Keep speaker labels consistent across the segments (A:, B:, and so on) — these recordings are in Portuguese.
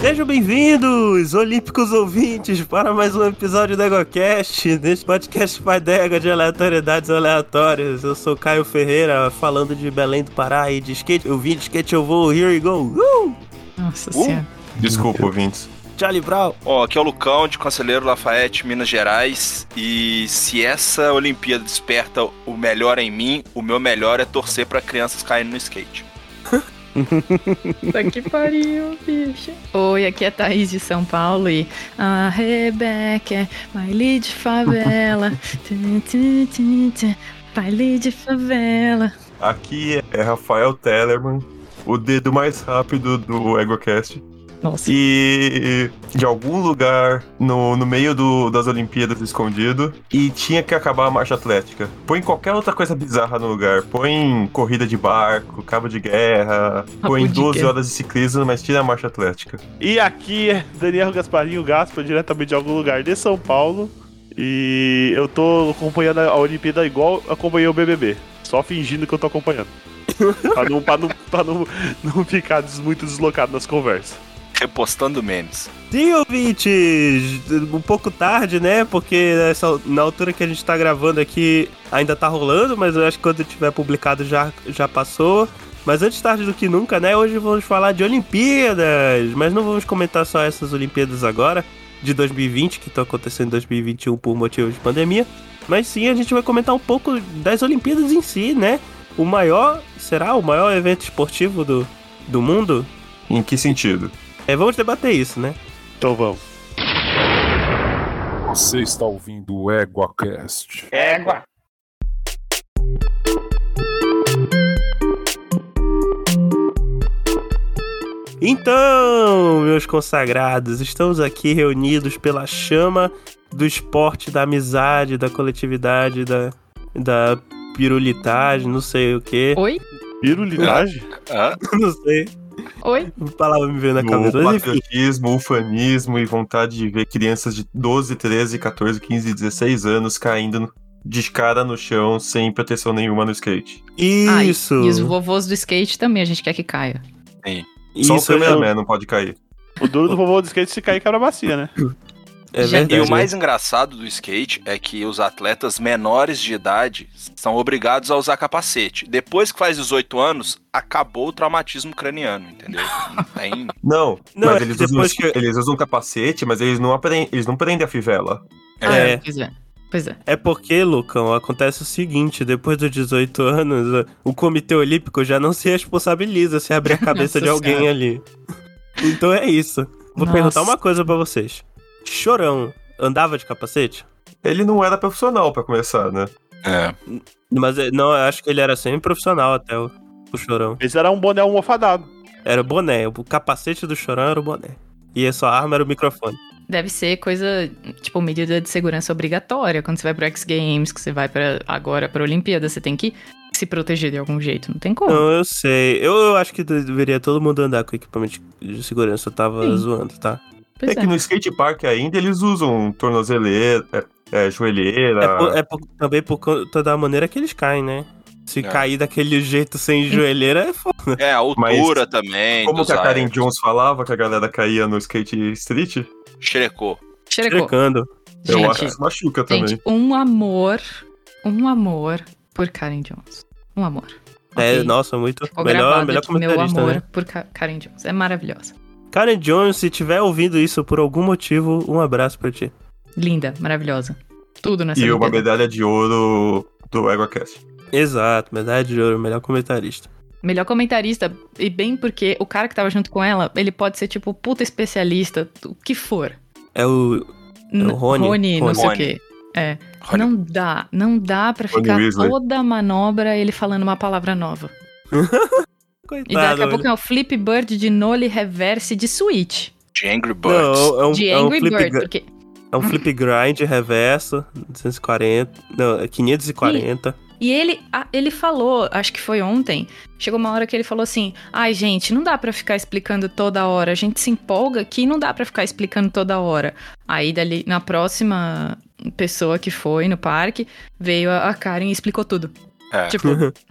A: Sejam bem-vindos, olímpicos ouvintes, para mais um episódio do EgoCast, deste podcast padega de aleatoriedades aleatórias. Eu sou Caio Ferreira, falando de Belém do Pará e de skate. Eu vim de skate, eu vou, here we go. Uh!
B: Nossa
C: Uh.
B: senhora.
C: Desculpa, ouvintes.
A: Charlie Brown.
D: Ó, aqui é o Lucão, de Conselheiro Lafayette, Minas Gerais. E se essa Olimpíada desperta o melhor em mim, o meu melhor é torcer pra crianças caindo no skate.
E: Puta que pariu, bicho.
B: Oi, aqui é Thaís de São Paulo e a Rebeca, é baile de favela. Tum, tum, tum, tum, Baile de favela.
C: Aqui é Rafael Tellerman, o dedo mais rápido do EgoCast.
B: Nossa,
C: E de algum lugar no, no meio do- das Olimpíadas escondido. E tinha que acabar a marcha atlética. Põe qualquer outra coisa bizarra no lugar. Põe corrida de barco, cabo de guerra. põe
B: de
C: 12
B: guerra.
C: horas de ciclismo, mas tira a marcha atlética.
F: E aqui é Daniel Gasparinho Gaspa, diretamente de algum lugar de São Paulo. E eu tô acompanhando a Olimpíada igual acompanhei o BBB. Só fingindo que eu tô acompanhando. pra não, pra não, pra não, não ficar des- muito deslocado nas conversas.
D: Repostando memes.
A: Sim, ouvintes! Um pouco tarde, né? Porque nessa- na altura que a gente tá gravando aqui ainda tá rolando, mas eu acho que quando tiver publicado já, já passou. Mas antes tarde do que nunca, né? Hoje vamos falar de Olimpíadas, mas não vamos comentar só essas Olimpíadas agora, de 2020, que estão acontecendo em 2021 por motivo de pandemia. Mas sim, a gente vai comentar um pouco das Olimpíadas em si, né? O maior, será o maior evento esportivo do, do mundo?
C: Em que sentido?
A: É, vamos debater isso, né?
F: Então vamos.
G: Você está ouvindo o EguaCast.
E: Égua.
A: Então, meus consagrados, estamos aqui reunidos pela chama do esporte, da amizade, da coletividade, da, da pirulitagem, não sei o que.
B: oi,
F: Pirulidagem?
C: Ah,
D: Hã?
A: Não sei.
B: oi.
A: A palavra me veio na
C: O
A: cabeça. Mas, enfim,
C: patriotismo, o ufanismo e vontade de ver crianças de 12, 13, 14, 15, 16 anos caindo no- de cara no chão sem proteção nenhuma no skate.
B: Ai,
A: isso.
B: e os vovôs do skate também a gente quer que caia.
C: Só o
A: isso eu já-
C: cameraman não pode cair.
F: O duro do vovô do skate é se cair quebra a bacia, né?
A: É
D: E
A: verdade.
D: o mais engraçado do skate é que os atletas menores de idade são obrigados a usar capacete. Depois que faz 18 anos, acabou o traumatismo craniano, entendeu? Não tem.
C: Não,
A: Não, é
C: mas
A: que
C: eles,
A: depois
C: usam,
A: que-
C: eles usam capacete, mas eles não, aprendem, eles não prendem a fivela.
A: É.
B: Ah, pois é. Pois é.
A: É porque, Lucão, acontece o seguinte: depois dos 18 anos, o Comitê Olímpico já não se responsabiliza se abrir a cabeça
B: Nossa
A: de alguém
B: Senhora.
A: ali. Então é isso. Vou
B: Nossa.
A: perguntar uma coisa pra vocês: Chorão andava de capacete?
C: Ele não era profissional pra começar, né?
D: É.
A: Mas eh, não, eu acho que ele era semi-profissional até o, o Chorão.
F: Esse era um boné almofadado.
A: Era o boné, o capacete do Chorão era o boné. E a sua arma era o microfone.
B: Deve ser coisa, tipo, medida de segurança obrigatória. Quando você vai pro X Games, que você vai pra, agora pra Olimpíada, você tem que se proteger de algum jeito. Não tem como.
A: Não, eu sei. Eu, eu acho que deveria todo mundo andar com equipamento de segurança. Eu tava
B: Sim.
A: zoando, tá?
B: Pois
C: é que no skate park ainda eles usam tornozeleira, é, é, joelheira.
A: É, por- é por- também por conta da maneira que eles caem, né? Se
D: É.
A: cair daquele jeito sem joelheira, é foda.
D: É, a altura
A: é,
D: também.
C: Como
D: dos
C: que a Karen
D: aéreos.
C: Jones falava que a galera caía no skate street?
D: Xerecou.
B: Xerecou.
A: Trecando.
C: eu
B: Gente,
C: acho que isso machuca também.
B: Gente, um amor, um amor por Karen Jones. Um amor.
A: É,
B: Ok?
A: nossa, muito.
B: Ficou
A: melhor
B: gravado
A: melhor
B: de meu
A: comentarista,
B: amor
A: né?
B: por Ka- Karen Jones. É maravilhosa.
A: Karen Jones, se tiver ouvindo isso por algum motivo, um abraço pra ti.
B: Linda, maravilhosa. Tudo nessa
C: E uma
B: Olimpíada.
C: medalha de ouro do EgoCast.
A: Exato, medalha de ouro, melhor comentarista.
B: Melhor comentarista, e bem porque o cara que tava junto com ela, ele pode ser tipo puta especialista, o que for.
A: É o.
B: N-
A: Rony.
B: não sei o
D: Rony.
B: quê. É,
D: Olha,
B: não dá, não dá pra
C: Rony
B: ficar
C: Weasley.
B: toda a manobra ele falando uma palavra nova.
A: Coitado.
B: E daqui a
A: velho.
B: pouco é o Flip Bird de Nole Reverse de Switch.
D: de Angry Birds.
A: Não, é um,
B: de
A: é um
B: Angry
A: flip,
B: Bird,
A: gr-
B: porque
A: é um flip grind reverso, 240, não, é 540.
B: E ele, a- ele falou, acho que foi ontem, chegou uma hora que ele falou assim: ai, gente, não dá pra ficar explicando toda hora, a gente se empolga aqui, não dá pra ficar explicando toda hora. Aí, dali, na próxima pessoa que foi no parque, veio a a Karen e explicou tudo.
D: É.
B: Tipo,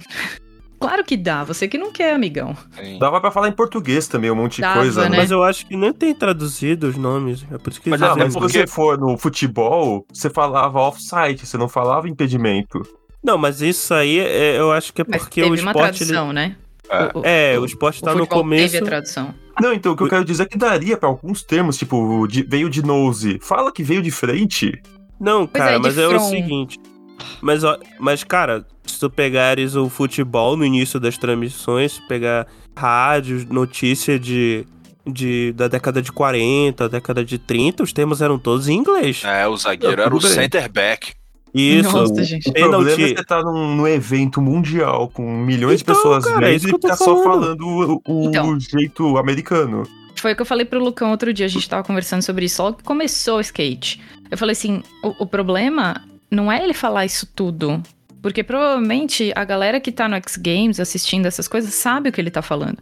B: Claro que dá, você que não quer, amigão.
D: Sim.
C: Dava pra falar em português também, um monte
B: Dava,
C: de coisa.
B: né?
C: Né?
A: Mas eu acho que nem tem traduzido os nomes. É por isso que
C: Mas,
A: eles
C: ah, mas se
A: lembram.
C: você for no futebol, você falava offside, você não falava impedimento.
A: Não, mas isso aí é- eu acho que é
B: Mas
A: porque
B: teve
A: o
B: uma
A: esporte. ele-
B: tradução, né?
D: É.
B: O, o,
A: É, o esporte tá
B: o
A: no
B: futebol
A: começo.
B: teve a tradução.
C: Não, então o que eu quero dizer é que daria pra alguns termos, tipo, de- veio de nose. Fala que veio de frente.
A: Não,
B: Pois
A: cara,
B: é, de
A: mas é o
B: front.
A: seguinte. Mas, ó, mas, cara, se tu pegares o futebol no início das transmissões, se pegar rádios, notícia de, de, da década de 40, década de 30, os termos eram todos em inglês.
D: É, o zagueiro
C: Não,
D: era o
C: tudo bem.
D: center back.
A: Isso.
B: Nossa, gente.
C: O problema
A: Pênalti.
C: é que você tá num, num evento mundial com milhões
A: Então,
C: de pessoas
A: cara, é isso
C: vendo
A: que
C: e
A: eu tô
C: tá só
A: falando.
C: falando o, o
B: Então.
C: jeito americano.
B: Foi o que eu falei pro Lucão outro dia, a gente tava conversando sobre isso. Logo que começou o skate. Eu falei assim: o, o problema não é ele falar isso tudo. Porque provavelmente a galera que tá no X Games assistindo essas coisas sabe o que ele tá falando.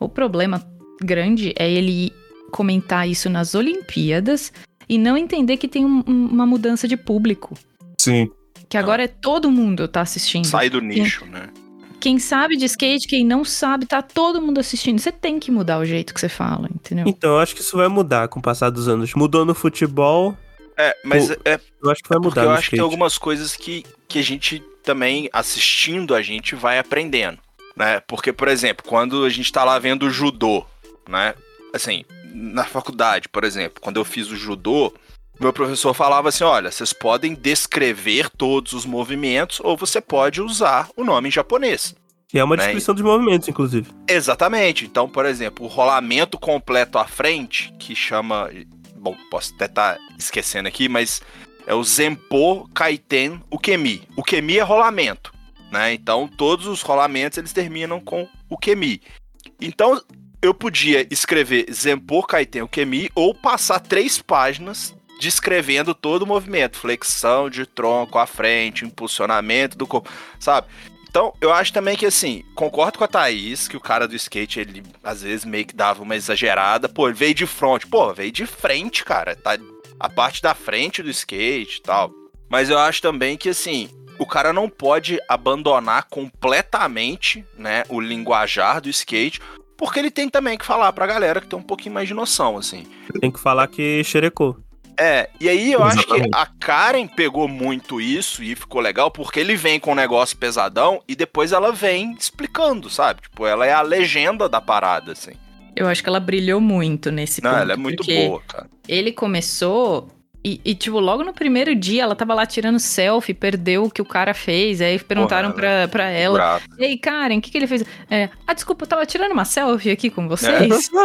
B: O problema grande é ele comentar isso nas Olimpíadas e não entender que tem um- um- uma mudança de público.
C: Sim.
B: Que agora é todo mundo tá assistindo.
D: Sai do nicho, né?
B: Quem sabe de skate, quem não sabe, tá todo mundo assistindo. Você tem que mudar o jeito que você fala, entendeu?
A: Então, eu acho que isso vai mudar com o passar dos anos. Mudou no futebol,
D: É, mas
A: Pô,
D: é
A: eu acho que vai
D: Porque
A: mudar
D: eu
A: no
D: acho que tem
A: skate.
D: algumas coisas que, que a gente também, assistindo, a gente vai aprendendo, né? Porque, por exemplo, quando a gente tá lá vendo o judô, né? Assim, na faculdade, por exemplo, quando eu fiz o judô, meu professor falava assim, olha, vocês podem descrever todos os movimentos ou você pode usar o nome em japonês.
A: E é uma
D: né?
A: descrição dos movimentos, inclusive.
D: Exatamente. Então, por exemplo, o rolamento completo à frente, que chama. Bom, posso até estar esquecendo aqui, mas é o Zenpo Kaiten Ukemi. Ukemi é rolamento, né? Então, todos os rolamentos eles terminam com Ukemi. Então, eu podia escrever Zenpo Kaiten Ukemi ou passar três páginas descrevendo todo o movimento, flexão de tronco à frente, impulsionamento do corpo, sabe? Então, eu acho também que assim, concordo com a Thaís que o cara do skate, ele às vezes meio que dava uma exagerada. Pô, ele veio de frente. Pô, veio de frente, cara. Tá a parte da frente do skate e tal. Mas eu acho também que assim, o cara não pode abandonar completamente, né, o linguajar do skate, porque ele tem também que falar pra galera que tem um pouquinho mais de noção, assim.
A: Tem que falar que xerecou.
D: É, e aí eu acho que
C: Exatamente.
D: a Karen pegou muito isso e ficou legal, porque ele vem com um negócio pesadão e depois ela vem explicando, sabe? Tipo, ela é a legenda da parada, assim.
B: Eu acho que ela brilhou muito nesse
D: Não,
B: ponto.
D: ela é muito
B: porque
D: boa, cara.
B: Ele começou e, e, tipo, logo no primeiro dia ela tava lá tirando selfie, perdeu o que o cara fez. Aí perguntaram
D: Porra,
B: pra, pra ela: é
D: Brava.
B: Ei, Karen, o que, que ele fez? É, ah, desculpa, eu tava tirando uma selfie aqui com vocês.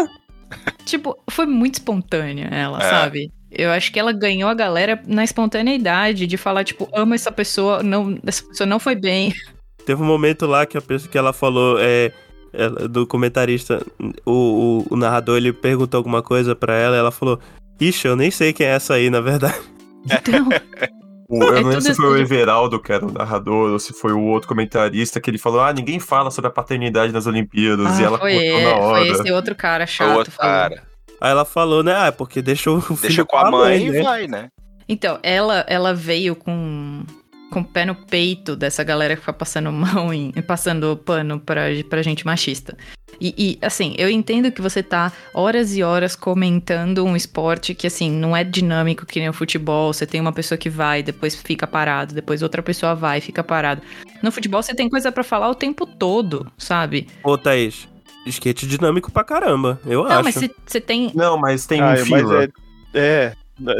B: Tipo, foi muito espontânea ela,
D: É.
B: sabe? Eu acho que ela ganhou a galera na espontaneidade de falar, tipo, amo essa pessoa, não, essa pessoa não foi bem.
A: Teve um momento lá que a pessoa que ela falou é, ela- do comentarista, o, o- o narrador ele perguntou alguma coisa pra ela, e ela falou: "Ixi, eu nem sei quem é essa aí, na verdade".
D: É,
B: Então,
C: O-
B: É
C: eu não
B: tudo
C: lembro se
B: isso
C: foi o
B: de-
C: Everaldo, que era o narrador, ou se foi o outro comentarista que ele falou: ah, ninguém fala sobre a paternidade nas Olimpíadas. e
B: ah,
C: ela
B: foi,
C: cortou
B: ele,
C: na
B: foi
C: hora.
B: esse outro cara
D: Foi
B: chato.
D: outro
B: falando.
D: cara.
A: Aí ela falou, né? Ah, é porque deixa o filho
D: Deixa com a mãe e
A: né?
D: vai, né?
B: Então, ela, ela veio com, com o pé no peito dessa galera que fica passando mão em, passando pano pra, pra gente machista. E, e, assim, eu entendo que você tá horas e horas comentando um esporte que, assim, não é dinâmico que nem o futebol. Você tem uma pessoa que vai, depois fica parado, depois outra pessoa vai, fica parado. No futebol, você tem coisa pra falar o tempo todo, sabe?
A: Ô, Thaís, skate dinâmico pra caramba, eu
B: Não,
A: acho.
B: mas você- você tem
C: Não, mas tem
F: Ah,
C: um fila.
F: mas é. é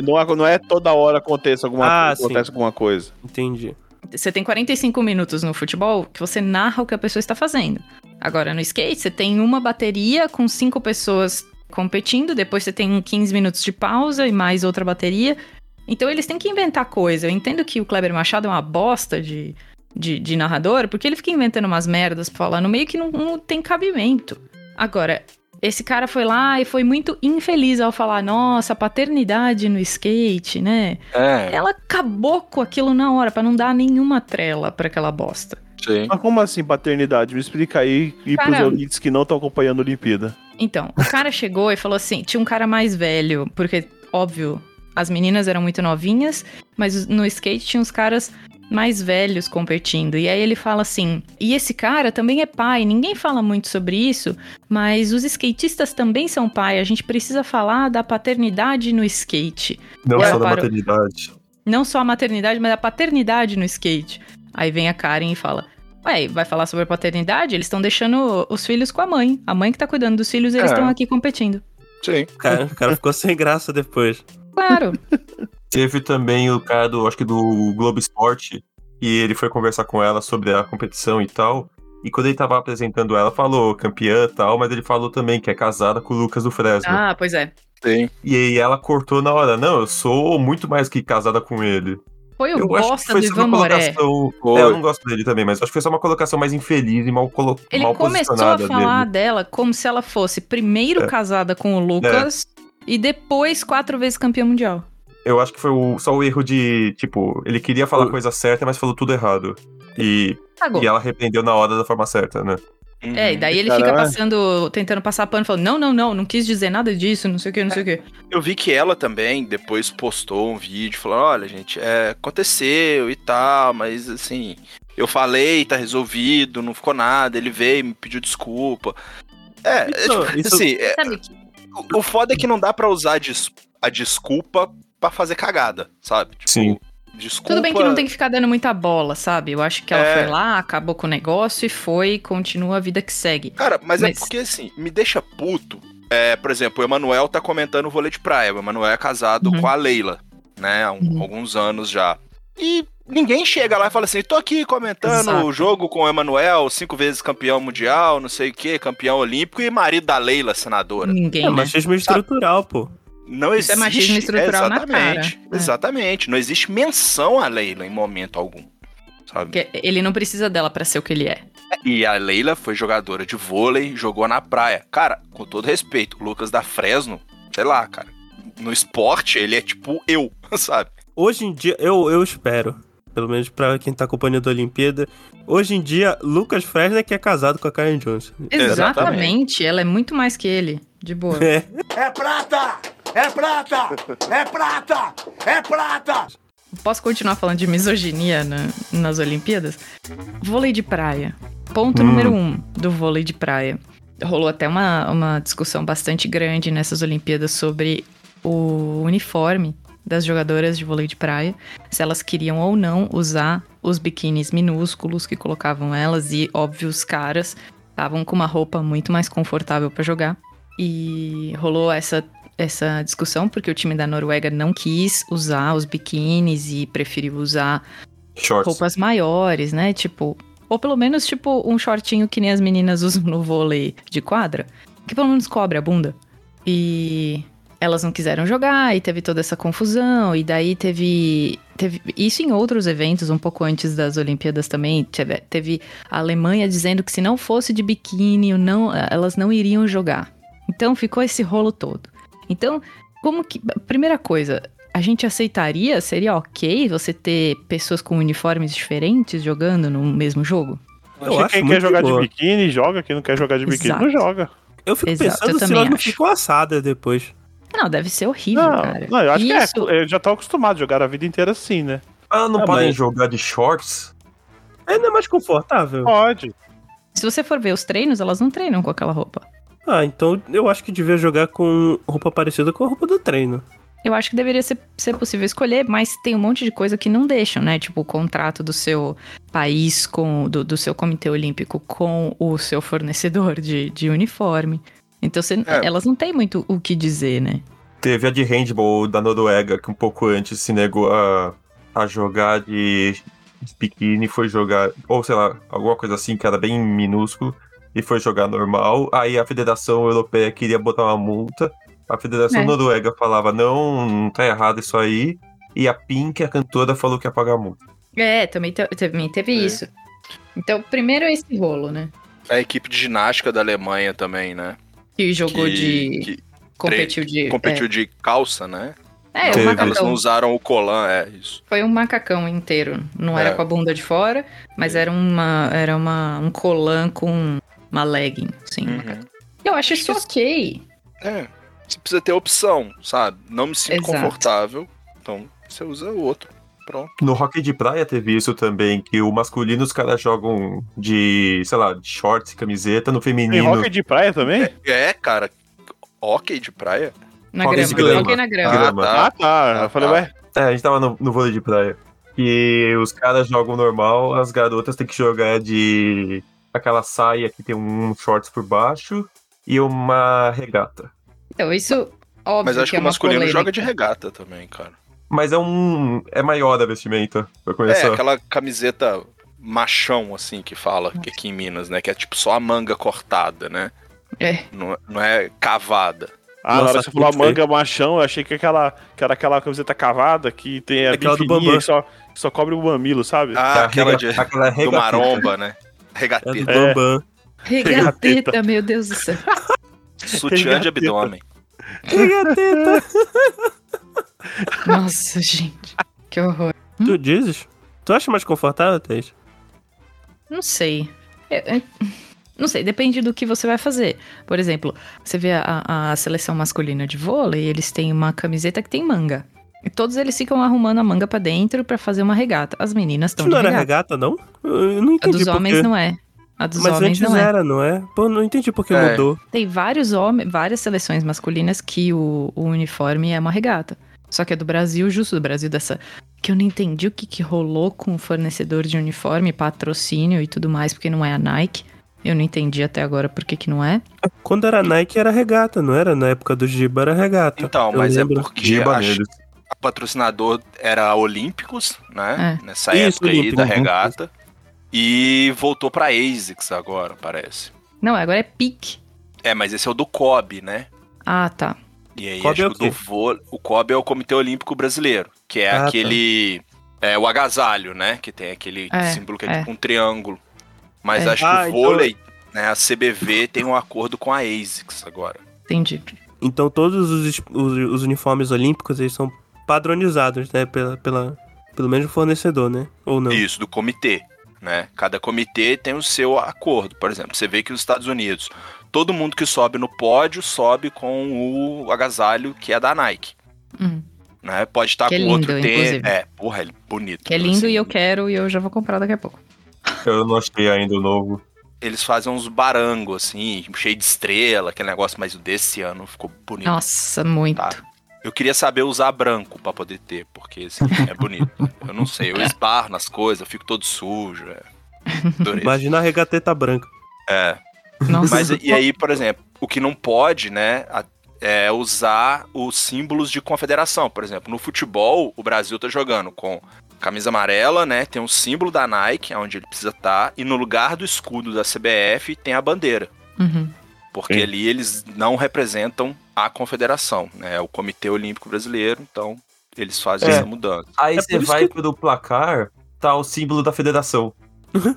F: não, é não é toda hora acontece alguma,
A: Ah,
F: acontece alguma coisa.
A: Entendi.
B: Você tem 45 minutos no futebol que você narra o que a pessoa está fazendo. Agora, no skate, você tem uma bateria com cinco pessoas competindo, depois você tem 15 minutos de pausa e mais outra bateria. Então, eles têm que inventar coisa. Eu entendo que o Kleber Machado é uma bosta de, de, de narrador, porque ele fica inventando umas merdas pra falar no meio que não, não tem cabimento. Agora, esse cara foi lá e foi muito infeliz ao falar: nossa, paternidade no skate, né?
D: É,
B: Ela acabou com aquilo na hora, pra não dar nenhuma trela pra aquela bosta.
D: sim.
F: Mas como assim paternidade? Me explica aí e pros
B: Cara-
F: ouvintes que não estão acompanhando a Olimpíada.
B: Então, o cara chegou e falou assim: tinha um cara mais velho, porque, óbvio, As meninas eram muito novinhas, mas no skate tinha os caras mais velhos competindo. E aí ele fala assim: e esse cara também é pai, ninguém fala muito sobre isso, mas os skatistas também são pai, a gente precisa falar da paternidade no skate.
C: Não
B: Ela
C: só da
B: parou.
C: maternidade.
B: Não só a maternidade, mas a paternidade no skate. Aí vem a Karen e fala: Ué, vai falar sobre a paternidade? Eles estão deixando os filhos com a mãe. A mãe que tá cuidando dos filhos, eles
D: É.
B: estão aqui competindo.
D: Sim.
A: O cara, o cara ficou sem graça depois.
B: Claro.
C: Teve também o cara do, acho que do Globo Esporte, e ele foi conversar com ela sobre a competição e tal. E quando ele tava apresentando ela, falou campeã e tal, mas ele falou também que é casada com o Lucas do Fresno.
B: ah, pois é.
D: Sim.
C: E aí ela cortou na hora, não, eu sou muito mais que casada com ele.
B: Foi o
C: Eu acho
B: bosta
C: que
B: do
C: foi só
B: Ivan
C: uma
B: Moré.
C: colocação.
D: Foi.
C: É, eu não gosto dele também, mas acho que foi só uma colocação mais infeliz e mal, colo...
B: Ele
C: mal
B: começou a
C: posicionada
B: falar
C: dele.
B: dela como se ela fosse primeiro
C: É.
B: casada com o Lucas e depois quatro vezes campeã mundial.
C: Eu acho que foi o- só o erro de, tipo, ele queria falar a
A: O-
C: coisa certa, mas falou tudo errado. E,
B: Cagou.
C: e ela arrependeu na hora da forma certa, né?
B: É, e daí ele fica
D: Caralho.
B: passando, tentando passar pano, falando: Não, não, não, não quis dizer nada disso, não sei o que, não sei o que.
D: Eu vi que ela também depois postou um vídeo falando: olha, gente, é, aconteceu e tal, mas assim, eu falei, tá resolvido, não ficou nada, ele veio, me pediu desculpa. É, é,
A: Isso- Então,
D: tipo,
A: isso-
D: assim, é,
B: Sabe que
D: o- o foda é que não dá pra usar a, des- a desculpa pra fazer cagada, sabe? Tipo,
C: Sim.
D: Desculpa.
B: Tudo bem que não tem que ficar dando muita bola, sabe? Eu acho que ela
D: É.
B: foi lá, acabou com o negócio e foi, continua a vida que segue.
D: Cara, mas, é
B: Mas-
D: porque assim, me deixa puto. É, por exemplo, o Emanuel tá comentando o vôlei de praia. O Emanuel é casado
B: Uhum.
D: com a Leila, né? Há um-
B: Uhum.
D: alguns anos já. E ninguém chega lá e fala assim: tô aqui comentando
B: Exato.
D: o jogo com o Emanuel, cinco vezes campeão mundial, não sei o quê, campeão olímpico e marido da Leila, senadora.
B: Ninguém.
A: É
B: né?
A: machismo estrutural, pô.
D: Não
B: Isso
D: existe.
B: é machismo estrutural na
D: exatamente,
B: cara. É.
D: Exatamente. Não existe menção à Leila em momento algum. Sabe?
B: Porque ele não precisa dela pra ser o que ele é.
D: E a Leila foi jogadora de vôlei, jogou na praia. Cara, com todo respeito, o Lucas da Fresno, sei lá, cara. No esporte, ele é tipo eu, sabe?
A: Hoje em dia, eu, eu espero, pelo menos pra quem tá acompanhando a Olimpíada, hoje em dia, Lucas Fresno é que é casado com a Karen Johnson.
B: Exatamente.
D: Exatamente.
B: Ela é muito mais que ele. De boa.
A: É. É
B: Posso continuar falando de misoginia na- nas Olimpíadas? Vôlei de praia. Ponto
A: Hum.
B: número um do vôlei de praia. Rolou até uma, uma discussão bastante grande nessas Olimpíadas sobre o uniforme das jogadoras de vôlei de praia, se elas queriam ou não usar os biquínis minúsculos que colocavam elas e, óbvio, os caras estavam com uma roupa muito mais confortável pra jogar. E rolou essa essa discussão, porque o time da Noruega não quis usar os biquínis e preferiu usar
C: Shorts.
B: roupas maiores, né? Tipo, ou pelo menos, tipo, um shortinho que nem as meninas usam no vôlei de quadra, que pelo menos cobre a bunda. E elas não quiseram jogar e teve toda essa confusão, e daí teve. teve isso em outros eventos, um pouco antes das Olimpíadas também. Teve, teve a Alemanha dizendo que se não fosse de biquíni, não, elas não iriam jogar. Então ficou esse rolo todo. Então, como que. Primeira coisa, a gente aceitaria? Seria ok você ter pessoas com uniformes diferentes jogando no mesmo jogo?
A: Eu acho
F: quem
A: muito
F: quer jogar de
A: boa.
F: biquíni, joga. Quem não quer jogar de biquíni,
B: Exato.
F: não joga.
A: Eu fico
B: Exato, eu
A: pensando se
B: também
A: ela não
B: acho.
A: ficou assada depois.
B: Não, deve ser horrível,
F: Não,
B: cara.
F: não, eu acho
B: Isso,
F: que é. Eu já tava acostumado a jogar a vida inteira assim, né?
C: Ah, não
F: Ah,
C: podem
F: mas-
C: jogar de shorts?
A: É, não é mais confortável.
F: Pode.
B: Se você for ver os treinos, elas não treinam com aquela roupa.
A: Ah, então eu acho que devia jogar com roupa parecida com a roupa do treino.
B: Eu acho que deveria ser, ser possível escolher, mas tem um monte de coisa que não deixam, né? Tipo, o contrato do seu país, com do, do seu comitê olímpico com o seu fornecedor de, de uniforme. Então, você-
D: É.
B: elas não têm muito o que dizer, né?
C: Teve a de handball da Noruega, que um pouco antes se negou a, a jogar de biquíni, foi jogar, ou sei lá, alguma coisa assim, que era bem minúsculo, e foi jogar normal. Aí a Federação Europeia queria botar uma multa, a Federação
B: É.
C: Noruega falava, não, não tá errado isso aí, e a Pink, a cantora, falou que ia pagar a multa.
B: É, também, te- também teve
D: É.
B: isso. Então, primeiro é esse rolo, né?
D: A equipe de ginástica da Alemanha também, né?
B: Que jogou
D: que,
B: de.
D: que
B: competiu de.
D: competiu de calça, né?
B: É, é
C: Teve.
B: o
D: Eles não
B: macacão.
D: usaram o colã, é isso.
B: Foi um macacão inteiro. Não
D: É.
B: era com a bunda de fora, mas
D: É.
B: era uma. Era uma, um colã com uma legging, sim. um
D: Uhum.
B: macacão. Eu acho isso ok.
D: É. você precisa ter opção, sabe? Não me sinto
B: Exato.
D: confortável, então você usa o outro. Pronto.
C: No hockey de praia teve isso também, que o masculino os caras jogam de, sei lá, de shorts, camiseta, no
F: Tem
C: feminino.
F: rock de praia também?
D: É, cara, hockey de praia?
B: Na
C: Qual
B: grama.
C: desse grama?
B: Joguei na grama.
C: Grama.
F: Ah, tá.
D: Ah,
F: eu falei,
D: tá.
F: ué.
C: É, a gente tava no, no vôlei de praia. E os caras jogam normal, as garotas têm que jogar de aquela saia que tem um shorts por baixo e uma regata.
B: Então, isso, óbvio
D: Mas acho que,
B: é
D: o
B: uma
D: masculino
B: polêmica.
D: joga de regata também, cara.
C: Mas é um. É maior a vestimenta. Pra
D: É,
C: começar.
D: aquela camiseta machão, assim, que fala que aqui em Minas, né? Que é tipo só a manga cortada, né?
B: É.
D: Não, não é cavada.
F: Ah, na hora que você falou a
C: Nossa, que
F: manga machão, eu achei que, aquela, que era aquela camiseta cavada que tem a
A: Aquela do
F: bifininha
A: Bambam.
F: que só, que só cobre o mamilo, sabe?
D: Ah,
C: Tá,
D: aquela
C: rega-
D: de,
C: aquela
D: do
C: regatita.
D: maromba, né?
A: É do
D: Regateta.
F: É.
A: Bambam.
B: Regateta, meu Deus do céu.
A: É.
D: Sutiã de
F: Regateta.
D: abdômen.
A: Regateta.
B: Nossa, gente. Que horror.
A: tu dizes? Tu acha mais confortável, Thaís?
B: Não sei. É, é, Não sei, depende do que você vai fazer. Por exemplo, você vê a, a seleção masculina de vôlei, eles têm uma camiseta que tem manga. E todos eles ficam arrumando a manga pra dentro pra fazer uma regata. As meninas
A: Isso
B: estão de
A: não era
B: regata.
A: regata, não? Eu não
B: Então A
A: entendi
B: dos
A: por
B: homens
A: quê.
B: não é. A dos
A: Mas
B: homens
A: antes
B: não é.
A: era, não é? Pô, não entendi por que
D: É.
A: mudou.
B: Tem vários homens, várias seleções masculinas que o, o uniforme é uma regata. Só que é do Brasil, justo do Brasil dessa. Que eu não entendi o que, que rolou com o fornecedor de uniforme, patrocínio e tudo mais, porque não é a Nike. Eu não entendi até agora por que, que não é.
A: Quando era Nike era regata, não era? Na época do Giba era regata.
D: Então,
A: Eu
D: mas
A: lembro.
D: é porque
C: Giba
D: acho,
C: neles.
D: o patrocinador era a Olímpicos, né?
B: É.
D: Nessa
A: Isso,
D: época aí
A: Olímpico,
D: da
A: uhum.
D: regata. E voltou pra ASICS agora, parece.
B: Não, agora é PIC.
D: É, mas esse é o do COB, né?
B: Ah, tá.
D: E aí
A: COB
D: acho
A: é o
D: que o do
A: quê?
D: vôlei. O COB é o Comitê Olímpico Brasileiro, que é
A: Ah, tá.
D: aquele. É o agasalho, né? Que tem aquele
B: É,
D: símbolo que é,
B: é.
D: tipo um triângulo. Mas
B: É.
D: acho
A: Ah,
D: que o
A: então-
D: vôlei, né? A CBV tem um acordo com a ASICS agora.
B: Entendi.
A: Então todos os, es- os- os uniformes olímpicos eles são padronizados, né? Pela, pela, pelo mesmo fornecedor, né? Ou não?
D: Isso, do comitê. Né? Cada comitê tem o seu acordo. Por exemplo, você vê que nos Estados Unidos, todo mundo que sobe no pódio sobe com o agasalho que é da Nike.
B: Hum.
D: Né? Pode estar
B: Que é
D: com
B: lindo,
D: outro tênis.
B: inclusive.
D: É, porra, ele é bonito.
B: Que é lindo
D: assim.
B: e eu quero e eu já vou comprar daqui a pouco.
C: Eu não achei ainda o novo.
D: Eles fazem uns barangos, assim, cheio de estrela, aquele negócio, mas o desse ano ficou bonito.
B: Nossa, muito.
D: Tá. Eu queria saber usar branco pra poder ter, porque assim, é bonito. eu não sei, eu esbarro nas coisas, eu fico todo sujo. É. Adorei.
A: Imagina a regateta branca.
D: É.
B: Nossa.
D: Mas e aí, por exemplo, o que não pode, né, a- é usar os símbolos de confederação. Por exemplo, no futebol, o Brasil tá jogando com camisa amarela, né, tem um símbolo da Nike, é onde ele precisa estar, e no lugar do escudo da CBF tem a bandeira.
B: Uhum.
D: Porque
F: Sim.
D: ali eles não representam a confederação, né, é o Comitê Olímpico Brasileiro, então eles fazem
C: É.
D: essa mudança.
C: Aí
A: É
C: você
A: por isso
C: vai pelo placar, tá o símbolo da federação.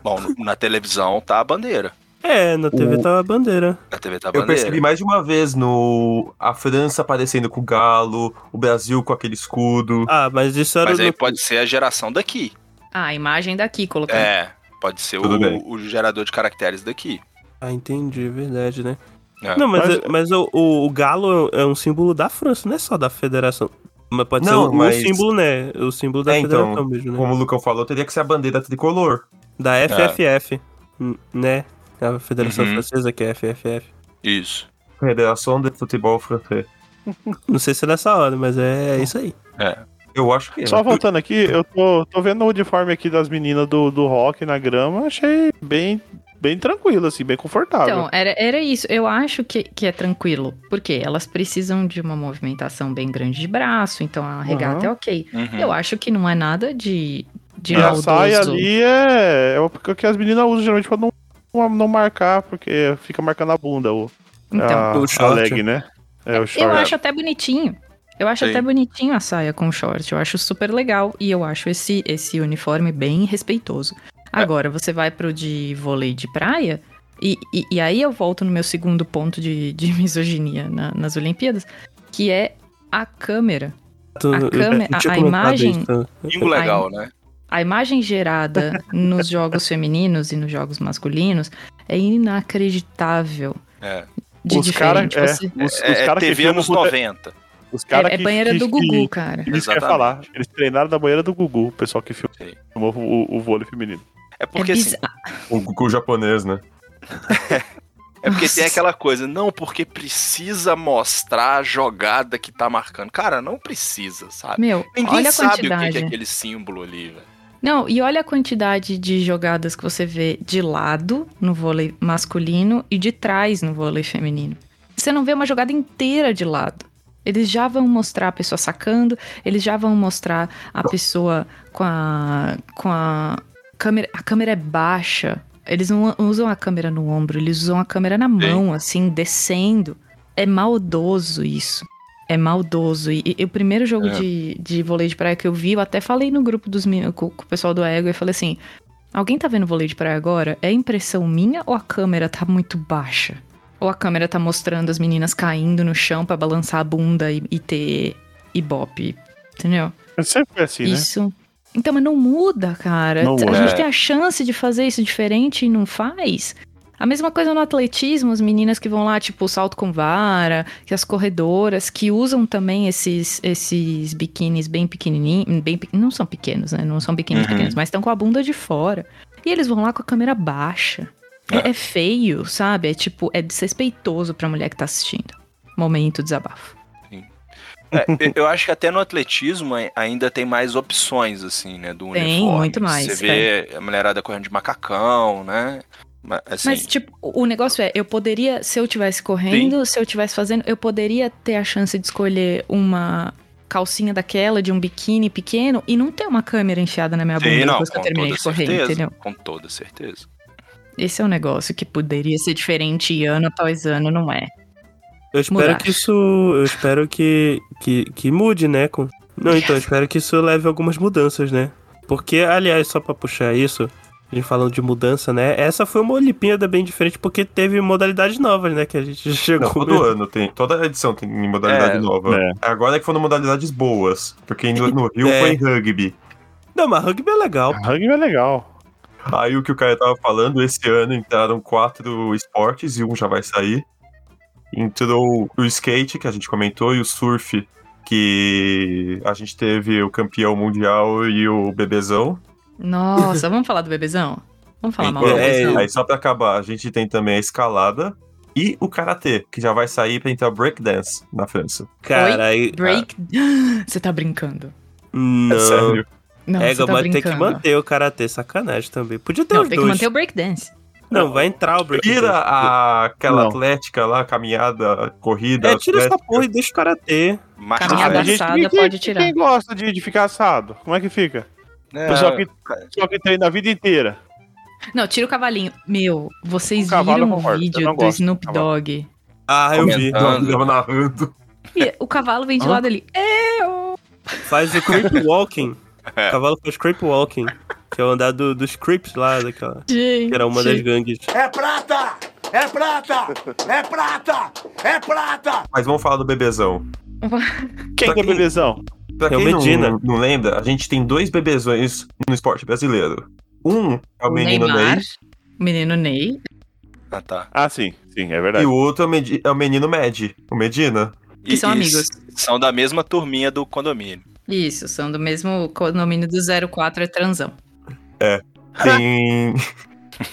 D: Bom, no- na televisão tá a bandeira.
A: É, na TV
C: O-
A: tá a bandeira.
D: Na TV tá a
C: Eu
D: bandeira.
C: percebi mais de uma vez no a França aparecendo com o galo, o Brasil com aquele escudo.
A: Ah, mas isso era
D: Mas aí
A: no-
D: pode ser a geração daqui.
B: Ah, a imagem daqui colocando.
D: É, pode ser
C: Tudo bem.
D: o, o gerador de caracteres daqui.
A: Ah, entendi, verdade, né?
D: É.
A: Não, mas,
F: Mas-
A: é- mas o, o- o galo é um símbolo da França, não é só da federação. Mas pode
C: Não,
A: ser um,
C: mas-
A: símbolo, né? O símbolo da
C: É, então,
A: federação mesmo, né?
C: Como o Lucão falou, teria que ser a bandeira tricolor.
A: Da FFF, n- né? A Federação
D: É. Uhum.
A: Francesa, que é a FFF.
D: Isso.
C: Federação de Futebol Francês.
A: Não sei se é dessa hora, mas é isso aí.
C: Eu acho que é.
F: Só voltando aqui, eu tô, tô vendo o uniforme aqui das meninas do, do rock na grama, achei bem, bem tranquilo, assim, bem confortável.
B: Então, era, era isso. Eu acho que, que é tranquilo. Porque elas precisam de uma movimentação bem grande de braço, então a regata é ok.
D: Uhum.
B: Eu acho que não é nada de, de
F: e a
B: é maldoso.
F: saia ali é, é o que as meninas usam geralmente pra não, não não marcar, porque fica marcando a bunda o,
B: Então,
F: a,
A: O
F: a
A: short.
F: leg, né? É o
B: eu
F: short.
B: acho até bonitinho. Eu acho
D: Sim.
B: até bonitinho a saia com short. Eu acho super legal. E eu acho esse, esse uniforme bem respeitoso.
F: É.
B: Agora, você vai pro de vôlei de praia. E, e, e aí eu volto no meu segundo ponto de, de misoginia na- nas Olimpíadas, que é a câmera.
A: Tu-
B: A
A: eu-
B: câmera-
A: eu tinha
B: a- a
A: comentado
B: imagem-
A: isso. né?
D: Bingo legal, né?
B: A imagem gerada nos jogos femininos e nos jogos masculinos é inacreditável.
D: É.
B: de
F: os caras.
B: diferente.
F: É,
B: você-
F: os, os
D: É, é
F: cara que
D: TV
F: filmam
D: anos
F: com-
D: 90.
F: Os
B: É,
F: cara
B: é
F: que-
B: banheira
F: que-
B: do
F: que-
B: Gugu, cara. É
F: Isso que eu ia
D: Exatamente.
F: falar. Eles treinaram da banheira do Gugu, o pessoal que filmou
D: Sim.
F: o, o vôlei feminino.
D: É porque,
B: é
D: assim,
B: bizarro.
C: O Goku japonês, né?
D: é porque tem
B: Nossa.
D: aquela coisa, não, porque precisa mostrar a jogada que tá marcando. Cara, não precisa, sabe?
B: Meu,
D: Ninguém
B: olha a
D: sabe o que
B: quantidade.
D: que, é aquele símbolo ali, velho.
B: Não, e olha a quantidade de jogadas que você vê de lado no vôlei masculino e de trás no vôlei feminino. Você não vê uma jogada inteira de lado. Eles já vão mostrar a pessoa sacando, eles já vão mostrar a pessoa com a com a câmera, a câmera é baixa. Eles não usam a câmera no ombro, eles usam a câmera na mão, assim, descendo. É maldoso isso. É maldoso. E, e o primeiro jogo
C: É.
B: de, de vôlei de praia que eu vi, eu até falei no grupo dos meninos, com, com o pessoal do Ego, eu falei assim: alguém tá vendo vôlei de praia agora? É impressão minha ou a câmera tá muito baixa? Ou a câmera tá mostrando as meninas caindo no chão pra balançar a bunda e, e ter ibope? Entendeu?
F: Sempre foi assim, né?
B: Isso. Então, mas não muda, cara.
F: Não
B: a
F: muda.
B: gente
D: É.
B: tem a chance de fazer isso diferente e não faz. A mesma coisa no atletismo, as meninas que vão lá, tipo, salto com vara, que as corredoras, que usam também esses, esses biquínis bem pequenininhos, bem, pe- não são pequenos, né? Não são biquínis
D: Uhum.
B: pequenos, mas estão com a bunda de fora. E eles vão lá com a câmera baixa. É, é feio, sabe? É tipo, é desrespeitoso pra mulher que tá assistindo. Momento desabafo.
D: É, eu- eu acho que até no atletismo ai- ainda tem mais opções, assim, né? Do
B: Tem,
D: uniforme.
B: muito mais, é.
D: Você vê a mulherada correndo de macacão, né? Ma- Assim,
B: Mas, tipo, o o negócio é, eu poderia, se eu tivesse correndo, se eu tivesse fazendo, eu poderia ter a chance de escolher uma calcinha daquela, de um biquíni pequeno, e não ter uma câmera enfiada na minha
D: sim,
B: bunda
D: não,
B: depois que eu
D: com
B: terminei
D: toda
B: de correr,
D: certeza.
B: entendeu?
D: Com toda certeza.
B: Esse é um negócio que poderia ser diferente ano após ano, não é.
A: Eu espero
B: Mudar.
A: que isso. Eu espero que, que, que mude, né? com- Não, então, eu espero que isso leve algumas mudanças, né? Porque, aliás, só pra puxar isso, a gente falando de mudança, né? Essa foi uma Olimpíada bem diferente porque teve modalidades novas, né? Que a gente chegou.
C: Não, todo ano tem. Toda edição tem modalidade
D: É,
C: nova.
F: é.
C: Agora é que foram modalidades boas. Porque no, no Rio
A: É.
C: foi rugby.
A: Não, mas rugby é legal.
F: Rugby é legal.
C: Aí o que o cara tava falando, esse ano entraram quatro esportes e um já vai sair. Entrou o skate, que a gente comentou, e o surf, que a gente teve o campeão mundial e o bebezão.
B: Nossa, vamos falar do bebezão? Vamos falar mal do
A: Então, é,
B: bebezão?
C: Aí só pra acabar, a gente tem também a escalada e o karatê, que já vai sair pra entrar breakdance na França.
A: Cara, aí.
B: Break... Você tá brincando.
C: É
A: Não.
C: sério.
B: Não,
A: É,
B: você tá
A: mas tem que
B: brincando.
A: manter o karatê, sacanagem também. Podia ter
B: Não,
A: os
B: tem que
A: dois.
B: manter o breakdance.
A: Não, vai entrar o break.
C: Tira a- aquela
F: Não.
C: atlética lá, caminhada, corrida.
A: É, tira essa
C: atlética.
A: porra e deixa o karatê.
D: Macaco,
B: Caminhada
F: Ah, gente,
B: assada
F: quem-
B: pode
F: quem-
B: tirar.
F: Quem gosta de, de ficar assado? Como é que fica?
D: né?
F: Pessoal que, pessoal que treina a vida inteira.
B: Não, tira o cavalinho. Meu, vocês
F: O cavalo
B: viram
F: eu
B: o
F: concordo, eu
B: vídeo
F: não
B: do
F: gosto do
B: Snoop
F: cavalo.
B: Dogg?
A: Ah, eu vi.
D: Comentando.
C: Tava narrando.
B: E o cavalo vem de
F: Hã?
B: lado ali. É,
A: Faz o creep walking.
D: É.
A: O cavalo faz creep walking. Que é o andar do, dos creeps lá, daquela.
B: Gente.
A: Que era uma das gangues.
C: Mas vamos falar do bebezão.
F: Quem
C: Pra
F: que é
C: quem-
F: bebezão?
C: Pra
A: É o
C: quem não-
A: Medina.
C: Não, lembra, a gente tem dois bebezões no esporte brasileiro. Um é o menino
B: Neymar.
C: Ney
B: O menino Ney.
D: Ah, tá.
F: Ah, sim. Sim, é
C: e
F: verdade.
C: o outro é o, Medi- é o menino Med, o Medina.
B: Que são amigos.
D: São da mesma turminha do condomínio.
B: Isso, são do mesmo condomínio do 04 é transão.
C: Tem,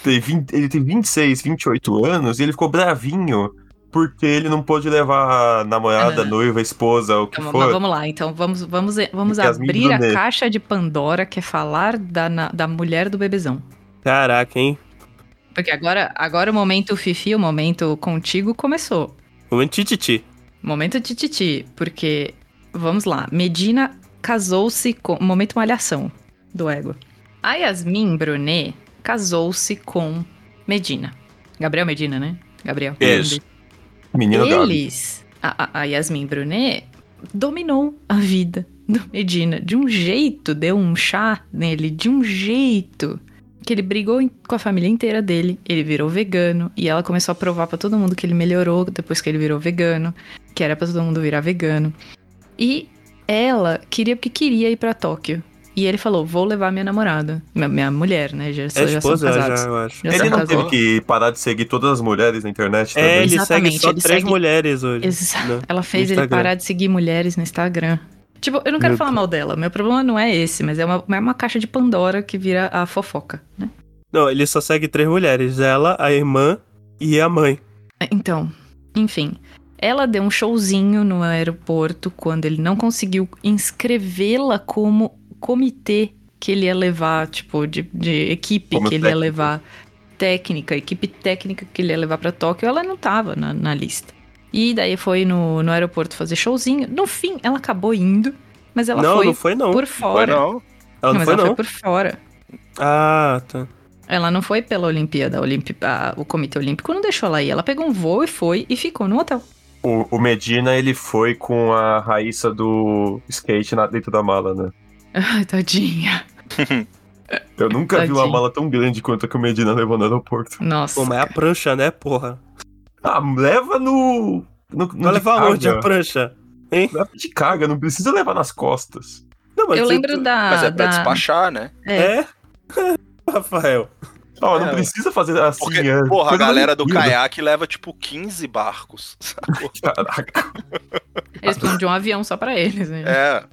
C: tem 20 ele tem 26, 28 anos e ele ficou bravinho porque ele não pôde levar a namorada,
B: Ah.
C: noiva, esposa, o que
B: Então,
C: for.
B: mas vamos lá, então vamos, vamos, vamos
C: Porque as
B: abrir
C: meninas
B: a
C: Ney.
B: caixa de Pandora, que é falar da, na- da mulher do bebezão.
A: Caraca, hein?
B: Porque agora, agora o momento Fifi, o momento contigo começou.
A: Momento tititi.
B: Momento de tititi, porque vamos lá, Medina casou-se com. Momento malhação do ego. A Yasmin Brunet casou-se com Medina. Gabriel Medina, né? Gabriel.
D: Isso.
C: Menino Gabi.
B: Eles, a, a- a Yasmin Brunet, dominou a vida do Medina de um jeito, deu um chá nele de um jeito que ele brigou em- com a família inteira dele, ele virou vegano e ela começou a provar pra todo mundo que ele melhorou depois que ele virou vegano, que era pra todo mundo virar vegano. E ela queria porque queria ir pra Tóquio. E ele falou: vou levar minha namorada. Minha, minha mulher, né? Já,
A: É
B: já são
A: esposa, já,
B: casados.
A: eu acho.
B: Já
C: Ele
B: são
C: não
B: casados.
C: teve que parar de seguir todas as mulheres na internet também.
A: É, ele
B: Exatamente,
A: segue só
B: ele
A: três
B: segue-
A: mulheres hoje.
B: Exa-
A: né?
B: Ela fez
A: No
B: ele
A: Instagram.
B: parar de seguir mulheres no Instagram. Tipo, eu não quero
F: Meu
B: falar mal dela. Meu problema não é esse, mas é uma, é uma caixa de Pandora que vira a fofoca, né?
A: Não, ele só segue três mulheres: ela, a irmã e a mãe.
B: Então, enfim. Ela deu um showzinho no aeroporto quando ele não conseguiu inscrevê-la como comitê que ele ia levar, tipo, de, de equipe
C: Como
B: que ele ia
C: técnico.
B: levar. Técnica, equipe técnica que ele ia levar pra Tóquio, ela não tava na, na lista. E daí foi no, no aeroporto fazer showzinho. No fim, ela acabou indo, mas ela
A: não,
B: foi
A: não foi, não.
B: por fora.
D: não.
A: Ela não,
B: mas
A: foi,
B: ela
A: não.
B: foi por fora.
A: Ah, tá.
B: Ela não foi pela Olimpíada. A Olimpi- a- o Comitê Olímpico não deixou ela ir. Ela pegou um voo e foi e ficou no hotel.
C: O, o Medina, ele foi com a Raíssa do skate na- dentro da mala, né?
B: Ai, tadinha.
C: Eu nunca vi uma
B: Tadinho.
C: mala tão grande quanto a que o Medina levou no aeroporto.
B: Nossa.
A: Pô, mas é a prancha, né, porra?
C: Ah, leva no. no, no
A: Vai
C: de
A: levar
C: carga.
A: onde a prancha?
C: Leva de carga, não precisa levar nas costas.
A: Não, mas
B: Eu
A: você-
B: lembro da.
D: Mas é pra
B: da-
D: despachar, né?
B: é.
A: É? Rafael.
C: Ó, não
D: É,
C: precisa fazer assim.
D: Porque,
C: é
D: porra, a
C: coisa
D: galera do
C: linda.
D: caiaque leva, tipo, 15 barcos. sacou?
C: Caraca.
B: Eles precisam de um avião só pra eles, né?
D: é.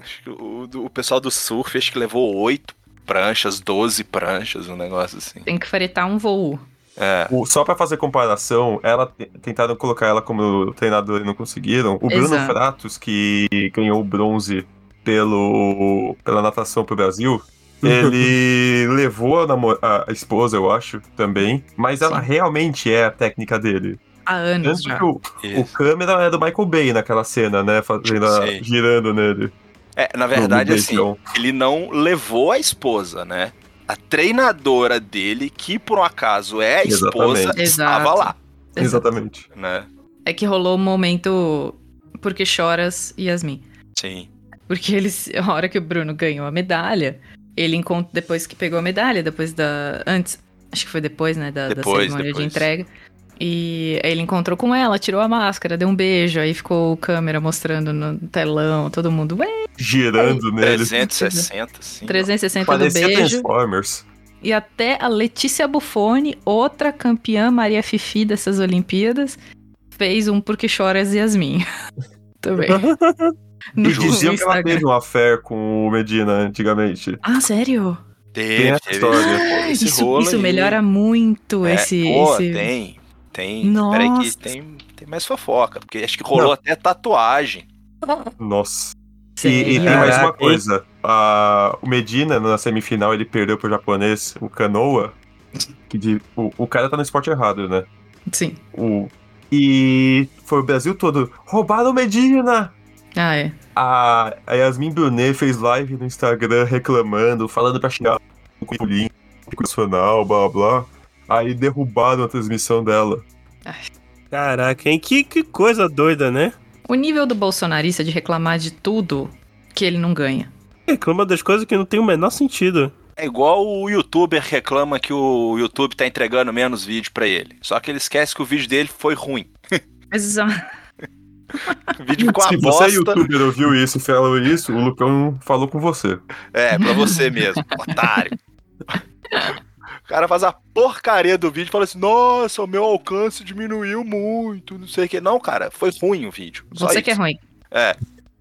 D: Acho que o, do- o pessoal do surf, acho que levou 8 pranchas, 12 pranchas, um negócio assim.
B: Tem que fretar um voo.
D: É.
C: O- só pra fazer comparação, ela te- tentaram colocar ela como treinadora e não conseguiram. O Bruno
B: Exato.
C: Fratos, que ganhou o bronze pelo, pela natação pro Brasil, ele levou a, namo- a- a esposa, eu acho, também. Mas ela realmente é a técnica dele.
B: Há anos
C: Tanto
B: já.
C: que o, o câmera é do Michael Bay naquela cena, né? Fazendo a-
D: Sim.
C: girando nele.
D: É, na
C: no- no
D: verdade, assim,
C: beijão.
D: ele não levou a esposa, né? A treinadora dele, que por um acaso é a esposa,
C: Exatamente.
D: estava
B: Exato.
D: lá,
C: Exatamente.
D: né?
B: É que rolou um momento. Porque choras, Yasmin.
D: Sim.
B: Porque eles, a hora que o Bruno ganhou a medalha, ele encontra depois que pegou a medalha, depois da antes, acho que foi depois, né, da, da
D: Depois,
B: cerimônia de
D: depois.
B: entrega. E aí ele encontrou com ela, tirou a máscara, deu um beijo, aí ficou o câmera mostrando no telão, todo mundo, ué,
D: É,
C: Girando nele.
D: 360, sim.
B: 360 do
C: Parecia
B: um beijo.
C: Transformers.
B: E até a Letícia Buffoni, outra campeã Maria Fifi dessas Olimpíadas, fez um Porque Choras Yasmin. Também. No,
C: E diziam
B: no
C: que ela
B: Instagram.
C: teve um affair com o Medina antigamente.
B: Ah, sério?
C: Tem
D: Teve,
C: essa
D: teve
C: história.
D: esse- esse
B: É, Isso,
D: rolo
B: isso
D: aí.
B: melhora muito
D: É,
B: esse.
D: pô,
B: esse-
D: tem. Tem.
B: Nossa.
D: Peraí que tem, tem mais fofoca. Porque acho que rolou até tatuagem.
C: Nossa. E,
B: Sério?
C: e tem mais uma
A: Caraca, hein?
C: coisa. A- o Medina, na semifinal, ele perdeu pro japonês, o Canoa. Que de- o, o cara tá no esporte errado, né?
B: Sim.
C: O, e foi o Brasil todo. Roubaram o Medina!
B: Ah, é.
C: A, a Yasmin Brunet fez live no Instagram reclamando, falando pra xingar o político nacional, blá blá. Aí derrubaram a transmissão dela.
A: Caraca, hein? Que, que coisa doida, né?
B: O nível do bolsonarista de reclamar de tudo que ele não ganha.
A: Reclama das coisas que não tem o menor sentido.
D: É igual o youtuber reclama que o YouTube tá entregando menos vídeo pra ele. Só que ele esquece que o vídeo dele foi ruim.
B: Exato.
D: O vídeo ficou
C: Se
D: uma
C: você, é
D: bosta.
C: youtuber, ouviu isso e falou isso, o Lucão falou com você.
D: É, pra você mesmo, otário. O cara faz a porcaria do vídeo e fala assim: Nossa, o meu alcance diminuiu muito, não sei o que. Não, cara, foi ruim o vídeo. Só
B: Você que é
D: isso.
B: ruim.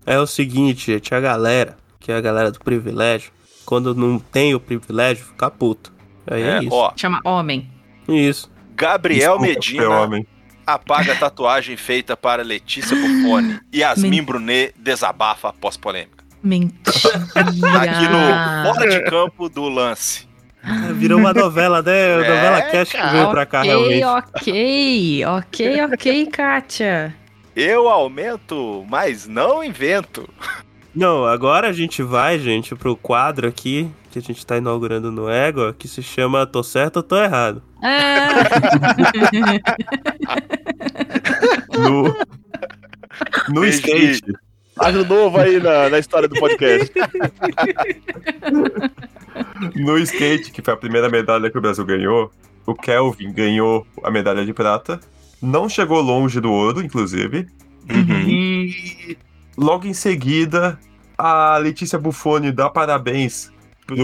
A: É o seguinte, gente, a galera, que é a galera do privilégio, quando não tem o privilégio, fica puto. Aí é,
D: É,
A: isso.
D: ó,
B: Chama homem.
A: Isso.
D: Gabriel
C: Desculpa,
D: Medina
C: seu homem.
D: apaga a tatuagem feita para Letícia Buffoni e Yasmin Brunet desabafa após polêmica.
B: Mentira.
D: Tá aqui no fora de campo do lance.
A: É, Virou uma novela, né?
D: É,
A: novela cast que
D: cara.
A: veio pra cá,
B: Ok,
A: realmente.
B: ok. Ok, ok, Kátia.
D: Eu aumento, mas não invento.
A: Não, agora a gente vai, gente, pro quadro aqui, que a gente tá inaugurando no Ego, que se chama Tô Certo ou Tô Errado.
B: Ah,
C: No, no
D: Beijo,
C: skate.
F: Algo novo aí na, na história do podcast.
C: No skate, que foi a primeira medalha que o Brasil ganhou, o Kelvin ganhou a medalha de prata. Não chegou longe do ouro, inclusive.
B: Uhum.
C: E logo em seguida, a- a Letícia Buffoni dá parabéns pro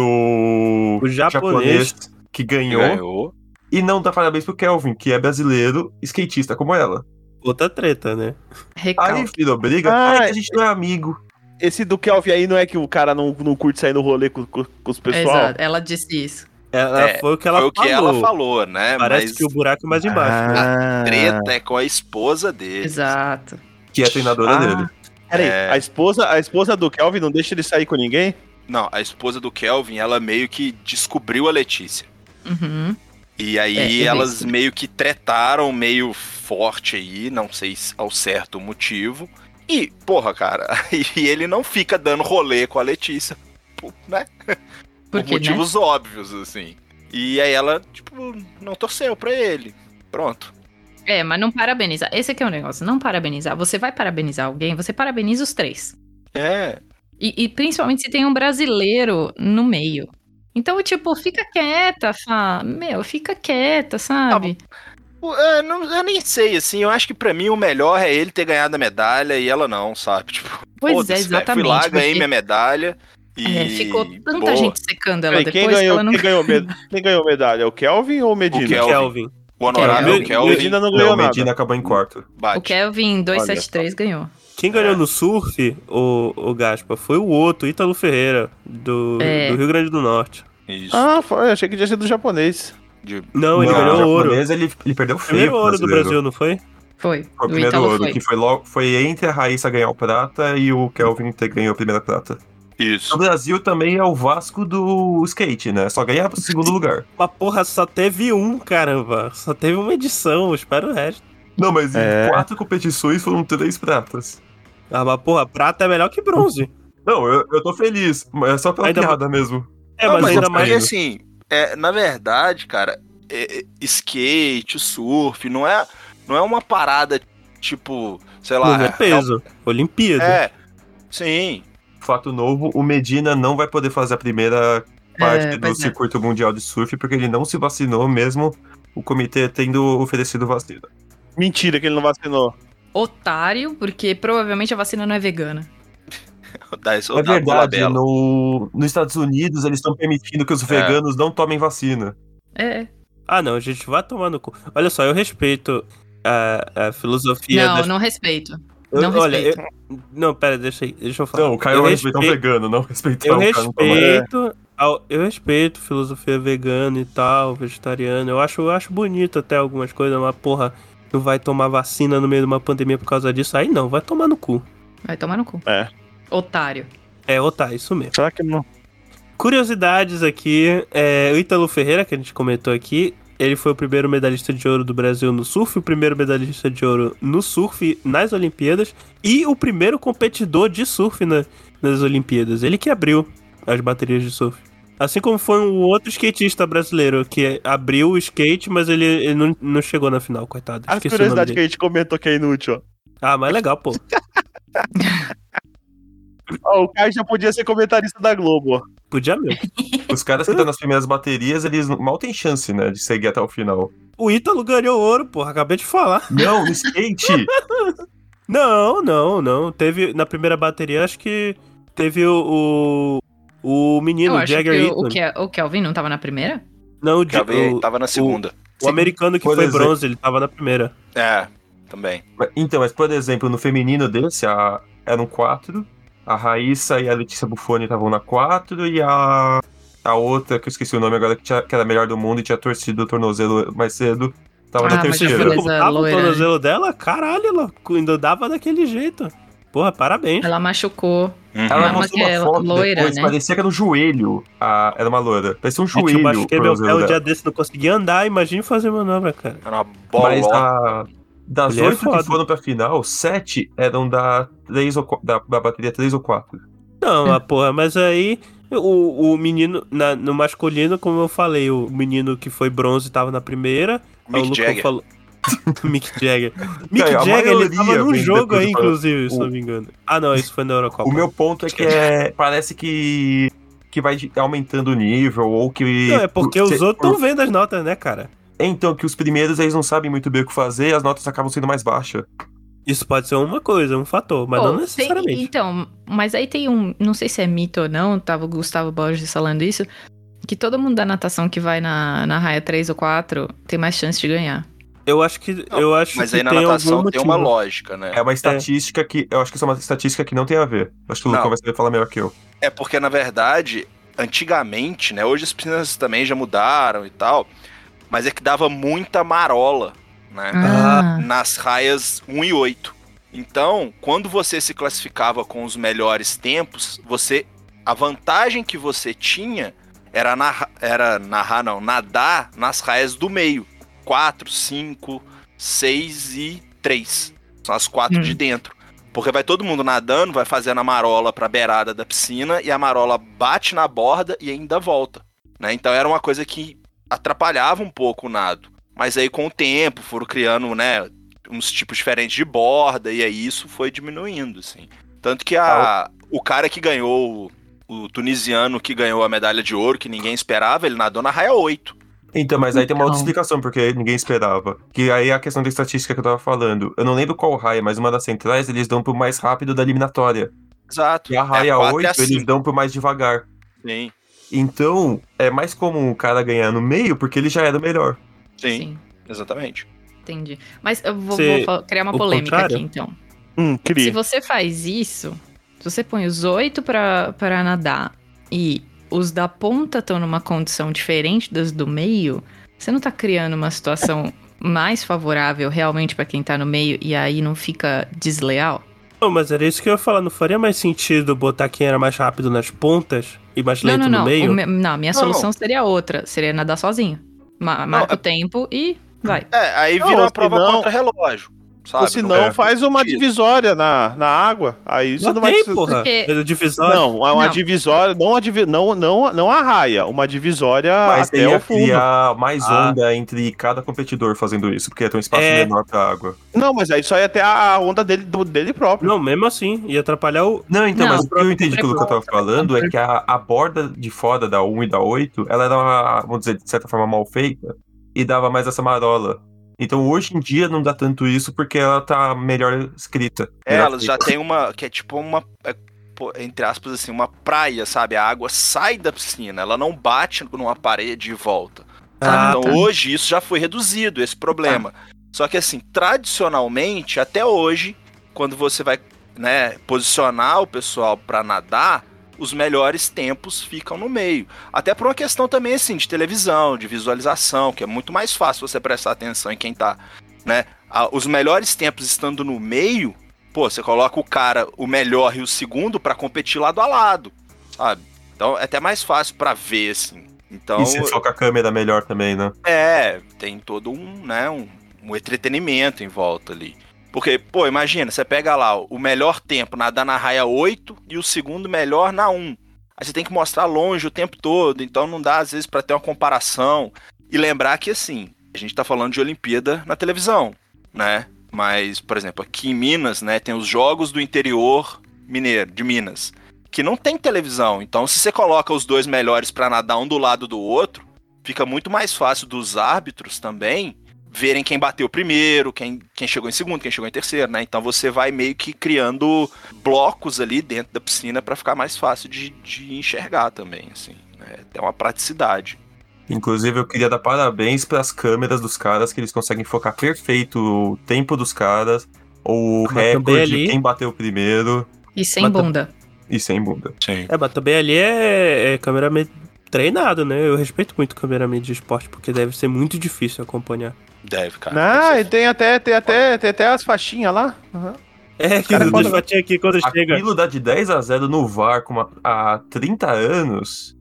A: O japonês.
C: que ganhou, e não dá parabéns pro Kelvin, que é brasileiro, skatista como ela.
A: Outra treta, né?
C: Aí
B: Recalque.
C: virou briga,
F: Ah,
C: ai, que a gente não é amigo.
F: Esse do Kelvin aí não é que o cara não, não curte sair no rolê com, com- com os pessoal?
B: Exato, ela disse isso.
A: Ela
D: É,
A: foi o que ela
D: Foi o
A: falou.
D: que ela falou, né?
A: Parece
D: Mas
A: que o buraco é mais embaixo. né?
F: Ah,
D: treta é com a esposa dele.
B: Exato.
C: Que é a treinadora
F: Ah.
C: dele.
F: Peraí,
D: É.
F: a, esposa, a esposa do Kelvin não deixa ele sair com ninguém?
D: Não, a esposa do Kelvin, ela meio que descobriu a Letícia.
B: Uhum.
D: E aí
B: É, e
D: elas
B: isso.
D: meio que tretaram meio forte aí, não sei se- ao certo o motivo. E, porra, cara, e ele não fica dando rolê com a Letícia, pô, né? Por
B: Porque, né?
D: motivos óbvios, assim. E aí ela, tipo, não torceu pra ele. Pronto.
B: É, mas não parabenizar. Esse aqui é o negócio, não parabenizar. Você vai parabenizar alguém, você parabeniza os três.
D: É.
B: E, e principalmente se tem um brasileiro no meio. Então, tipo, fica quieta, Fá. Meu, fica quieta, sabe?
D: Pô, Eu, não- eu nem sei, assim, eu acho que pra mim o melhor é ele ter ganhado a medalha e ela não, sabe? Tipo,
B: pois é,
D: foda-se, né?
B: exatamente.
D: Fui lá, ganhei
B: porque,
D: minha medalha e...
B: é, ficou tanta
D: boa.
B: gente secando ela
F: Peraí,
B: depois
F: quem,
B: que
F: ganhou,
B: ela não.
F: quem, ganhou med- quem ganhou medalha? É O Kelvin ou o Medina?
D: O
A: O
D: Kelvin.
A: é Kelvin.
D: O honorável
A: Kelvin.
D: Kelvin, Kelvin
F: Medina não ganhou
C: Não,
F: nada.
C: Medina acabou em quarto.
D: bate.
B: é- O Kelvin 273 ganhou.
A: Quem
B: É.
A: ganhou no surf, o, o Gaspa, foi o outro, Ítalo Ferreira, do,
B: É.
A: do Rio Grande do Norte.
D: Isso.
F: Ah, foi, achei que tinha sido japonês.
A: Não, ele
C: Não,
A: ganhou
C: o
A: ouro.
C: japonês, Ele, ele perdeu feio.
A: Primeiro
C: pro
A: ouro do
C: brasileiro.
A: Brasil, não foi?
B: Foi.
C: Foi o
B: o
C: primeiro
B: Italo
C: ouro,
B: Então foi.
C: que foi, logo, foi entre a Raíssa ganhar o prata e o Kelvin ter ganhou a primeira prata. O
D: Isso.
C: Brasil também é o Vasco do skate, né? Só ganhar pro segundo lugar.
A: Mas porra, só teve um, caramba. Só teve uma edição, espera o resto.
C: Não, mas em
F: É.
C: quatro competições foram três pratas.
A: Ah, mas porra, prata é melhor que bronze.
C: Não, eu, eu tô feliz, mas é só pela
A: Ainda
C: piada mesmo.
A: É,
D: Não,
A: mas,
D: Ah, mas
A: ainda
C: eu
A: mais.
D: Porque assim, é, na verdade, cara, é, é, skate, o surf, não é, não é uma parada tipo, sei lá.
A: Não é peso. Olimpíada.
D: É. Sim.
C: Fato novo, o Medina não vai poder fazer a primeira parte
B: É,
C: do
B: pois é.
C: circuito mundial de surf, porque ele não se vacinou mesmo o comitê tendo oferecido vacina.
F: Mentira que ele não vacinou.
B: Otário, porque provavelmente a vacina não é vegana.
D: Dá isso,
C: É
D: dá uma bola
C: verdade,
D: bela.
C: no, nos Estados Unidos eles estão permitindo que os veganos não tomem vacina.
B: É.
A: Ah, não, gente, vai tomar no cu. Olha só, eu respeito a, a filosofia
B: Não,
A: das-
B: não respeito.
A: Eu-
B: não
A: olha,
B: respeito.
A: eu- Não, pera, deixa, aí, deixa eu falar.
C: Não, o Caio
A: eu
C: vai respeitar um
A: respeito-
C: vegano, não respeitar
A: Eu
C: o é um cara não tomar.
A: respeito, ao- eu respeito filosofia vegana e tal, vegetariana. Eu acho, eu acho bonito até algumas coisas, mas porra, não vai tomar vacina no meio de uma pandemia por causa disso? Aí não, vai tomar no cu.
B: Vai tomar no cu.
F: É.
B: Otário.
A: É, otário, isso mesmo.
F: Será que não?
A: Curiosidades aqui, é, o Ítalo Ferreira, que a gente comentou aqui, ele foi o primeiro medalhista de ouro do Brasil no surf, o primeiro medalhista de ouro no surf nas Olimpíadas e o primeiro competidor de surf na- nas Olimpíadas. Ele que abriu as baterias de surf. Assim como foi um outro skatista brasileiro que abriu o skate, mas ele, ele não, não chegou na final, coitado.
F: A
A: Esqueci o nome
F: curiosidade que
A: dele.
F: a gente comentou que é inútil,
A: Ah, mas legal, pô.
F: ó. Ó, Ah, o Caio já podia ser comentarista da Globo, ó.
A: Podia mesmo.
C: Os caras que estão nas primeiras baterias, eles mal têm chance, né, de seguir até o final.
A: O Ítalo ganhou ouro, porra, acabei de falar.
C: Não, no skate!
A: Não, não, não. Teve na primeira bateria, acho que teve o o, o menino,
B: Eu
A: o
B: acho
A: Jagger
B: que é-
A: Eaton.
B: o, o, Ke- o Kelvin não tava na primeira?
A: Não, o,
D: Já veio-
A: o,
C: tá
D: tava na segunda.
A: o americano que
C: Por
A: foi
C: exemplo.
A: bronze, ele tava na primeira.
D: É, também.
C: Mas- Então, mas por exemplo, no feminino desse, a- eram quatro. A Raíssa e a Letícia Buffoni estavam na quatro e a, a outra, que eu esqueci o nome agora, que, tinha- que era a melhor do mundo e tinha torcido o tornozelo mais cedo, tava
B: Ah,
C: na
B: mas
A: Você
B: eu
A: viu
C: terceira.
B: falei-
A: como
B: beleza
A: tava o
B: loira,
A: tornozelo dela? Caralho, ela ainda dava daquele jeito. Porra, parabéns.
B: Ela machucou.
D: Uhum.
C: Ela
B: Ah, mas
C: mostrou uma
B: que é
C: foto
B: loira,
C: depois,
B: né?
C: parecia que era um joelho. a- era uma loira. Parecia um
A: Gente, eu
C: joelho o
A: machuquei meu pé
C: tornozelo
A: um
C: dela.
A: dia desse, não consegui andar, imagina fazer manobra, cara.
D: Era uma
C: Mas
D: bola.
C: a- das
A: Mulher é
C: oito
A: foda.
C: que foram pra final, sete eram da, três ou, qu- da, da bateria 3 ou 4.
A: Não, mas porra, mas aí o, o menino, na- no masculino, como eu falei, o menino que foi bronze tava na primeira, Aí É o
D: Mick
A: Lucão
D: Jagger.
A: falou- Mick Jagger. Mick
C: Cara, a
A: Jagger, ele tava
C: maioria
A: num
C: vem
A: jogo
C: depois
A: aí,
C: do programa.
A: inclusive, se
C: O-
A: não me engano. Ah, não, isso foi na Eurocopa.
C: O meu ponto é que é- parece que, que vai aumentando o nível, ou que.
A: Não, é porque os
C: se-
A: outros estão vendo as notas, né, cara?
C: Então, que os primeiros eles não sabem muito bem o que fazer, as notas acabam sendo mais baixas.
A: Isso pode ser uma coisa, um fator, mas
B: Pô,
A: não necessariamente.
B: tem- então, mas aí tem um. Não sei se é mito ou não, tava o Gustavo Borges falando isso. Que todo mundo da natação que vai na, na raia 3 ou 4 tem mais chance de ganhar.
A: Eu acho que.
D: Não,
A: eu acho
D: Mas
A: que
D: aí na
A: tem
D: natação
A: algum
D: tem uma
A: motivo.
D: lógica, né?
C: É uma estatística que. Eu acho que isso é uma estatística que não tem a ver. Acho que o
D: Não.
C: Lucão vai saber falar melhor que eu.
D: É porque, na verdade, antigamente, né? Hoje as piscinas também já mudaram e tal. Mas é que dava muita marola, né?
A: Ah.
D: Nas raias 1 e 8. Então, quando você se classificava com os melhores tempos, você. A vantagem que você tinha era, narra, era narrar, não, nadar nas raias do meio. 4, 5, 6 e 3. São as quatro
B: Hum.
D: de dentro. Porque vai todo mundo nadando, vai fazendo a marola pra beirada da piscina e a marola bate na borda e ainda volta. né? Então era uma coisa que atrapalhava um pouco o nado. Mas aí com o tempo foram criando, né, uns tipos diferentes de borda e aí isso foi diminuindo, assim. Tanto que a, Ah, o cara que ganhou, o tunisiano que ganhou a medalha de ouro, que ninguém esperava, ele nadou na raia 8.
C: Então, mas aí tem uma outra
B: Então.
C: explicação, porque ninguém esperava. Que aí é a questão da estatística que eu tava falando. Eu não lembro qual raia, mas uma das centrais eles dão pro mais rápido da eliminatória.
D: Exato.
C: E a raia
D: É, quatro
C: 8
D: e a
C: eles
D: cinco.
C: dão pro mais devagar.
D: Sim,
C: Então, é mais comum o cara ganhar no meio porque ele já era o melhor.
D: sim,
B: Sim,
D: exatamente.
B: Assim, entendi. Mas eu vou,
A: Se-
B: vou fa- criar uma
A: o
B: polêmica
A: contrário?
B: aqui, então.
F: Hum,
B: Se
F: cria.
B: você faz isso, se você põe os oito pra, pra nadar e os da ponta estão numa condição diferente das do meio, você não tá criando uma situação mais favorável realmente pra quem tá no meio e aí não fica desleal?
A: Não, mas era isso que eu ia falar. Não faria mais sentido botar quem era mais rápido nas pontas e mais lento
B: não, não,
A: no
B: não.
A: meio?
B: O me- não, a minha
D: Não,
B: solução seria outra. Seria nadar sozinho. Ma- marca
D: é-
B: o tempo e vai.
D: É, aí
F: Não,
D: vira uma
F: se
D: prova
F: não-
D: contra relógio. Sabe?
F: Ou se não,
D: é.
F: faz uma
D: sentido.
F: divisória na, na água. Aí você
A: Não,
F: não, vai.
A: tem, porra.
B: Porque-
A: Mas o divisório.
F: Não, uma uma
B: Não.
F: divisória. Não, a divi- não, não, não a raia, uma divisória
C: Mas é aí
F: até
C: ia
F: o fundo.
C: criar mais
A: Ah.
C: onda entre cada competidor fazendo isso, porque ia ter um espaço
A: É.
C: menor pra água.
F: Não, mas aí só ia até a a onda dele, do- dele próprio.
A: Não, mesmo assim, ia atrapalhar o.
C: Não, então,
B: Não.
C: mas o que eu entendi pelo que eu tava falando é que a, a borda de fora da 1 e da 8, ela era, uma, vamos dizer, de certa forma mal feita e dava mais essa marola. Então hoje em dia não dá tanto isso porque ela tá melhor escrita.
D: É,
C: Melhor
D: elas já tem uma. Que é tipo uma. é, pô, entre aspas, assim, uma praia, sabe? A água sai da piscina, ela não bate numa parede e volta.
A: Ah,
D: então
B: tá.
D: hoje isso já foi reduzido, esse problema. Só que assim, tradicionalmente, até hoje, quando você vai né, posicionar o pessoal pra nadar, os melhores tempos ficam no meio. Até por uma questão também assim de televisão, de visualização, que é muito mais fácil você prestar atenção em quem tá, né? Ah, Os melhores tempos estando no meio, pô, você coloca o cara, o melhor e o segundo pra competir lado a lado, sabe? Então é até mais fácil pra ver assim. Então
C: E se foca a câmera melhor também, né?
D: é, tem todo um, né, um, um entretenimento em volta ali. Porque, pô, imagina, você pega lá o melhor tempo nadar na raia 8 e o segundo melhor na 1. Aí você tem que mostrar longe o tempo todo, então não dá às vezes pra ter uma comparação. E lembrar que assim, a gente tá falando de Olimpíada na televisão, né? Mas, por exemplo, aqui em Minas, né, tem os jogos do interior mineiro, de Minas, que não tem televisão. Então, se você coloca os dois melhores pra nadar um do lado do outro, fica muito mais fácil dos árbitros também verem quem bateu primeiro, quem, quem chegou em segundo, quem chegou em terceiro, né? Então você vai meio que criando blocos ali dentro da piscina pra ficar mais fácil de, de enxergar também, assim. né? Tem uma praticidade.
C: Inclusive, eu queria dar parabéns pras câmeras dos caras, que eles conseguem focar perfeito o tempo dos caras, ou o
A: Mas também
C: recorde,
A: ali-
C: quem bateu primeiro
B: E sem
C: Mas tá-
B: bunda.
C: e sem bunda.
D: Sim.
A: É, mas também ali é, é cameraman treinado, né? Eu respeito muito cameraman de esporte, porque deve ser muito difícil acompanhar.
D: Deve, cara.
F: Não,
D: Deve
F: Né? e
D: ser.
F: tem até, tem até, tem até as faixinhas lá. Aham.
A: É, que
C: Cara,
A: o
C: quando-
A: Desfatinha aqui quando chega.
C: Aquilo dá de 10 a 0 no VAR com uma- há 30 anos.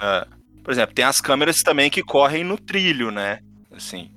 D: É. Por exemplo, tem as câmeras também que correm no trilho, né? Assim.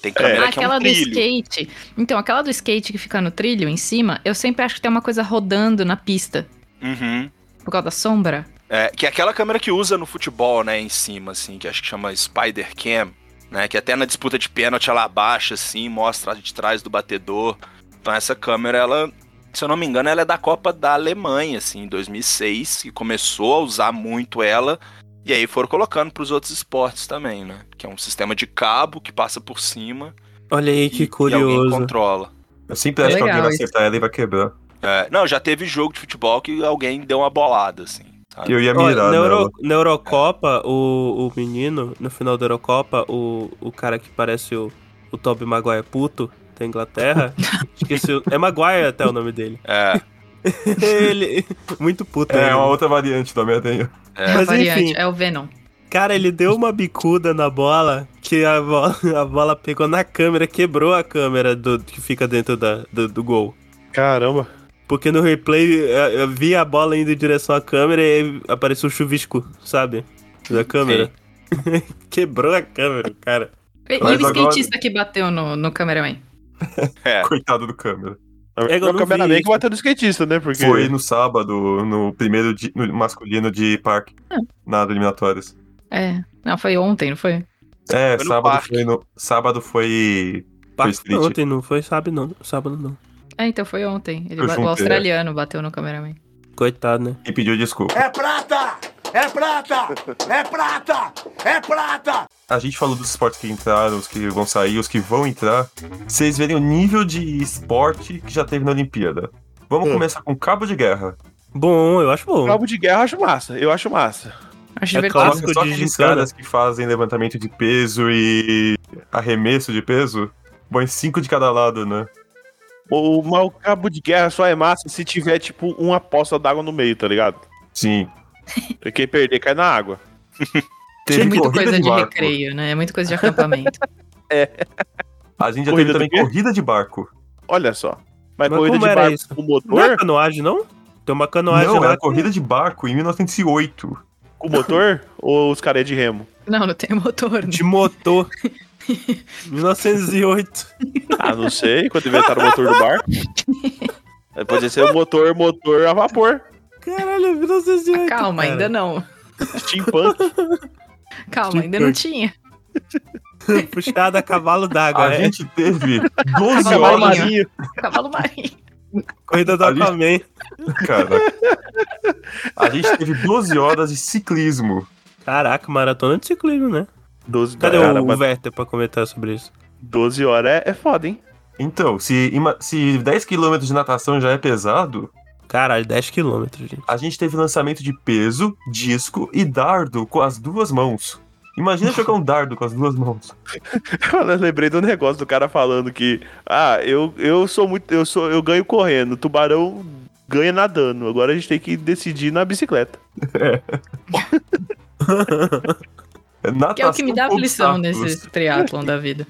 D: Tem câmera
B: Ah,
D: que é
B: aquela
D: um
B: do
D: trilho.
B: skate. Então, aquela do skate que fica no trilho em cima, eu sempre acho que tem uma coisa rodando na pista.
D: Uhum.
B: Por causa da sombra.
D: É, que é aquela câmera que usa no futebol, né, em cima, assim, que acho que chama Spider Cam, né, que até na disputa de pênalti ela abaixa, assim, mostra de trás do batedor. Então essa câmera, ela, se eu não me engano, ela é da Copa da Alemanha, assim, em 2006, que começou a usar muito ela, e aí foram colocando pros outros esportes também, né, que é um sistema de cabo que passa por cima
A: Olha aí que
D: e- E alguém
A: curioso.
D: controla.
C: Eu sempre acho que
B: Legal
C: alguém vai
B: isso.
C: acertar ela e vai quebrar.
D: É, não, já teve jogo de futebol que alguém deu uma bolada, assim.
C: Eu ia
A: Olha,
C: mirar
A: na,
C: nela.
A: Euro- na Eurocopa, o, o menino, no final da Eurocopa, o, o cara que parece o, o Toby Maguire puto da Inglaterra, esqueci, o- é Maguire até o nome dele.
D: É,
A: ele, muito puto.
C: É
A: ele.
C: uma outra variante do Homem-Aranha.
D: É.
A: Mas
B: Variante,
A: enfim,
B: é o Venom.
A: cara, ele deu uma bicuda na bola, que a bola, a bola pegou na câmera, quebrou a câmera do, que fica dentro da, do, do gol.
F: Caramba.
A: Porque no replay eh, eu vi a bola indo em direção à câmera e aí apareceu o chuvisco, sabe? Da câmera. Quebrou a câmera, cara.
B: E, e
C: Mas
B: o
C: agora-
B: skatista que bateu no, no cameraman?
D: é.
C: Coitado do câmera.
A: É, eu
F: Meu
A: não
F: cameraman
A: vi
F: que bateu no skatista, né? Porque
C: Foi no sábado, no primeiro di- no masculino de parque,
B: Ah.
C: na eliminatórias.
B: É. Não, foi ontem, não foi?
C: É,
D: Foi no
C: sábado
D: parque.
C: foi no. Sábado foi.
A: Parque
C: street.
A: ontem, não foi sábado não. Sábado não.
B: É, então foi ontem. Ele
C: Eu
B: ba-
C: juntei,
B: o
C: é.
B: australiano bateu no cameraman.
A: Coitado, né?
C: E pediu desculpa.
H: É prata! É prata! É prata! É prata!
C: A gente falou dos esportes que entraram, os que vão sair, os que vão entrar. Vocês verem o nível de esporte que já teve na Olimpíada. Vamos
A: Hum.
C: começar com cabo de guerra.
A: Bom, eu acho bom.
F: Cabo de guerra eu acho massa. Eu acho massa.
B: Acho
A: É
B: divertido.
A: clássico.
C: Coloca só
A: de
C: aqueles
A: gincana.
C: caras que fazem levantamento de peso e arremesso de peso. Põe cinco de cada lado, né?
F: O, mas o cabo de guerra só é massa se tiver, tipo, uma poça d'água no meio, tá ligado?
C: Sim.
F: E quem perder cai na água.
B: É muita
C: corrida
B: coisa de
C: barco.
B: recreio, né? É muita coisa de acampamento.
C: A gente já
F: Corrida
C: teve
F: do quê?
C: também corrida de barco.
F: Olha só. Mas,
A: Mas
F: corrida
A: como
F: de
A: era
F: barco
A: isso?
F: com
A: Não é
F: motor,
A: canoagem, não? Tem uma
B: é
A: canoagem
C: Não, é
A: lá.
C: era corrida de barco em 1908.
F: com motor ou os caras de remo?
B: não, não tem motor. né?
A: De motor. 1908.
F: Ah, não sei, quando inventaram o motor do barco. É, Pode ser o motor, motor a vapor.
A: Caralho, 1908.
B: Calma,
A: cara.
B: ainda não.
F: Steampunk.
B: Calma, ainda não tinha.
A: Puxada a cavalo d'água.
F: Ah,
C: A
A: é.
C: gente teve 12
B: Cavalo
C: horas,
B: marinho. Cavalo marinho.
A: Corrida do
C: A gente-
A: Aquaman.
C: cara. A gente teve 12 horas de ciclismo.
A: Caraca, maratona de ciclismo, né?
F: 12,
A: Cadê
F: cara,
A: o, o
F: mas
A: Werther pra comentar sobre isso?
F: 12 horas é, é foda, hein?
C: Então, se, ima- se 10 km de natação já é pesado,
A: Caralho, 10km, gente.
C: a gente teve lançamento de peso, disco e dardo com as duas mãos. Imagina jogar um dardo com as duas mãos.
F: Eu lembrei do negócio do cara falando que. Ah, eu, eu sou muito. Eu, sou, eu ganho correndo. Tubarão ganha nadando. Agora a gente tem que decidir na bicicleta.
C: Natação
B: Que é o que me dá
C: com
B: aflição
C: obstáculos.
B: nesse triatlon da vida.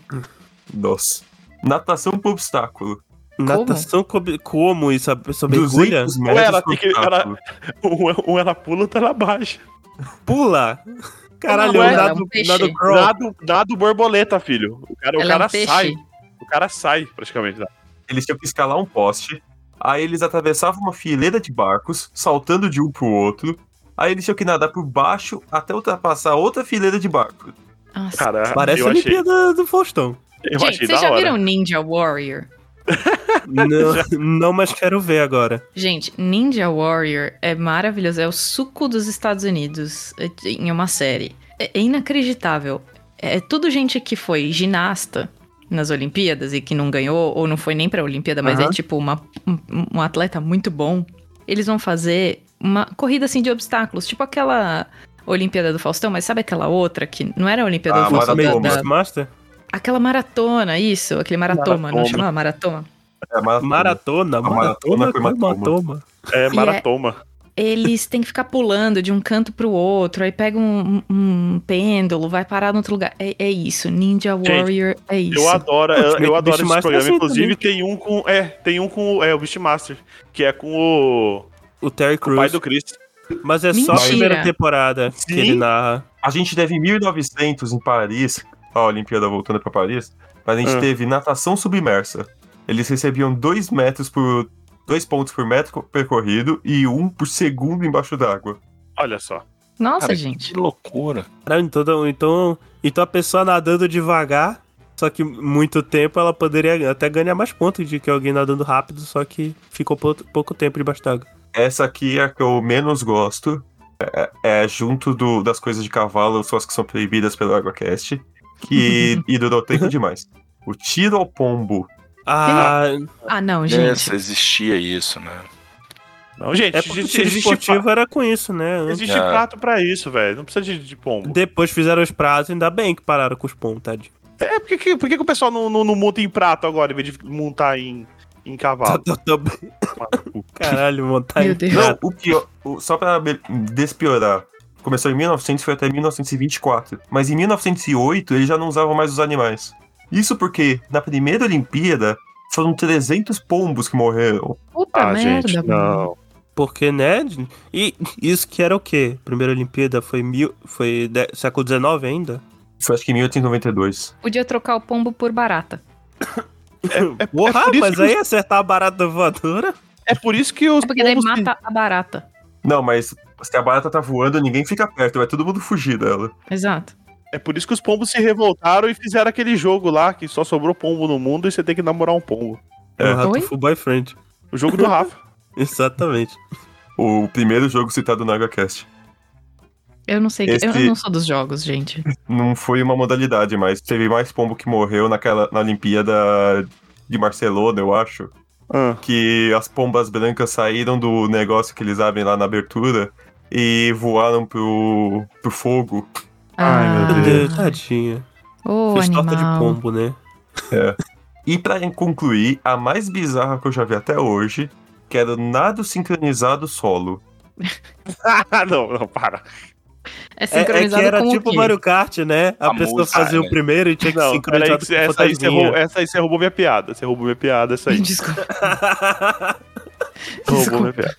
C: Nossa. Natação por obstáculo.
A: Natação como, como isso? A- Sobre agulha?
C: 200 metros
F: Ela
C: por
F: tem que- ela-
C: obstáculo.
F: Um, um ela pula, outra ela baixa.
A: Pula! Caralho,
B: Ela é
A: eu nado,
B: um peixe.
A: nado crawl.
F: Nado, nado borboleta, filho. O cara, o
B: Ela
F: cara
B: é um peixe.
F: sai. O cara sai, praticamente. tá?
C: Eles tinham que escalar um poste. Aí eles atravessavam uma fileira de barcos, saltando de um pro outro. Aí eles tinham que nadar por baixo até ultrapassar outra fileira de barco.
B: Nossa.
F: Cara,
A: Parece
F: eu
A: a
F: achei,
A: Olimpíada do Faustão.
F: eu
B: Gente,
F: achei
B: vocês já
F: da hora.
B: viram Ninja Warrior?
A: não, não, mas quero ver agora.
B: Gente, Ninja Warrior é maravilhoso, é o suco dos Estados Unidos é, em uma série. É é inacreditável. É tudo gente que foi ginasta nas Olimpíadas e que não ganhou, ou não foi nem pra Olimpíada, mas é tipo uma- um, um atleta muito bom. Eles vão fazer uma corrida assim de obstáculos, tipo aquela Olimpíada do Faustão, mas sabe aquela outra que não era a Olimpíada
C: Ah,
B: do Faustão?
A: Meio
C: maratona.
B: da- da-
A: Master?
B: aquela maratona, isso, aquele maratoma, não
F: Maratoma.
B: chamava maratoma?
C: É, maratona.
A: Maratona, maratona,
C: maratona
A: com
C: foi
A: maratona.
F: É
B: E é-
F: maratoma.
B: eles têm que ficar pulando de um canto pro outro, aí pega um, um- um pêndulo, vai parar no outro lugar. É, é isso, Ninja
F: Gente,
B: Warrior é isso.
F: Eu adoro, eu,
A: Ultimate
F: eu adoro
A: Beastmaster
F: esse programa.
A: assim
F: Inclusive, tem um com. É, tem um com. o- É, o Beastmaster, que é com o,
A: O Terry
F: com o pai
A: Crews.
F: do Chris.
A: Mas é só a
B: Mentira.
A: primeira temporada que
F: Sim.
A: ele narra.
C: A gente teve 1900 em Paris, ó, a Olimpíada voltando pra Paris, mas a gente
F: Ah.
C: teve natação submersa. Eles recebiam 2 metros por. 2 pontos por metro co- percorrido e 1 um por segundo embaixo d'água.
F: Olha só.
B: Nossa,
D: Cara,
B: gente.
D: loucura.
A: Caralho, então, então, então a pessoa nadando devagar, só que muito tempo, ela poderia até ganhar mais pontos de que alguém nadando rápido, só que ficou pou- pouco tempo debaixo d'água.
C: Essa aqui é a que eu menos gosto. É, é junto do- das coisas de cavalo, só as que são proibidas pelo AguaCast. Que, e durou tempo demais. O tiro ao pombo.
A: Ah,
B: Ah, não, gente.
D: Nossa, Né, existia isso, né?
F: Não, gente,
A: é porque o
F: existe,
A: tiro
F: existe,
A: esportivo
F: pra-
A: era com isso, né?
F: existe
D: Ah.
F: prato pra isso, velho. Não precisa de, de pombo.
A: Depois fizeram os pratos, ainda bem que pararam com os pombos, tadinho.
F: É, por que, que- por que, que o pessoal não, não, não monta em prato agora, em vez de montar em, em
A: Tá,
F: cavalo?
A: tá, tá bem. Caralho, montar
B: Meu
A: em
B: Deus.
C: Não, o pior. o- só pra be- despiorar. Começou em 1900 foi até 1924. Mas em 1908 eles já não usavam mais os animais. Isso porque na primeira Olimpíada foram 300 pombos que morreram.
B: Puta
F: Ah,
B: merda, mano.
A: Porque, né? E isso que era o quê? Primeira Olimpíada foi mil. Foi de- século XIX ainda?
C: Foi acho que em 1892.
B: Podia trocar o pombo por barata.
A: Porra,
F: É, por isso
A: mas
F: que
A: aí acertar a barata voadora?
F: É por isso que os
B: Porque daí
F: pombos que-
B: mata a barata.
C: Não, mas se a barata tá voando, ninguém fica perto, vai todo mundo fugir dela.
B: Exato.
F: É por isso que os pombos se revoltaram e fizeram aquele jogo lá que só sobrou pombo no mundo e você tem que namorar um pombo.
A: É o
B: Oi?
A: Rato Full Boyfriend.
F: O jogo do Rafa.
A: Exatamente.
C: O primeiro jogo citado no AgaCast.
B: Eu não sei. que-
C: Esse-
B: Eu não sou dos jogos, gente.
C: Não foi uma modalidade, mas teve mais pombo que morreu naquela na Olimpíada de Barcelona, eu acho.
F: Ah.
C: que as pombas brancas saíram do negócio que eles abrem lá na abertura e voaram pro, pro fogo.
F: Ai, meu
A: Meu
F: Ah.
A: Deus, tadinha.
B: Ô,
A: Fez torta de
B: animal.
A: pombo, né?
C: E pra concluir, a mais bizarra que eu já vi até hoje, que era o nado sincronizado solo.
F: Ah, não, não, para.
A: É,
B: É
A: é que
B: sincronizado
A: era
B: com
A: tipo
B: o quê?
A: Mario Kart, né? A,
D: A
A: pessoa
D: música,
A: fazia
D: né?
A: o primeiro e tinha que
F: Não,
A: sincronizar
F: peraí,
A: com
F: que essa, aí é. você
A: fantasminha.
F: roubou, essa aí você roubou minha piada. Você roubou minha piada, essa aí.
B: Desculpa.
F: roubou minha piada.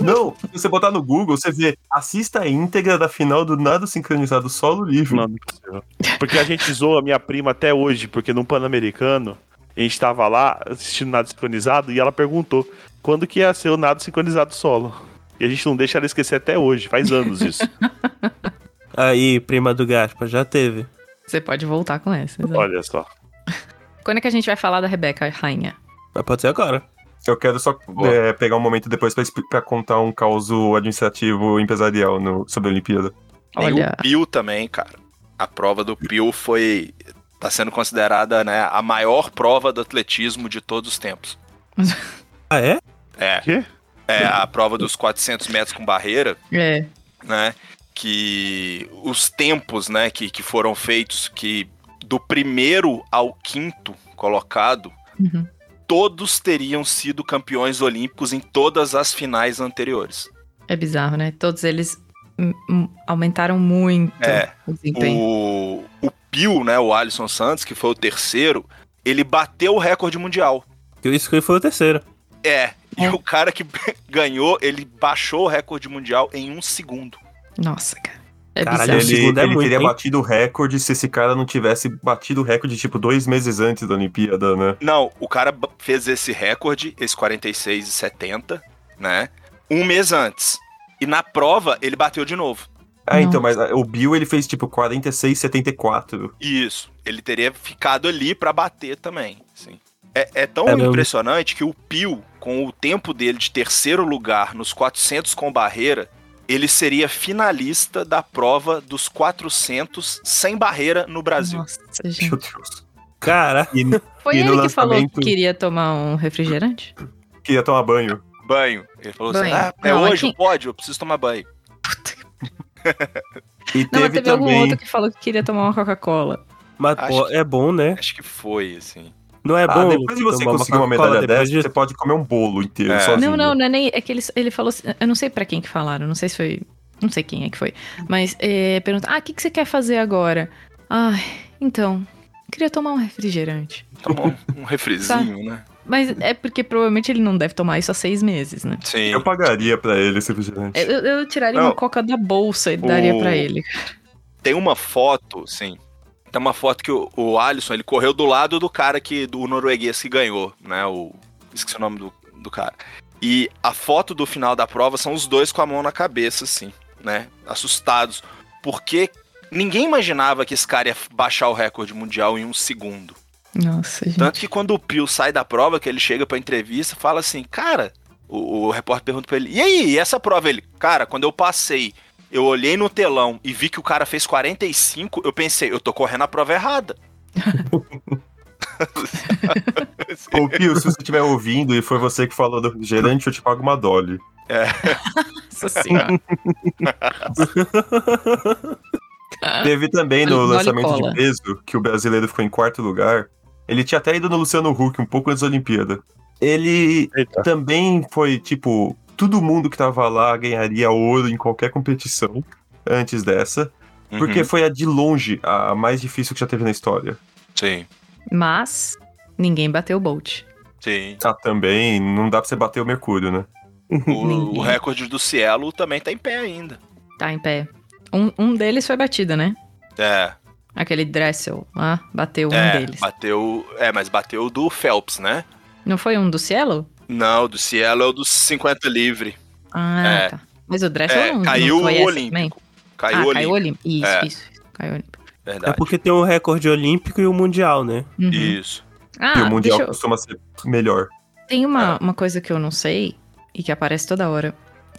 C: Não, se você botar no Google, você vê, assista a íntegra da final do nado sincronizado solo livre.
F: Não, não é possível. Porque a gente zoa minha prima até hoje, porque num Pan-Americano, a gente tava lá assistindo nada sincronizado e ela perguntou quando que ia ser o nado sincronizado solo. E a gente não deixa ela esquecer até hoje, faz anos isso.
A: Aí, prima do Gaspa, já teve.
B: Você pode voltar com essa. exato.
F: Olha só.
B: Quando é que a gente vai falar da Rebeca, rainha?
A: Mas pode ser agora.
C: Eu quero só
D: Boa.
C: é, pegar um momento depois pra, expli- pra contar um caso administrativo empresarial no, sobre a Olimpíada.
D: Tem
B: Olha.
D: o Pio também, cara. A prova do Pio foi. tá sendo considerada, né, a maior prova do atletismo de todos os tempos.
A: Ah, é?
D: É.
F: Quê?
D: É a prova dos 400 metros com barreira,
B: É.
D: né? Que os tempos, né, que, que foram feitos, que do primeiro ao quinto colocado,
B: Uhum.
D: todos teriam sido campeões olímpicos em todas as finais anteriores.
B: É bizarro, né? Todos eles hum, hum, aumentaram muito
D: É.
B: o desempenho.
D: O, o Pio, né, o Alisson Santos, que foi o terceiro, ele bateu o recorde mundial.
A: Isso que foi o terceiro.
D: É, e
B: É.
D: o cara que ganhou, ele baixou o recorde mundial em um segundo.
B: Nossa, cara. É
A: Caralho,
B: bizarro.
A: um
C: Ele,
A: segundo é
C: ele
A: muito,
C: teria
A: hein?
C: batido o recorde se esse cara não tivesse batido o recorde, tipo, dois meses antes da Olimpíada, né?
D: Não, o cara ba- fez esse recorde, esse 46 e 70, né, um mês antes. E na prova, ele bateu de novo.
C: Ah, então, mas ah, o Bill, ele fez, tipo, 46,74.
D: Isso, ele teria ficado ali pra bater também. assim. É, é tão
A: Caramba.
D: impressionante que o Pio, com o tempo dele de terceiro lugar nos 400 com barreira, ele seria finalista da prova dos 400 sem barreira no Brasil.
B: Nossa, gente.
C: Meu Deus.
A: Cara,
B: Foi
C: E no
B: ele que falou que
C: lançamento-
B: queria tomar um refrigerante?
C: Queria tomar banho.
D: Banho. Ele falou
B: Banho.
D: assim: ah, é
B: Não,
D: hoje?
B: aqui-
D: Pode, eu preciso tomar banho.
C: E
B: Não, mas
C: teve,
B: teve algum
C: também...
B: outro que falou que queria tomar uma Coca-Cola.
A: mas
D: Acho
A: pô,
D: que-
A: é bom, né?
D: Acho que foi, assim.
A: Não é
C: Ah,
A: bom.
C: depois de você
A: tomar
C: conseguir uma
A: Coca-Cola
C: medalha
A: depois
C: dessa,
A: disso? É
C: você pode comer um bolo inteiro
D: É.
C: sozinho.
B: Não, não, não é nem. É que ele, ele falou. assim- Eu não sei pra quem que falaram, não sei se foi. Não sei quem é que foi. Mas é, pergunta: Ah, o que, que você quer fazer agora? Ai, então. Queria tomar um refrigerante.
D: Tomou um- um refrizinho, né?
B: Mas é porque provavelmente ele não deve tomar isso há seis meses, né?
D: Sim.
C: Eu pagaria pra ele esse refrigerante.
B: Eu, eu- eu tiraria
D: Não.
B: uma coca da bolsa e daria
D: O-
B: pra ele.
D: Tem uma foto, sim. Tem uma foto que o, o Alisson, ele correu do lado do cara que. do norueguês que ganhou, né? O. Esqueci o nome do, do cara. E a foto do final da prova são os dois com a mão na cabeça, assim, né? Assustados. Porque ninguém imaginava que esse cara ia baixar o recorde mundial em um segundo.
B: Nossa, gente.
D: Tanto que quando o Pio sai da prova, que ele chega pra entrevista, fala assim, cara, o, o repórter pergunta pra ele, e aí, e essa prova? Ele, cara, quando eu passei, eu olhei no telão e vi que o cara fez 45, eu pensei, eu tô correndo a prova errada.
C: Ô, Pio, se você estiver ouvindo e foi você que falou do refrigerante, eu te pago uma Dolly.
B: Nossa senhora.
C: Teve também no
B: Olha, olha
C: lançamento
B: cola.
C: de peso, que o brasileiro ficou em quarto lugar. Ele tinha até ido no Luciano Huck um pouco antes da Olimpíada. Ele
F: Eita.
C: também foi, tipo, todo mundo que tava lá ganharia ouro em qualquer competição antes dessa. Porque
D: Uhum,
C: foi a de longe a mais difícil que já teve na história.
D: Sim,
B: Mas ninguém bateu o Bolt.
D: sim.
C: Ah, também, não dá pra você bater o Mercúrio, né?
D: O, o recorde do Cielo também tá em pé ainda.
B: Tá em pé. Um, um deles foi batida, né?
D: É,
B: Aquele Dressel lá, bateu um
D: é,
B: deles.
D: bateu. É, mas bateu o do Phelps, né?
B: Não foi um do Cielo?
D: Não, o do Cielo é o dos 50 livre.
B: Ah,
D: É.
B: tá. Mas o Dressel
D: É,
B: não,
D: caiu
B: não foi
D: o
B: essa também?
D: Olímpico. Caiu
B: ah,
D: o
B: caiu o
D: Olímpico,
B: Olímpico. Isso,
D: É.
B: isso. Caiu o Olímpico.
A: É
D: verdade.
A: porque tem o recorde olímpico e o mundial, né?
B: Uhum.
D: Isso.
B: Ah,
C: e o Mundial
B: deixa eu-
C: costuma ser melhor.
B: Tem uma, uma coisa que eu não sei e que aparece toda hora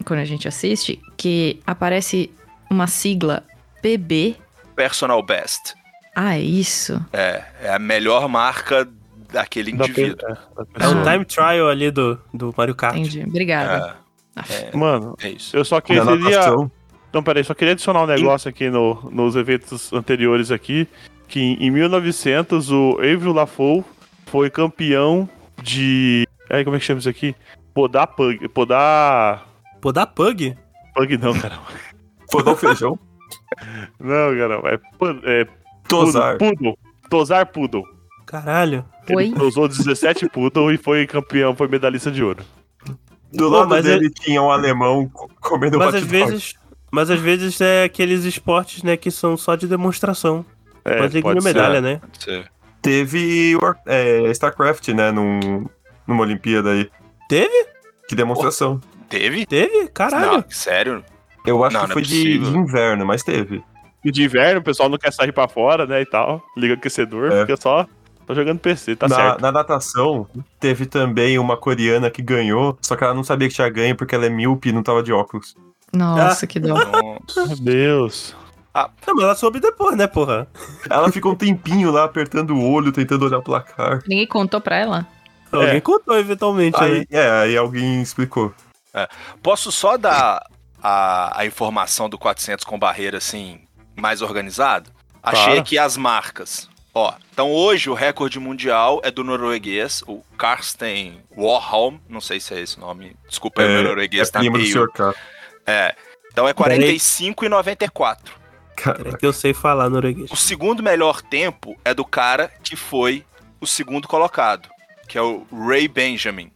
B: quando a gente assiste, que aparece uma sigla PB.
D: Personal best.
B: Ah, é isso.
D: É, é a melhor marca daquele
F: Da pe-
D: indivíduo.
F: é, da
A: É o
F: pessoa.
A: time trial ali do, do Mario Kart.
B: Entendi. Obrigada.
D: É,
B: Aff.
F: Mano,
D: é isso.
F: eu só
C: Na
F: queria.
C: natação,
F: Não, peraí, só queria adicionar um negócio aqui no- nos eventos anteriores aqui. Que em 1900 o Avril Lafou foi campeão de. Ai, como é que chama isso aqui? Podar pug. Podar.
A: Pô, dá pug?
F: Pug não, caramba.
C: Pô, dá um feijão,
F: Não, caramba. É, pu- é
C: tosar.
F: Poodle. Tosar Poodle.
A: Caralho.
B: Oi?
F: Ele usou 17 poodle e foi campeão, foi medalhista de ouro.
A: Pô,
C: Do lado
A: mas é-
C: dele tinha um alemão co- comendo
A: Mas às
C: hot dog.
A: vezes. Mas às vezes é aqueles esportes, né, que são só de demonstração.
F: É,
A: Pode ganhar
F: ser.
A: medalha, né?
D: Pode ser.
C: Teve War- é, StarCraft, né, num, numa Olimpíada aí.
A: Teve?
C: Que demonstração.
D: Teve?
A: Teve? Caralho.
D: Não, sério?
C: Eu acho
D: Não,
C: que
D: não é
C: foi de,
D: possível.
C: de inverno, mas teve.
F: E de inverno, o pessoal não quer sair pra fora, né, e tal. Liga o aquecedor,
C: É.
F: fica só... Tô jogando PC, tá
C: na,
F: certo.
C: na natação, teve também uma coreana que ganhou, só que ela não sabia que tinha ganho porque ela é míope e não tava de óculos.
B: Nossa, que dó.
D: Nossa.
F: Meu Deus.
A: Não, mas ela soube depois, né, porra?
C: Ela ficou um tempinho lá apertando o olho, tentando olhar o placar.
B: Ninguém contou pra ela?
D: É.
A: Alguém contou eventualmente aí.
C: Aí, é, aí alguém explicou.
D: Posso só dar a, a informação do 400 com barreira, assim, mais organizado? Achei
F: Claro.
D: aqui as marcas. Ó, então hoje o recorde mundial é do norueguês, o Karsten Warholm, não sei se é esse o nome, desculpa, é,
C: É,
D: o
C: É
D: norueguês tá
C: primo do
D: meio-
C: Sr. K.
D: É, então é 45 e 94.
A: É
C: Cara,
A: que eu sei falar norueguês.
D: O segundo melhor tempo é do cara que foi o segundo colocado, que é o Ray Benjamin,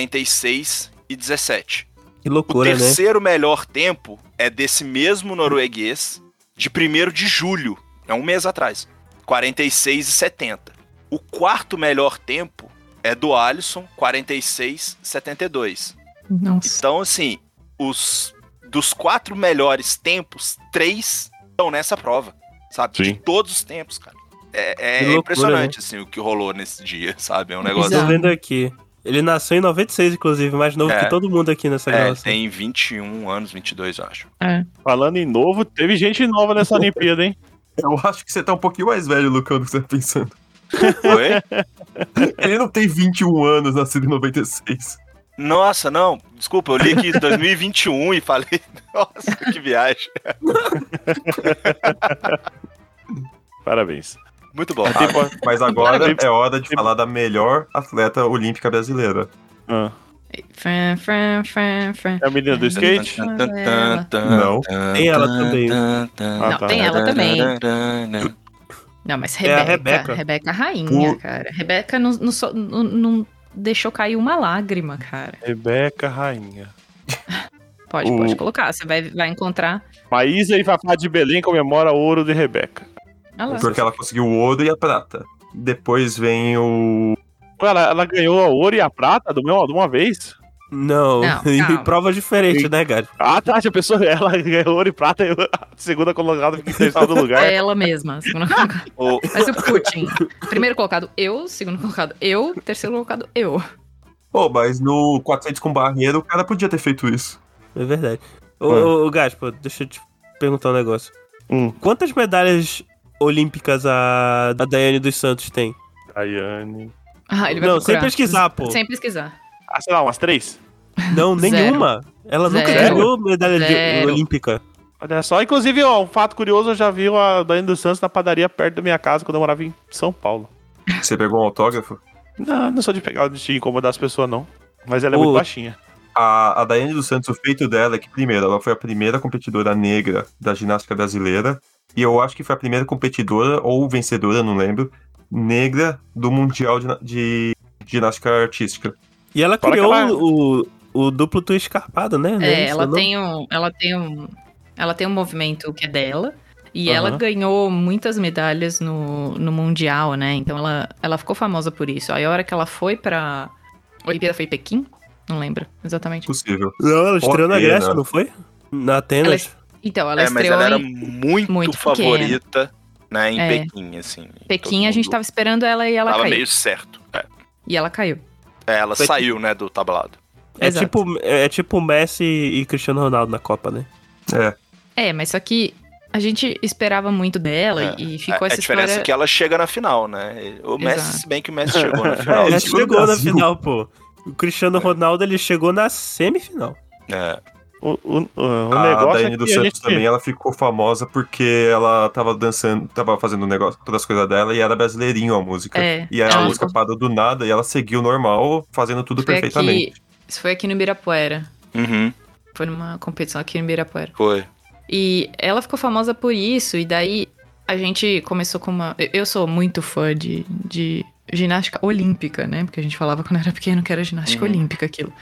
D: 46 e 17.
A: Que
D: O
A: loucura, né?
D: terceiro melhor tempo é desse mesmo norueguês de 1 de julho, é um mês atrás, 46 e 70. O quarto melhor tempo é do Alisson, 46 e 72.
B: Nossa.
D: Então, assim, os dos quatro melhores tempos, três estão nessa prova, sabe? De
F: Sim.
D: todos os tempos, cara. É, é
A: Que loucura,
D: impressionante, assim, o que rolou nesse dia, sabe? É um negócio...
A: Tô
B: Bizarro.
A: vendo aqui. Ele nasceu em 96, inclusive, mais novo
D: É.
A: que todo mundo aqui nessa
D: É,
A: gravação.
D: tem 21 anos, 22, eu acho.
F: Falando em novo, teve gente nova nessa Olimpíada, hein?
C: eu acho que você tá um pouquinho mais velho, Lucão, do que você tá pensando.
D: Oi?
C: Ele não tem 21 anos, nascido em 96.
D: Nossa, não, desculpa, eu li aqui 2021 e falei, nossa, que viagem.
F: Parabéns.
D: Muito bom.
F: Tem po-
C: Mas agora
F: Parabéns.
C: é hora de falar da melhor atleta olímpica brasileira.
F: Ah,
B: Fran, fran, fran, fran.
F: é a menina do skate?
D: É.
C: Não.
A: Tem ela também.
B: Não,
F: Ah, tá.
B: tem ela
D: É,
B: também.
D: também.
B: Não, mas
A: É a Rebeca.
B: Rebeca. Rebeca. rainha,
C: Pô.
B: cara. Rebeca não, não so- não- não deixou cair uma lágrima, cara.
F: Rebeca Rainha.
B: Pode,
C: O-
B: pode colocar. Você vai, vai encontrar.
F: Maísa e Fafá de Belém comemora o ouro de Rebeca.
B: Ah lá.
C: Porque ela conseguiu o ouro e a prata. Depois vem o.
F: Pô, Ela, ela ganhou a ouro e a prata do meu, de uma vez?
A: Não,
B: Não,
A: em
B: calma.
A: provas diferentes, né, cara?
F: Ah, tá, a pessoa, ela ganhou ouro e prata, eu, a segunda colocada fica em terceiro lugar.
B: É ela mesma. Segundo colocado.
D: O,
B: Mas o Putin. Primeiro colocado, eu. Segundo colocado, eu. Terceiro colocado, eu.
C: Pô, mas no 400 com barreira o cara podia ter feito isso.
A: É verdade. Ô,
D: Hum.
C: Ah.
A: ô, ô, Gaspa, deixa eu te perguntar um negócio.
F: Hum.
A: Quantas medalhas olímpicas a, a Daiane dos Santos tem?
F: Ayane.
B: Ah, ele vai
A: Não, sem
B: procurar.
A: pesquisar, pô.
B: Sem pesquisar.
F: Ah, sei lá, umas três?
A: Não,
B: Zero.
A: nenhuma. Ela nunca
B: Zero.
A: ganhou medalha de-
B: Zero.
A: olímpica.
F: Olha só, inclusive, ó, um fato curioso, eu já vi a Dani dos Santos na padaria perto da minha casa quando eu morava em São Paulo.
C: Você pegou um autógrafo?
F: Não, não sou de pegar de incomodar as pessoas, não. Mas ela é muito
A: Ô.
F: baixinha.
C: A, a Daiane dos Santos, o feito dela é que, primeiro, ela foi a primeira competidora negra da ginástica brasileira. E eu acho que foi a primeira competidora, ou vencedora, não lembro, negra do Mundial de, na- de ginástica artística.
A: E ela
F: Fora que
A: criou
F: ela-
A: o, o duplo twist escarpado, né? Não
B: É,
A: isso,
B: ela
A: não?
B: tem um, ela tem um, ela tem um movimento que é dela e ela
A: Aham.
B: ganhou muitas medalhas no, no mundial, né? Então ela, ela ficou famosa por isso. Aí a hora que ela foi pra Olimpíada foi em Pequim, não lembro exatamente.
C: Possível.
A: Não, ela estreou na
C: Pena.
A: Grécia, não foi? Na Atenas.
B: Então ela
D: é, mas
B: estreou
D: ela era
B: em
D: muito,
B: muito
D: favorita, né, em
B: É.
D: Pequim, assim.
B: Pequim, a gente
D: tava
B: tava esperando ela e ela
D: Tava
B: caiu.
D: meio certo. É.
B: E ela caiu.
D: É, ela
A: Pequim.
D: saiu, né, do tablado.
A: É
B: Exato.
A: tipo, é tipo Messi e Cristiano Ronaldo na Copa, né?
B: É, mas só que a gente esperava muito dela
D: É,
B: e ficou
D: a, a
B: essa
D: diferença
B: história.
D: é que ela chega na final, né? O Messi,
B: Exato.
D: se bem que o Messi chegou na final. assim,
A: Ele
C: ele chegou no
A: chegou na
C: Brasil.
A: final, pô. O Cristiano Ronaldo, ele chegou na semifinal.
D: É.
F: O, o, o- o
C: a
F: negócio
C: Daiane
F: é
C: dos
F: que a
C: Ah, Santos
F: gente...
C: também, ela ficou famosa porque ela tava dançando, tava fazendo um negócio, todas as coisas dela, e era brasileirinho a música.
B: É,
C: E aí a
B: ela-
C: música parou do nada e ela seguiu normal, fazendo tudo
B: foi
C: perfeitamente.
B: aqui, isso foi aqui no Ibirapuera.
D: Uhum,
B: Foi numa competição aqui no Ibirapuera.
D: foi.
B: E ela ficou famosa por isso, e daí a gente começou com uma. eu- Eu sou muito fã de, de ginástica olímpica, né? Porque a gente falava quando era pequeno que era ginástica
D: Uhum.
B: olímpica aquilo.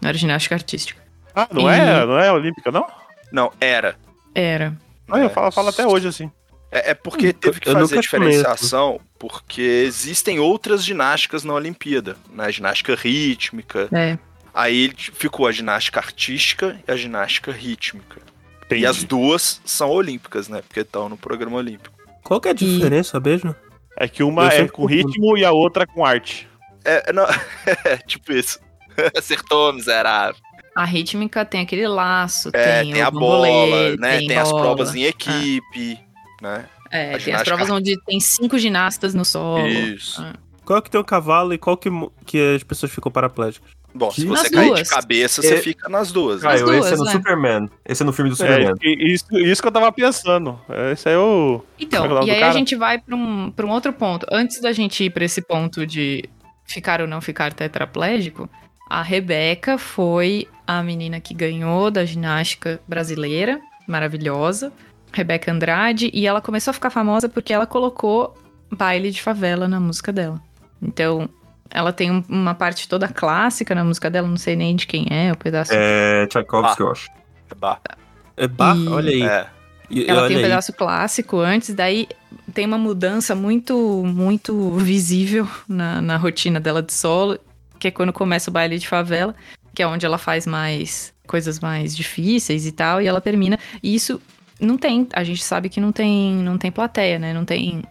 B: Não era ginástica artística.
F: Ah, não,
B: E-
F: é, não é olímpica, não?
D: Não, era.
B: Era.
F: Não,
D: É.
F: eu falo, falo até hoje, assim.
D: É, é porque teve que
A: eu
D: fazer
A: nunca conheço.
D: diferenciação, porque existem outras ginásticas na Olimpíada, né? Ginástica rítmica.
B: É.
D: Aí ficou a ginástica artística e a ginástica rítmica.
F: Tem
D: E as duas são olímpicas, né? Porque estão no programa olímpico.
A: Qual que é a diferença, mesmo?
F: É que uma
A: Eu
F: é
A: sempre
F: com
A: confundo.
F: ritmo e a outra é com arte.
D: É, não, é tipo isso. Acertou, miserável.
B: A rítmica tem aquele laço,
D: É,
B: tem,
D: tem,
B: o
D: a bola,
B: bambolê,
D: né? Tem, as
B: bola. Ah.
D: provas em equipe, né?
B: É,
D: a
B: tem as
D: ginástica.
B: provas onde tem cinco ginastas no solo.
D: Isso.
B: Ah.
A: Qual que tem o cavalo e qual que, mo- que as pessoas ficam paraplégicas?
D: Bom, se
C: Que-
D: você
B: Nas
D: cair
B: duas.
D: de cabeça, você
C: É.
D: fica nas duas. né?
B: As
C: Caiu, esse é
B: duas,
C: no
B: né?
C: Superman. Esse é no filme do
F: É,
C: Superman.
F: e- isso, isso que eu tava pensando. É, Isso aí eu. Sabe o
B: Então,
F: nome
B: e
F: do
B: aí a
F: cara?
B: gente vai pra um, pra um outro ponto. Antes da gente ir pra esse ponto de ficar ou não ficar tetraplégico, a Rebeca foi a menina que ganhou da ginástica brasileira, maravilhosa, Rebeca Andrade, e ela começou a ficar famosa porque ela colocou baile de favela na música dela. Então, ela tem um- uma parte toda clássica na música dela, não sei nem de quem é, o pedaço.
C: É, Tchaikovsky, eu acho.
D: Bah,
A: É bar?
B: Ih.
A: Olha aí.
D: Tá. é.
A: E-
B: Ela
A: olha
B: tem um
A: aí.
B: pedaço clássico antes, daí tem uma mudança muito, muito visível na, na rotina dela de solo, que é quando começa o baile de favela, que é onde ela faz mais coisas mais difíceis e tal, e ela termina. E isso não tem, a gente sabe que não tem, não tem plateia, né? Não tem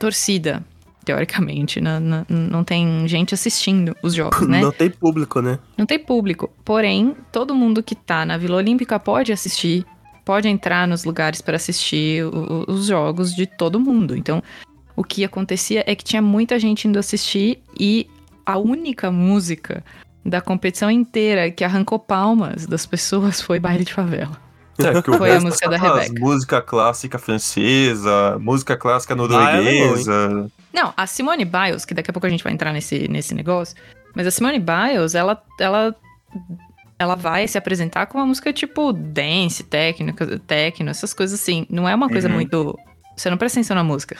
B: torcida, teoricamente, na- na- não tem gente assistindo os jogos, né?
A: Não tem público, né?
B: Não tem público, porém, todo mundo que tá na Vila Olímpica pode assistir, pode entrar nos lugares pra assistir o- o- os jogos de todo mundo. Então, o que acontecia é que tinha muita gente indo assistir e a única música da competição inteira que arrancou palmas das pessoas foi Baile de Favela.
C: É, porque
B: Foi a
C: resto é
B: música da
C: só aquelas
B: Rebeca.
C: Música clássica francesa, música clássica norueguesa.
B: Não, a Simone Biles, que daqui a pouco a gente vai entrar nesse, nesse negócio, mas a Simone Biles, ela, ela, ela vai se apresentar com uma música tipo dance, técnica, techno, essas coisas assim. Não é uma coisa
D: Uhum.
B: muito. Você não presta atenção na música,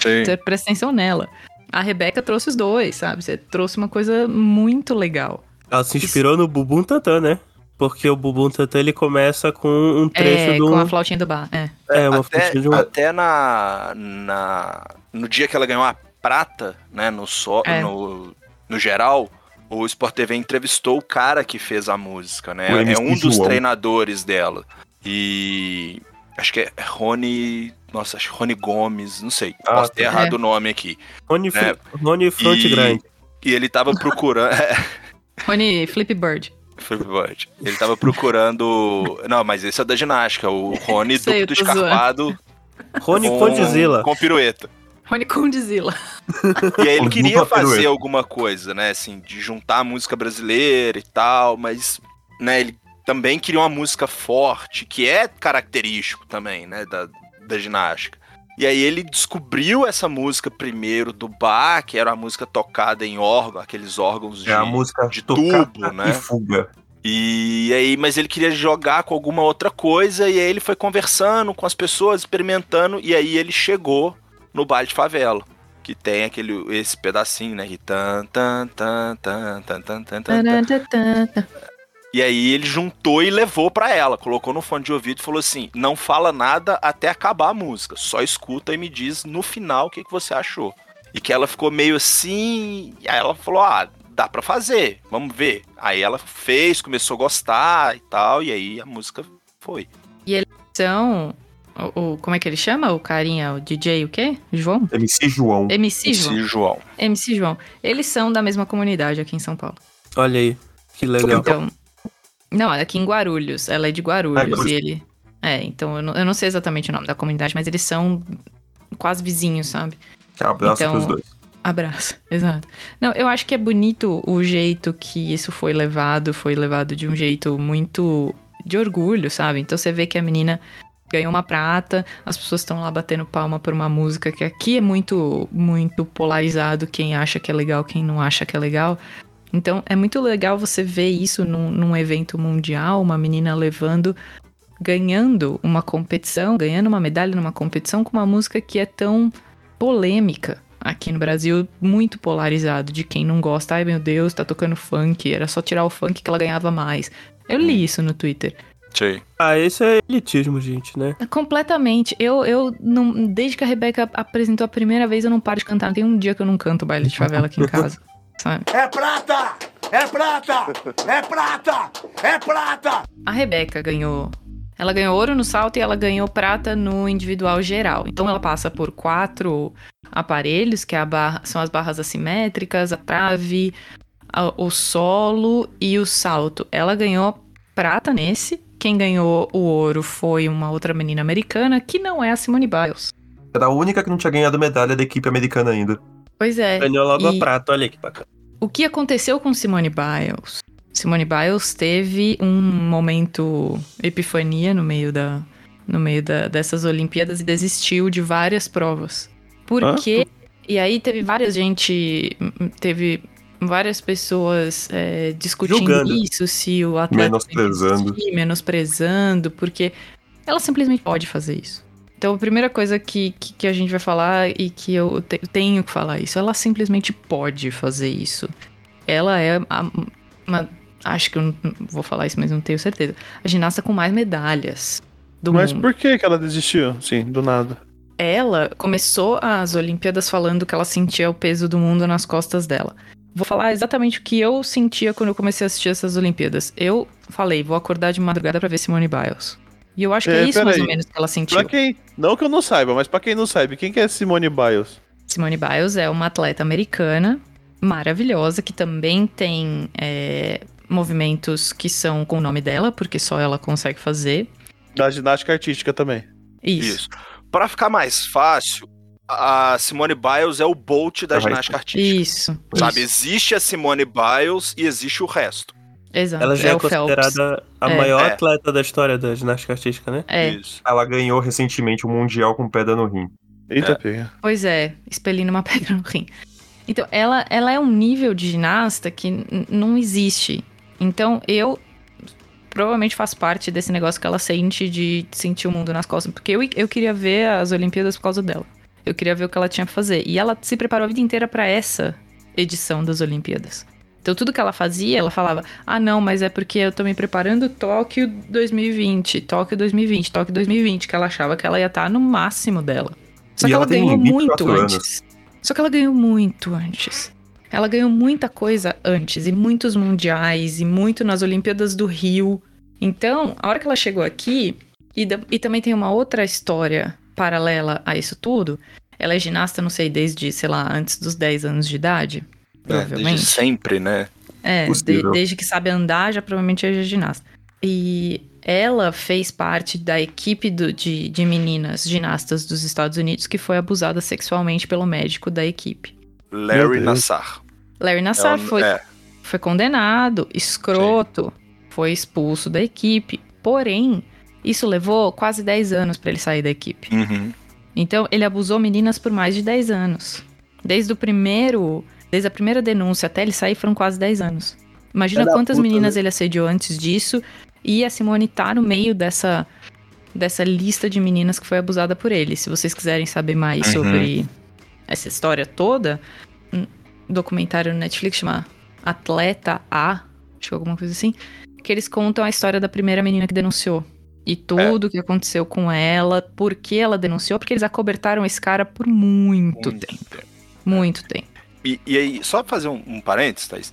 D: Sim.
B: você presta atenção nela. A Rebeca trouxe os dois, sabe? Você trouxe uma coisa muito legal.
A: Ela se inspirou no Bubum Tantan, né? Porque o Bubum Tantan, ele começa com um trecho
B: É,
A: de
B: com a
A: um...
B: flautinha do bar. É.
A: É, uma
D: até,
A: foto de um...
D: até na, na- No dia que ela ganhou a prata, né? No, só,
B: É.
D: no, no geral, o Sport TV entrevistou o cara que fez a música, né?
C: O
D: É
C: MC
D: um dos
C: João.
D: treinadores dela. E. Acho que é Rony. Nossa, acho que Rony Gomes, não sei.
C: Ah,
D: posso ter
C: tá.
D: errado o nome aqui.
A: Rony, Fr-
D: né?
A: Rony Front
D: E-
A: Grande.
D: E ele tava procurando. é,
B: Rony Flip Bird.
D: Foi pro Bart. Ele tava procurando. Não, mas esse é da ginástica. O Rony
B: Sei,
D: duplo
B: eu tô zoando.
D: escarpado
A: Rony
D: com-
A: Fondzilla.
D: Com pirueta.
B: Rony Condizila.
D: E aí ele
C: Nunca
D: queria fazer
C: pirueta.
D: alguma coisa, né? Assim, de juntar a música brasileira e tal, mas, né, ele também queria uma música forte, que é característico também, né, da, da ginástica. E aí ele descobriu essa música primeiro do Bach, que era uma música tocada em órgão, aqueles órgãos de...
C: É a música
D: de
C: tocada
D: tubo, né?
C: E fuga.
D: E aí, mas ele queria jogar com alguma outra coisa, e aí ele foi conversando com as pessoas, experimentando, e aí ele chegou no baile de favela. Que tem aquele, esse pedacinho, né? Que tan, tan, tan, tan, tan, tan, tan, tan, tan. tá. E aí ele juntou e levou pra ela, colocou no fone de ouvido e falou assim: não fala nada até acabar a música, só escuta e me diz no final o que, que você achou. E que ela ficou meio assim, e aí ela falou: ah, dá pra fazer, vamos ver. Aí ela fez, começou a gostar e tal, e aí a música foi.
B: Então, o, o- como é que ele chama? O carinha, o DJ, o quê? João?
C: MC João.
B: MC João.
D: Esse João.
B: MC João. Eles são da mesma comunidade aqui em São Paulo.
A: Olha aí, que legal.
B: Então. Não, ela é aqui em Guarulhos. Ela é de
C: Ah,
B: Guarulhos.
C: Guarulhos.
B: e ele. É, então eu não, eu não sei exatamente o nome da comunidade, mas eles são quase vizinhos, sabe?
C: Abraço
B: Então-
C: pros dois.
B: Abraço, exato. Não, eu acho que é bonito o jeito que isso foi levado, foi levado de um jeito muito de orgulho, sabe? Então você vê que a menina ganhou uma prata, as pessoas estão lá batendo palma por uma música que aqui é muito muito polarizado, quem acha que é legal, quem não acha que é legal. Então é muito legal você ver isso num, num evento mundial, uma menina levando, ganhando uma competição, ganhando uma medalha numa competição com uma música que é tão polêmica aqui no Brasil, muito polarizado de quem não gosta, ai meu Deus, tá tocando funk, era só tirar o funk que ela ganhava mais. Eu li isso no Twitter.
D: Sei.
A: Ah, esse é elitismo, gente, né?
B: Completamente. Eu, eu não, desde que a Rebeca apresentou a primeira vez, eu não paro de cantar. Tem um dia que eu não canto baile de favela aqui em casa. Sabe?
H: É prata! É prata! É prata! É prata!
B: A Rebeca ganhou. Ela ganhou ouro no salto e ela ganhou prata no individual geral. Então ela passa por quatro aparelhos, que é a barra- são as barras assimétricas, a trave, a- o solo e o salto. Ela ganhou prata nesse. Quem ganhou o ouro foi uma outra menina americana, que não é a Simone Biles.
C: Era a única que não tinha ganhado medalha da equipe americana ainda.
B: Pois é.
A: Ganhou logo
B: e-
A: a prata, olha aí que bacana.
B: O que aconteceu com Simone Biles? Simone Biles teve um momento epifania no meio da no meio da- dessas Olimpíadas e desistiu de várias provas.
F: Hã?
B: Porque e aí teve várias gente hum, teve várias pessoas é, discutindo
A: Julgando.
B: isso se o atleta tem que
C: Menosprezando.
B: desistir, menosprezando porque ela simplesmente pode fazer isso. Então, a primeira coisa que, que, que a gente vai falar e que eu te- tenho que falar isso, ela simplesmente pode fazer isso. Ela é a- uma. Acho que eu não não vou falar isso, mas não tenho certeza. A ginasta com mais medalhas do
F: Mas
B: mundo.
F: por que, que ela desistiu? Sim, do nada.
B: Ela começou as Olimpíadas falando que ela sentia o peso do mundo nas costas dela. Vou falar exatamente o que eu sentia quando eu comecei a assistir essas Olimpíadas. Eu falei, vou acordar de madrugada pra ver Simone Biles. E eu acho que é,
F: É,
B: isso mais ou
F: peraí.
B: menos que ela sentiu.
F: Pra quem. Não que eu não saiba, mas pra quem não sabe, quem que é Simone Biles?
B: Simone Biles é uma atleta americana maravilhosa que também tem é, movimentos que são com o nome dela, porque só ela consegue fazer.
F: Da ginástica artística também.
B: Isso.
D: Isso. Pra ficar mais fácil, a Simone Biles é o Bolt da
C: Ela vai-
D: ginástica artística.
B: Isso.
D: Sabe,
B: isso.
D: existe a Simone Biles e existe o resto.
B: Exato.
A: Ela já
B: é
A: é,
B: o Phelps.
A: considerada a
B: É.
A: maior
D: É.
A: atleta da história da ginástica artística, né?
B: É,
D: Isso.
C: Ela ganhou recentemente o Mundial com pedra no rim.
F: Eita,
D: É.
F: pega.
B: pois é, espelhando uma pedra no rim. Então, ela, ela é um nível de ginasta que n- não existe. Então, eu provavelmente faço parte desse negócio que ela sente de sentir o mundo nas costas. Porque eu, eu queria ver as Olimpíadas por causa dela. Eu queria ver o que ela tinha pra fazer. E ela se preparou a vida inteira pra essa edição das Olimpíadas. Então, tudo que ela fazia, ela falava: ah, não, mas é porque eu tô me preparando Tóquio 2020, Tóquio 2020, Tóquio 2020, que ela achava que ela ia estar no máximo dela. Só
C: E
B: que ela,
C: ela tem
B: ganhou
C: 24
B: muito
C: anos.
B: antes. Só que ela ganhou muito antes. Ela ganhou muita coisa antes, e muitos mundiais, e muito nas Olimpíadas do Rio. Então, a hora que ela chegou aqui, e, da- e também tem uma outra história paralela a isso tudo. Ela é ginasta, não sei, desde, sei lá, antes dos 10 anos de idade. Provavelmente.
D: desde sempre, né?
B: É, de-
C: Possível.
B: desde que sabe andar, já provavelmente é ginasta. E Ela fez parte da equipe do- de, de meninas ginastas dos Estados Unidos que foi abusada sexualmente pelo médico da equipe.
D: Larry
F: Deus.
D: Nassar.
B: Larry Nassar
D: Ela-
B: foi,
D: é,
B: foi condenado, escroto, foi expulso da equipe. Porém, isso levou quase 10 anos pra ele sair da equipe.
D: uhum.
B: Então, ele abusou meninas por mais de 10 anos. Desde o primeiro, desde a primeira denúncia até ele sair foram quase 10 anos. Imagina
I: Filha da
B: quantas
I: puta, né?
B: meninas ele assediou antes disso e a Simone tá no meio dessa dessa lista de meninas que foi abusada por ele. Se vocês quiserem saber mais
D: Uhum.
B: sobre essa história toda, um documentário no Netflix chama Atleta A, acho que alguma coisa assim, que eles contam a história da primeira menina que denunciou. E tudo o que aconteceu com ela, por que ela denunciou, porque eles acobertaram esse cara por muito,
D: Muito
B: tempo. Muito tempo.
D: E, e aí, só fazer um, um parênteses, Thaís.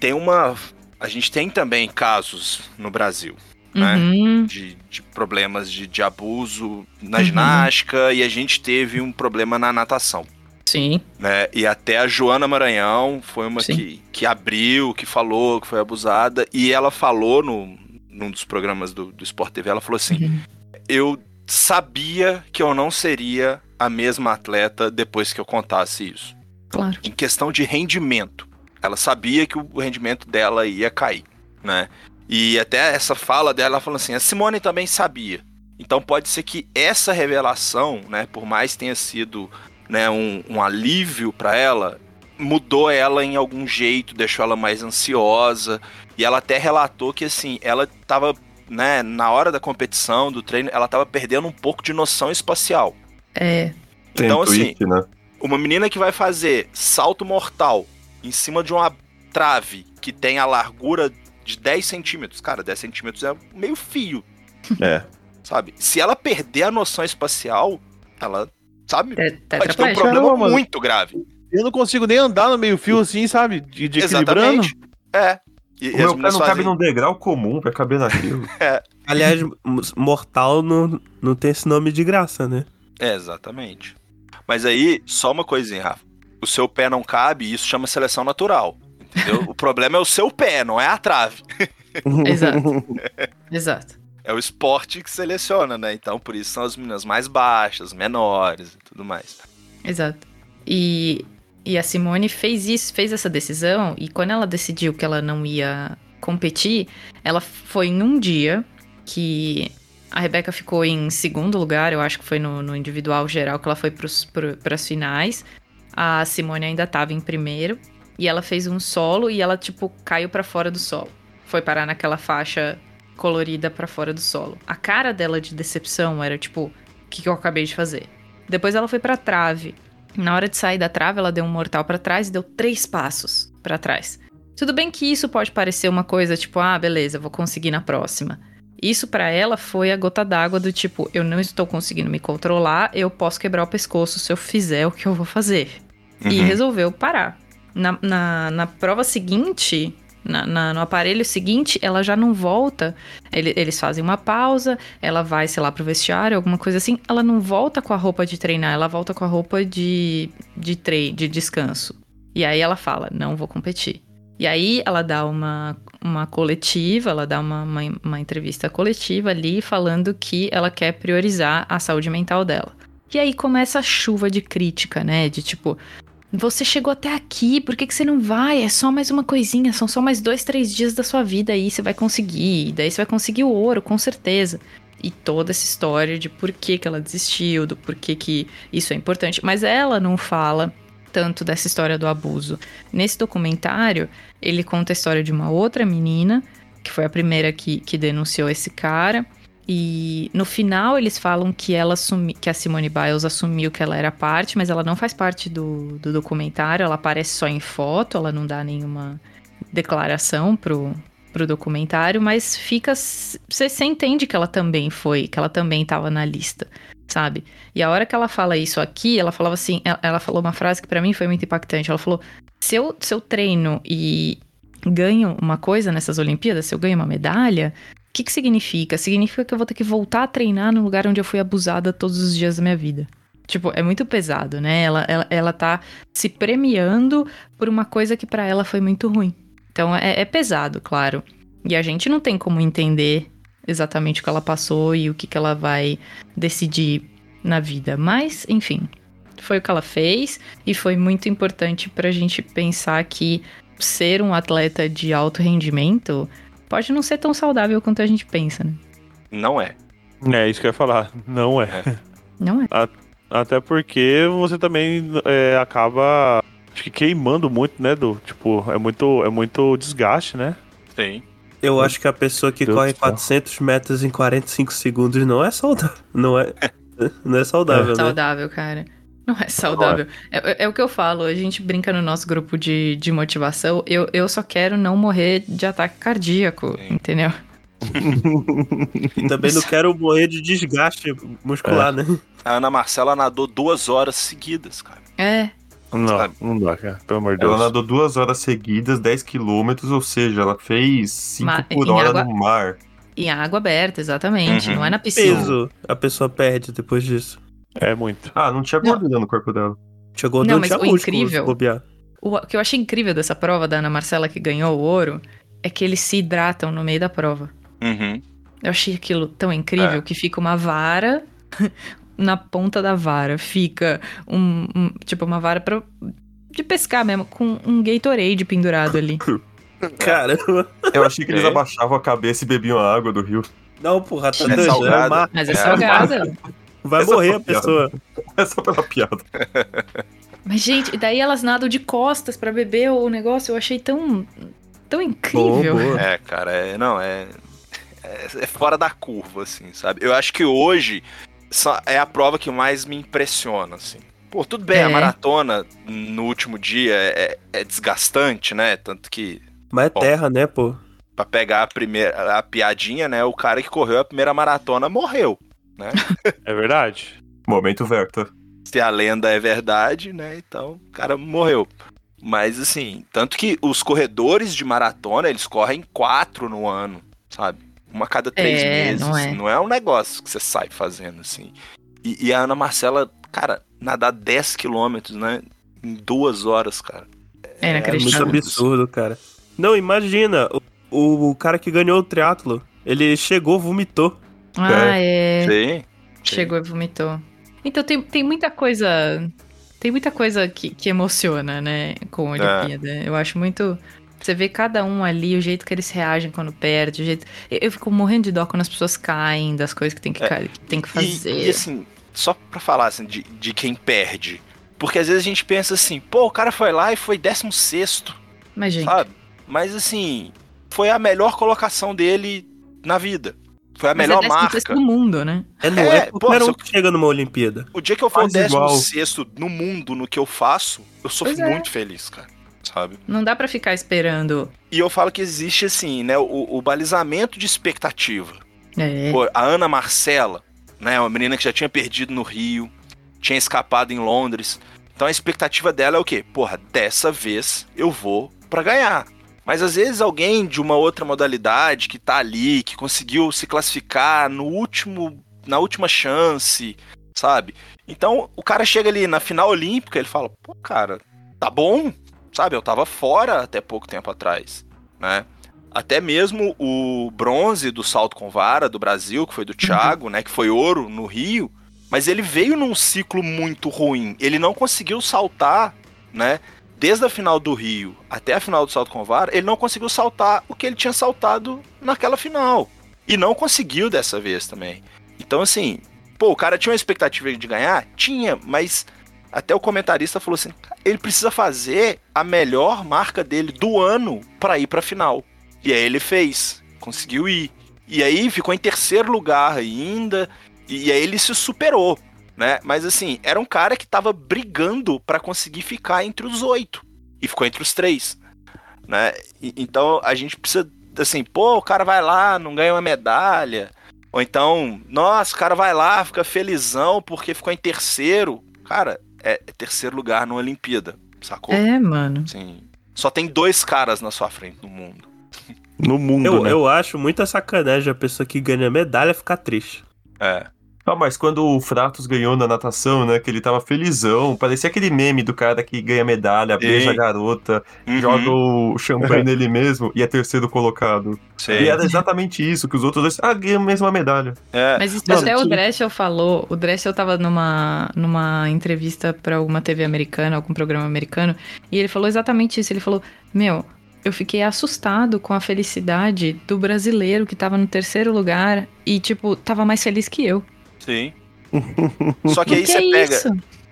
D: Tem uma. A gente tem também casos no Brasil Né?
B: Uhum.
D: de, de problemas de, de abuso na
B: Uhum.
D: ginástica e a gente teve um problema na natação.
B: Sim.
D: Né? E até a Joana Maranhão foi uma
B: Sim.
D: que, que abriu, que falou que foi abusada. E ela falou no, num dos programas do, do Sport TV, ela falou assim:
B: Uhum.
D: Eu sabia que eu não seria a mesma atleta depois que eu contasse isso
B: Claro.
D: em questão de rendimento. Ela sabia que o rendimento dela ia cair, né? E até essa fala dela, ela falou assim: a Simone também sabia. Então pode ser que essa revelação, né, por mais tenha sido né, um, um alívio para ela, mudou ela em algum jeito, deixou ela mais ansiosa. E ela até relatou que assim, ela tava, né, na hora da competição, do treino, ela tava perdendo um pouco de noção espacial.
B: É.
C: Tem
D: Então,
C: tweet, né?
D: Uma menina que vai fazer salto mortal em cima de uma trave que tem a largura de 10 centímetros. Cara, 10 centímetros é meio fio,
F: É.
D: sabe? Se ela perder a noção espacial, ela,
B: Te-
D: sabe? Pode ter um
B: tetraplégico.
D: problema
F: Caramba, mano.
D: muito grave.
F: Eu não consigo nem andar no meio fio assim, sabe? De, de equilibrando.
D: Exatamente. É. E,
C: O
D: e as
C: meu pé não
D: meninas
C: cabe
D: fazem...
C: num degrau comum pra caber naquilo.
A: Aliás, m- mortal não, não tem esse nome de graça, né?
D: É, exatamente. Mas aí, só uma coisinha, Rafa. O seu pé não cabe, isso chama seleção natural. Entendeu? o problema é o seu pé, não é a trave.
B: Exato. Exato.
D: é o esporte que seleciona, né? Então, por isso são as meninas mais baixas, menores e tudo mais.
B: Exato. E, e a Simone fez isso, fez essa decisão, e quando ela decidiu que ela não ia competir, ela foi em um dia que a Rebeca ficou em segundo lugar, eu acho que foi no, no individual geral que ela foi para as finais. A Simone ainda estava em primeiro, e ela fez um solo e ela, tipo, caiu para fora do solo. Foi parar naquela faixa colorida para fora do solo. A cara dela de decepção era tipo, o que, que eu acabei de fazer? Depois ela foi pra trave. Na hora de sair da trave, ela deu um mortal pra trás e deu três passos pra trás. Tudo bem que isso pode parecer uma coisa tipo, ah, beleza, vou conseguir na próxima. Isso pra ela foi a gota d'água do tipo, eu não estou conseguindo me controlar, eu posso quebrar o pescoço se eu fizer o que eu vou fazer. E
D: Uhum.
B: resolveu parar. Na, na, na prova seguinte, na, na- no aparelho seguinte, ela já não volta. Ele- eles fazem uma pausa, ela vai, sei lá, pro vestiário, alguma coisa assim. Ela não volta com a roupa de treinar, ela volta com a roupa de, de, tre de descanso. E aí ela fala: não vou competir. E aí ela dá uma, uma coletiva, ela dá uma, uma, uma entrevista coletiva ali, falando que ela quer priorizar a saúde mental dela. E aí começa a chuva de crítica, né? De tipo, você chegou até aqui, por que, que você não vai? É só mais uma coisinha, são só mais dois, três dias da sua vida aí, você vai conseguir. E daí você vai conseguir o ouro, com certeza. E toda essa história de por que, que ela desistiu, do porquê que isso é importante. Mas ela não fala tanto dessa história do abuso. Nesse documentário, ele conta a história de uma outra menina, que foi a primeira que, que denunciou esse cara. E no final eles falam que ela assumi, que a Simone Biles assumiu que ela era parte, mas ela não faz parte do, do documentário, ela aparece só em foto, ela não dá nenhuma declaração pro, pro documentário, mas fica. Você você entende que ela também foi, que ela também tava na lista, sabe? E a hora que ela fala isso aqui, ela falava assim, ela, ela falou uma frase que pra mim foi muito impactante. Ela falou: se eu, se eu treino e ganho uma coisa nessas Olimpíadas, se eu ganho uma medalha. O que, que significa? Significa que eu vou ter que voltar a treinar no lugar onde eu fui abusada todos os dias da minha vida. Tipo, é muito pesado, né? Ela, ela, ela tá se premiando por uma coisa que pra ela foi muito ruim. Então é, é pesado, claro. E a gente não tem como entender exatamente o que ela passou e o que, que ela vai decidir na vida. Mas, enfim, foi o que ela fez e foi muito importante pra gente pensar que ser um atleta de alto rendimento pode não ser tão saudável quanto a gente pensa, né?
D: Não é.
F: É isso que eu ia falar. Não é.
B: Não é?
F: Até porque você também é, acaba acho que queimando muito, né, do Tipo, é muito, é muito desgaste, né?
D: Sim.
A: Eu acho que a pessoa que
F: Deus
A: corre
F: do céu.
A: 400 metros em 45 segundos não é saudável. Não é, não é saudável, né?
B: Saudável, cara. Não é saudável. É, é- é o que eu falo, a gente brinca no nosso grupo de, de motivação. Eu, eu só quero não morrer de ataque cardíaco,
D: Sim.
B: entendeu?
A: E também não quero morrer de desgaste muscular,
D: É.
A: né?
D: A Ana Marcela nadou duas horas seguidas, cara.
B: É,
F: Não,
D: Sabe?
F: não dá, cara. Pelo amor de
A: É
C: Ela
D: É.
F: Deus.
C: nadou duas horas seguidas, 10 quilômetros, ou seja, ela fez 5
B: Ma-
C: por
B: em
C: hora
B: água-
C: no mar.
B: em água aberta, exatamente.
D: Uhum.
B: Não é na piscina.
A: Peso a pessoa perde depois disso.
F: É muito.
C: Ah, não tinha
B: Não.
C: gordura no corpo dela.
A: Chegou
B: Não,
A: não,
B: mas
A: tinha
B: o
A: músculo,
B: incrível-
A: se bobear.
B: O, o que eu achei incrível dessa prova da Ana Marcela que ganhou o ouro é que eles se hidratam no meio da prova.
D: Uhum.
B: Eu achei aquilo tão incrível que fica uma vara na ponta da vara. Fica um, um- tipo uma vara pra, de pescar mesmo, com um Gatorade pendurado ali.
A: Caramba.
C: Eu achei que eles
D: É.
C: abaixavam a cabeça e bebiam a água do rio.
A: Não, porra, tá
D: É
A: dando,
D: salgado.
A: é mar-
B: Mas é
D: É,
B: salgada.
A: Vai
C: Essa
A: morrer
C: foi
A: a
C: piada.
A: pessoa.
C: É só pela piada.
B: Mas, gente, e daí elas nadam de costas pra beber o negócio. Eu achei tão, tão incrível.
D: É, cara, é, não, é, é. é fora da curva, assim, sabe? Eu acho que hoje sa- é a prova que mais me impressiona, assim. Pô, tudo bem,
B: É.
D: a maratona no último dia é, é desgastante, né? Tanto que
A: Mas é terra, né, pô?
D: pra pegar a primeira a piadinha, né? O cara que correu a primeira maratona morreu.
F: É verdade.
C: Momento Verta.
D: Se a lenda é verdade, né? Então, o cara morreu. Mas assim, tanto que os corredores de maratona, eles correm quatro no ano, sabe? Uma a cada três
B: É,
D: meses.
B: não
D: Não
B: é.
D: é. um negócio que você sai fazendo, assim. E, e a Ana Marcela, cara, nadar 10 quilômetros, né? Em duas horas, cara.
B: É
A: É muito
B: inacreditável.
A: absurdo, cara. Não, imagina, o, o cara que ganhou o triatlo, ele chegou, vomitou.
B: ah, é.
D: Sim.
B: Chegou e vomitou. Então tem, tem muita coisa. Tem muita coisa que, que emociona, né? Com a
D: É.
B: Olimpíada. Eu acho muito. Você vê cada um ali, o jeito que eles reagem quando perde, o jeito. Eu, eu fico morrendo de dó quando as pessoas caem das coisas que tem que,
D: É.
B: ca- que, tem que fazer.
D: E, e, assim, só pra falar assim, de, de quem perde. Porque às vezes a gente pensa assim, pô, o cara foi lá e foi 16 sexto,
B: Mas, gente,
D: sabe? Mas assim, foi a melhor colocação dele na vida. Foi a
B: mas
D: melhor
B: é 16º
D: marca.
B: do mundo, né?
A: É, não
D: É,
A: é,
D: pô,
A: qualquer
D: se
A: um
D: eu-
A: que chega numa Olimpíada.
D: O dia que eu for o
C: Faz igual.
D: 16 no mundo, no que eu faço, eu sou
B: Pois é.
D: muito feliz, cara. Sabe?
B: Não dá pra ficar esperando.
D: E eu falo que existe, assim, né, o, o balizamento de expectativa.
B: É.
D: Pô, a Ana Marcela, né, uma menina que já tinha perdido no Rio, tinha escapado em Londres. Então a expectativa dela é o quê? Porra, dessa vez eu vou pra ganhar. Mas às vezes alguém de uma outra modalidade que tá ali, que conseguiu se classificar no último, na última chance, sabe? Então o cara chega ali na final olímpica, ele fala: "Pô, cara, tá bom, sabe? Eu tava fora até pouco tempo atrás, né? Até mesmo o bronze do salto com vara do Brasil, que foi do Thiago, né? Que foi ouro no Rio. Mas ele veio num ciclo muito ruim. Ele não conseguiu saltar, né? Desde a final do Rio até a final do salto com vara, ele não conseguiu saltar o que ele tinha saltado naquela final. E não conseguiu dessa vez também. Então, assim, pô, o cara tinha uma expectativa de ganhar? Tinha, mas até o comentarista falou assim: ele precisa fazer a melhor marca dele do ano para ir pra final. E aí ele fez, conseguiu ir. E aí ficou em terceiro lugar ainda, e aí ele se superou, né? Mas assim, era um cara que tava brigando pra conseguir ficar entre os oito. E ficou entre os três, né? E- então a gente precisa, assim, pô, o cara vai lá, não ganha uma medalha. Ou então, nossa, o cara vai lá, fica felizão porque ficou em terceiro. Cara, é terceiro lugar numa Olimpíada, sacou?
B: É, mano.
D: Assim, só tem dois caras na sua frente no mundo.
F: No mundo,
A: Eu,
F: né?
A: eu acho muita sacanagem a pessoa que ganha medalha ficar triste.
D: É.
C: Ah, mas quando o Fratos ganhou na natação, né? Que ele tava felizão. Parecia aquele meme do cara que ganha medalha, beija a garota,
D: Uhum,
C: joga o champanhe nele mesmo e é terceiro colocado. E
A: É.
D: sei.
C: era exatamente isso, que os outros dois. Ah, ganham a mesma medalha.
D: É,
B: Mas isso
C: Mano,
B: até o
C: sim.
B: Dressel falou. O Dressel tava numa, numa entrevista pra alguma TV americana, algum programa americano, e ele falou exatamente isso. Ele falou: Meu, eu fiquei assustado com a felicidade do brasileiro que tava no terceiro lugar e, tipo, tava mais feliz que eu.
D: sim. Só que aí
B: que
D: você
B: é
D: pega
B: isso?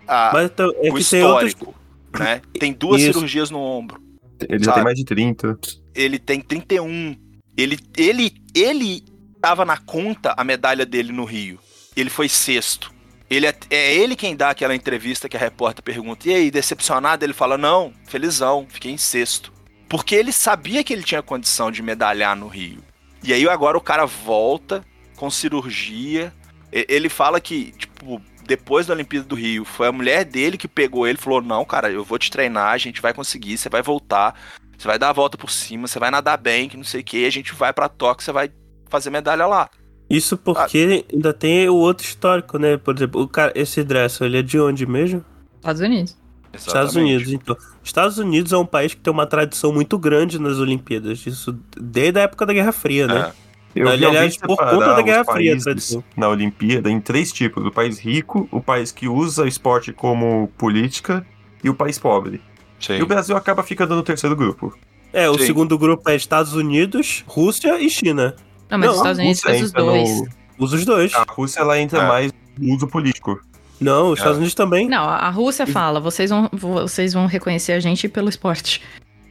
D: a-
A: Mas então, é
D: Ah, o
A: que tem outros.
D: histórico, né? Tem duas
A: Isso.
D: cirurgias no ombro.
C: Ele
A: Tá.
C: já
D: Sabe?
C: tem mais de 30.
D: ele tem 31. Ele, ele, ele tava na conta a medalha dele no Rio. Ele foi sexto. Ele é, é ele quem dá aquela entrevista que a repórter pergunta: e aí, decepcionado? Ele fala: não, felizão, fiquei em sexto. Porque ele sabia que ele tinha condição de medalhar no Rio. E aí agora o cara volta com cirurgia. E- Ele fala que, tipo, depois da Olimpíada do Rio, foi a mulher dele que pegou ele e falou: não, cara, eu vou te treinar, a gente vai conseguir, você vai voltar. Você vai dar a volta por cima, você vai nadar bem, que não sei o que, a gente vai pra Tóquio, você vai fazer medalha lá.
A: Isso porque ainda tem o outro histórico, né? Por exemplo, o cara, esse Dressel, ele é de onde mesmo?
B: Estados Unidos.
A: Estados Unidos, então. Estados Unidos é um país que tem uma tradição muito grande nas Olimpíadas. Isso desde a época da Guerra Fria, né?
C: Eu vi
A: Aliás,
C: alguém
A: por conta
C: separar
A: da
C: os
A: Guerra Fria,
C: países
A: tradição.
C: na Olimpíada em três tipos: o país rico, o país que usa o esporte como política e o país pobre.
D: É,
C: E o Brasil acaba ficando no terceiro grupo.
A: É, o
D: Sim.
A: segundo grupo é Estados Unidos, Rússia e China.
B: Não, mas
A: Não,
B: os Estados
C: a
B: Unidos
C: Rússia
B: fez os
C: entra
B: dois.
C: no-
A: Usa os dois.
C: A Rússia ela entra
D: É.
C: mais no uso político.
A: Não, os
C: é.
A: Estados Unidos também.
B: Não, a a Rússia fala, vocês vão, vocês vão reconhecer a gente pelo esporte.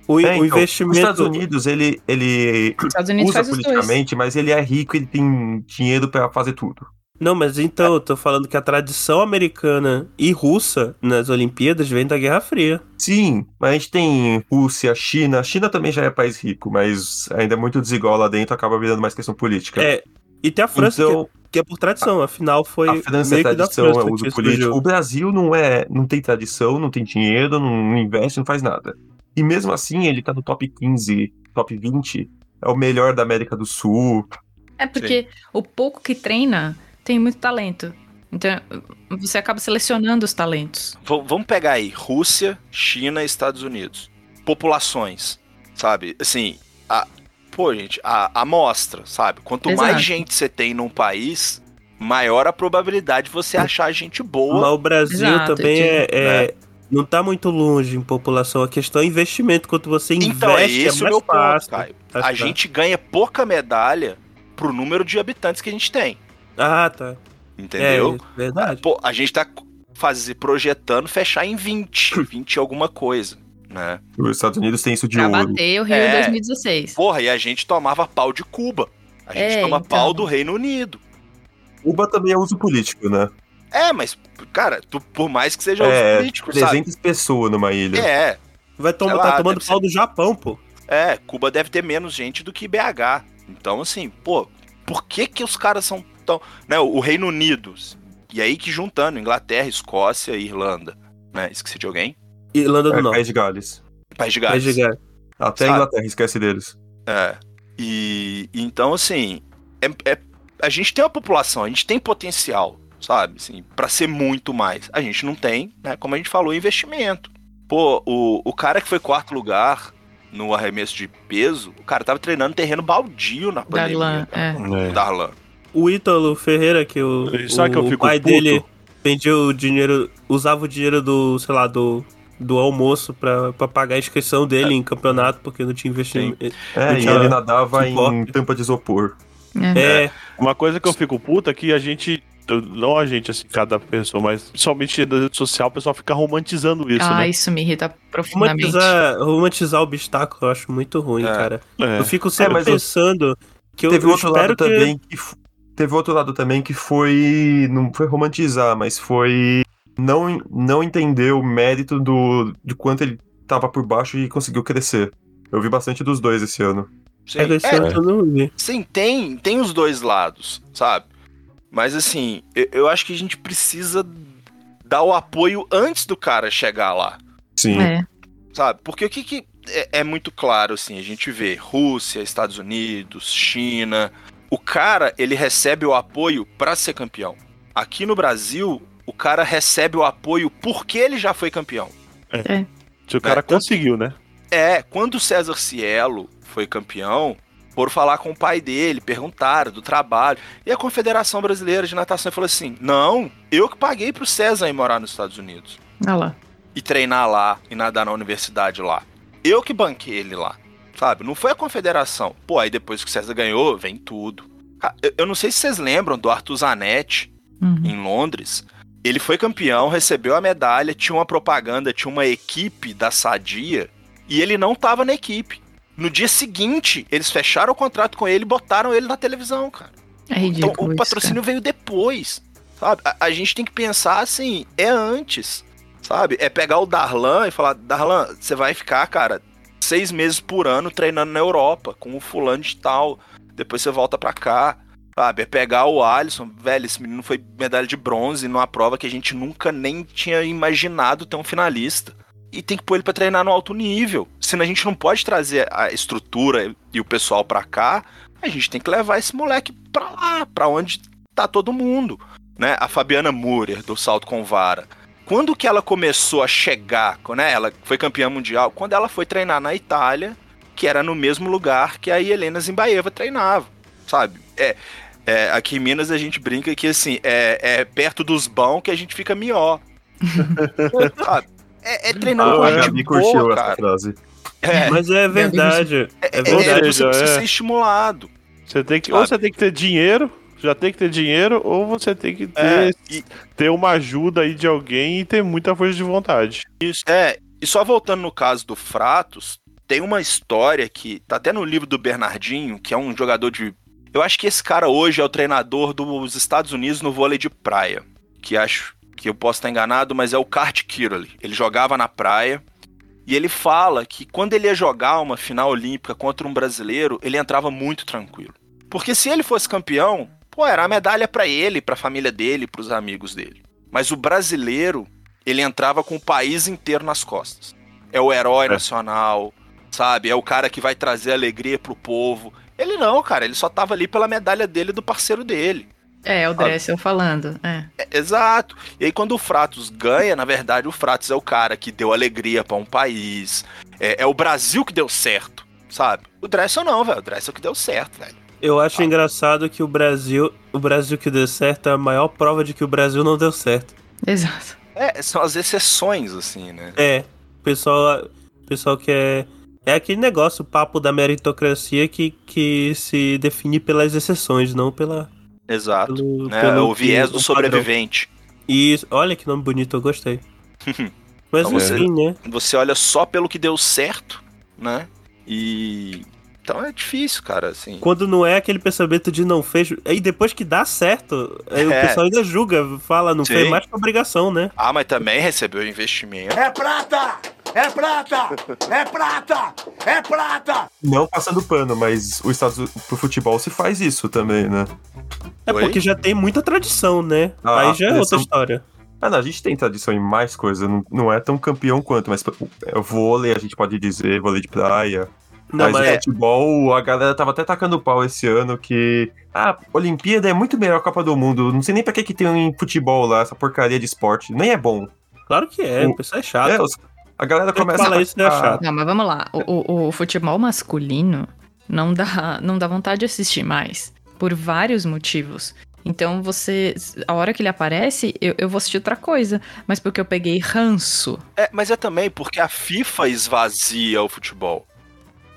A: O,
C: É, então,
A: o
C: Os
A: investimento.
C: Estados Unidos ele, ele
B: Os Estados Unidos
C: usa
B: faz os dois.
C: politicamente, mas ele é rico, ele tem dinheiro pra fazer tudo.
A: Não, mas então, eu tô falando que a tradição americana e russa nas Olimpíadas vem da Guerra Fria.
C: Sim, mas a gente tem Rússia, China. A China também já é país rico, mas ainda é muito desigual lá dentro, acaba virando mais questão política.
A: É. E tem a França,
C: então,
A: que, que é por tradição, afinal foi.
C: a França é
A: meio que da
C: tradição, é
A: França que
C: uso
A: isso
C: político.
A: surgiu.
C: O Brasil não é, não tem tradição, não tem dinheiro, não, não investe, não faz nada. E mesmo assim, ele tá no top 15, top 20. É o melhor da América do Sul.
B: É porque o pouco que treina tem muito talento. Então, você acaba selecionando os talentos.
D: V- vamos pegar aí, Rússia, China e Estados Unidos. Populações, sabe? Assim, a, pô, gente, a a amostra, sabe? Quanto
B: Exato.
D: mais gente você tem num país, maior a probabilidade de
A: É.
D: você achar gente boa.
A: Mas o Brasil
B: Exato,
A: também
B: eu
A: é, é- não tá muito longe em população. A questão é investimento. Quanto você investe,
D: Então é esse o
A: mais
D: meu ponto,
A: fácil.
D: Caio.
A: Tá, tá.
D: A gente ganha pouca medalha pro número de habitantes que a gente tem,
A: Ah, tá.
D: entendeu?
A: É, verdade.
D: Pô, a gente tá fazer, projetando fechar em 20, 20 e alguma coisa, né?
C: Os Estados Unidos tem isso de
B: pra
C: ouro.
B: bater o Rio
D: É.
B: 2016.
D: Porra, e a gente tomava pau de Cuba. A gente
B: É,
D: toma
B: então.
D: pau do Reino Unido.
C: Cuba também é uso político, né?
D: É, mas, cara, tu- por mais que seja
C: É,
D: os políticos, sabe?
C: 300 pessoas numa ilha.
D: É,
A: Vai tomar,
D: Sei lá,
A: tá tomando
D: deve
A: pau do Japão, pô.
D: é, Cuba deve ter menos gente do que BH. Então, assim, pô, por que que os caras são tão... Né, o Reino Unido, e aí que juntando Inglaterra, Escócia e Irlanda, né? Esqueci de alguém?
A: Irlanda do
C: É,
A: Norte.
C: País de Gales.
D: País de
A: Vai
D: Gales.
A: jogar.
C: Até
D: Sabe?
C: a Inglaterra esquece deles.
D: É. E então, assim, é- é- a gente tem uma população, a gente tem potencial, sabe? Assim, para ser muito mais. A gente não tem, né? Como a gente falou, investimento. Pô, o, o cara que foi quarto lugar no arremesso de peso, o cara tava treinando terreno baldio na pandemia.
B: Darlan,
D: cara.
B: é.
D: O Darlan.
A: O Ítalo Ferreira, que o,
F: Sabe
A: o,
F: que eu fico
A: pai
F: puto?
A: dele vendia o dinheiro, usava o dinheiro do, sei lá, do, do almoço pra, pra pagar a inscrição
D: É.
A: dele em campeonato, porque não tinha investimento.
C: É,
A: Eu
C: e
A: tinha-
C: ele nadava em
A: Hip-hop.
C: tampa de isopor.
A: É,
F: Uma coisa que eu fico puta é que a gente. Não a gente, assim, cada pessoa, mas principalmente na rede social, o pessoal fica romantizando isso,
B: ah,
F: né?
B: isso me irrita profundamente.
A: romantizar, romantizar o obstáculo eu acho muito ruim,
D: É.
A: cara.
F: É.
A: Eu fico sempre
C: mas eu-
A: pensando que eu,
C: Teve
A: eu
C: outro
A: espero
C: lado
A: que...
C: também que. f- Teve outro lado também que foi. Não foi romantizar, mas foi. Não, não entender o mérito do, de quanto ele tava por baixo e conseguiu crescer. Eu vi bastante dos dois esse ano.
D: Sim.
A: É, esse
D: É,
A: ano eu não vi.
D: Sim, tem, tem os dois lados, sabe? Mas assim, eu, eu acho que a gente precisa dar o apoio antes do cara chegar lá.
C: Sim.
B: É.
D: sabe? Porque o que, que é, é muito claro, assim, a gente vê Rússia, Estados Unidos, China. O cara, ele recebe o apoio pra ser campeão. Aqui no Brasil, o cara recebe o apoio porque ele já foi campeão.
F: Se o cara
D: Então-
F: conseguiu, né?
D: É, quando o César Cielo foi campeão, foram falar com o pai dele, perguntaram do trabalho. E a Confederação Brasileira de Natação falou assim: não, eu que paguei pro César ir morar nos Estados Unidos
B: Olha lá.
D: e treinar lá e nadar na universidade lá. Eu que banquei ele lá, sabe? Não foi a Confederação. Pô, aí depois que o César ganhou, vem tudo. Ah, eu- Eu não sei se vocês lembram do Arthur Zanetti,
B: Uhum.
D: em Londres. Ele foi campeão, recebeu a medalha, tinha uma propaganda, tinha uma equipe da Sadia e ele não tava na equipe. No dia seguinte, eles fecharam o contrato com ele e botaram ele na televisão, cara.
B: É ridículo.
D: então o
B: isso,
D: patrocínio veio depois, sabe? A, a gente tem que pensar assim, é antes, sabe? É pegar o Darlan e falar: Darlan, você vai ficar, cara, seis meses por ano treinando na Europa com o fulano de tal, depois você volta pra cá. Sabe, é pegar o Alisson, velho, esse menino foi medalha de bronze numa prova que a gente nunca nem tinha imaginado ter um finalista. E tem que pôr ele pra treinar no alto nível. Senão a gente não pode trazer a estrutura e o pessoal pra cá, a gente tem que levar esse moleque pra lá, pra onde tá todo mundo. Né? A Fabiana Murer, do salto com vara. Quando que ela começou a chegar, né? Ela foi campeã mundial, quando ela foi treinar na Itália, que era no mesmo lugar que a Helena Zimbaeva treinava, sabe? É, é, aqui em Minas a gente brinca que assim, é, é perto dos bão que a gente fica mió. Sabe? É, é treinando com
C: a
D: gente
C: Gabi
D: boa,
C: curtiu essa
D: cara.
C: frase.
D: É,
A: Mas é verdade.
D: é, é,
F: verdade,
D: você precisa
F: é.
D: ser estimulado.
F: Você tem que,
D: Sabe?
F: ou você tem que ter dinheiro, já tem que ter dinheiro, ou você tem que
D: É,
F: ter,
D: e-
F: ter uma ajuda aí de alguém e ter muita força de vontade.
D: Isso. É, e só voltando no caso do Fratos, tem uma história que tá até no livro do Bernardinho, que é um jogador de. Eu acho que esse cara hoje é o treinador dos Estados Unidos no vôlei de praia. Que acho que eu posso estar enganado, mas é o Kart Kirley. Ele jogava na praia. E ele fala que quando ele ia jogar uma final olímpica contra um brasileiro, ele entrava muito tranquilo. Porque se ele fosse campeão, pô, era a medalha pra ele, pra família dele, pros amigos dele. Mas o brasileiro, ele entrava com o país inteiro nas costas. É o herói nacional, sabe? É o cara que vai trazer alegria pro povo. Ele não, cara, ele só tava ali pela medalha dele e do parceiro dele.
B: É, é o Dressel falando. É.
D: É, exato. E aí quando o Fratos ganha, na verdade o Fratos é o cara que deu alegria pra um país. É, é o Brasil que deu certo, sabe? O Dressel não, velho. O Dressel que deu certo, velho.
A: Eu acho engraçado que o Brasil, o Brasil que deu certo é a maior prova de que o Brasil não deu certo.
B: Exato.
D: É, são as exceções, assim, né?
A: É, o pessoal, o pessoal que é é aquele negócio, o papo da meritocracia que, que se define pelas exceções, não pela
D: Exato.
A: pelo,
D: né?
A: pelo
D: o viés do
A: que- o padrão.
D: sobrevivente.
A: Isso, olha que nome bonito, eu gostei. Mas
D: Então você-
A: assim, né?
D: Você olha só pelo que deu certo, né? E. Então é difícil, cara, assim.
A: Quando não é aquele pensamento de não fez. Aí depois que dá certo, aí o
D: É.
A: pessoal ainda julga, fala, não
D: Sim.
A: fez mais que obrigação, né?
D: Ah, mas também recebeu investimento.
H: É prata! É prata! É prata! É prata!
C: Não passando pano, mas os Estados Unidos, pro futebol se faz isso também, né?
A: É
D: Oi?
A: porque já tem muita tradição, né?
C: Ah,
A: aí já é outra
C: tradição.
A: história.
C: Ah, não, a gente tem tradição em mais coisas, não, não é tão campeão quanto, mas pô, é, vôlei, a gente pode dizer, vôlei de praia.
A: Não,
C: mas é.
A: mas, é
D: é.
C: o futebol, a galera tava até tacando pau esse ano que. Ah, Olimpíada é muito melhor que a Copa do Mundo. Não sei nem pra que, que tem em futebol lá, essa porcaria de esporte. Nem é bom.
A: claro que é,
C: o-
A: o pessoal é
D: Ah,
A: chato.
C: É, os- a galera
A: Tem que
C: começa.
A: falar
C: a-
A: isso,
D: é
A: né, chato.
B: Não, mas vamos lá. O, o- o futebol masculino não dá, não dá vontade de assistir mais. Por vários motivos. Então você. A hora que ele aparece, eu, eu vou assistir outra coisa. Mas porque eu peguei ranço.
D: É, mas é também porque a FIFA esvazia o futebol.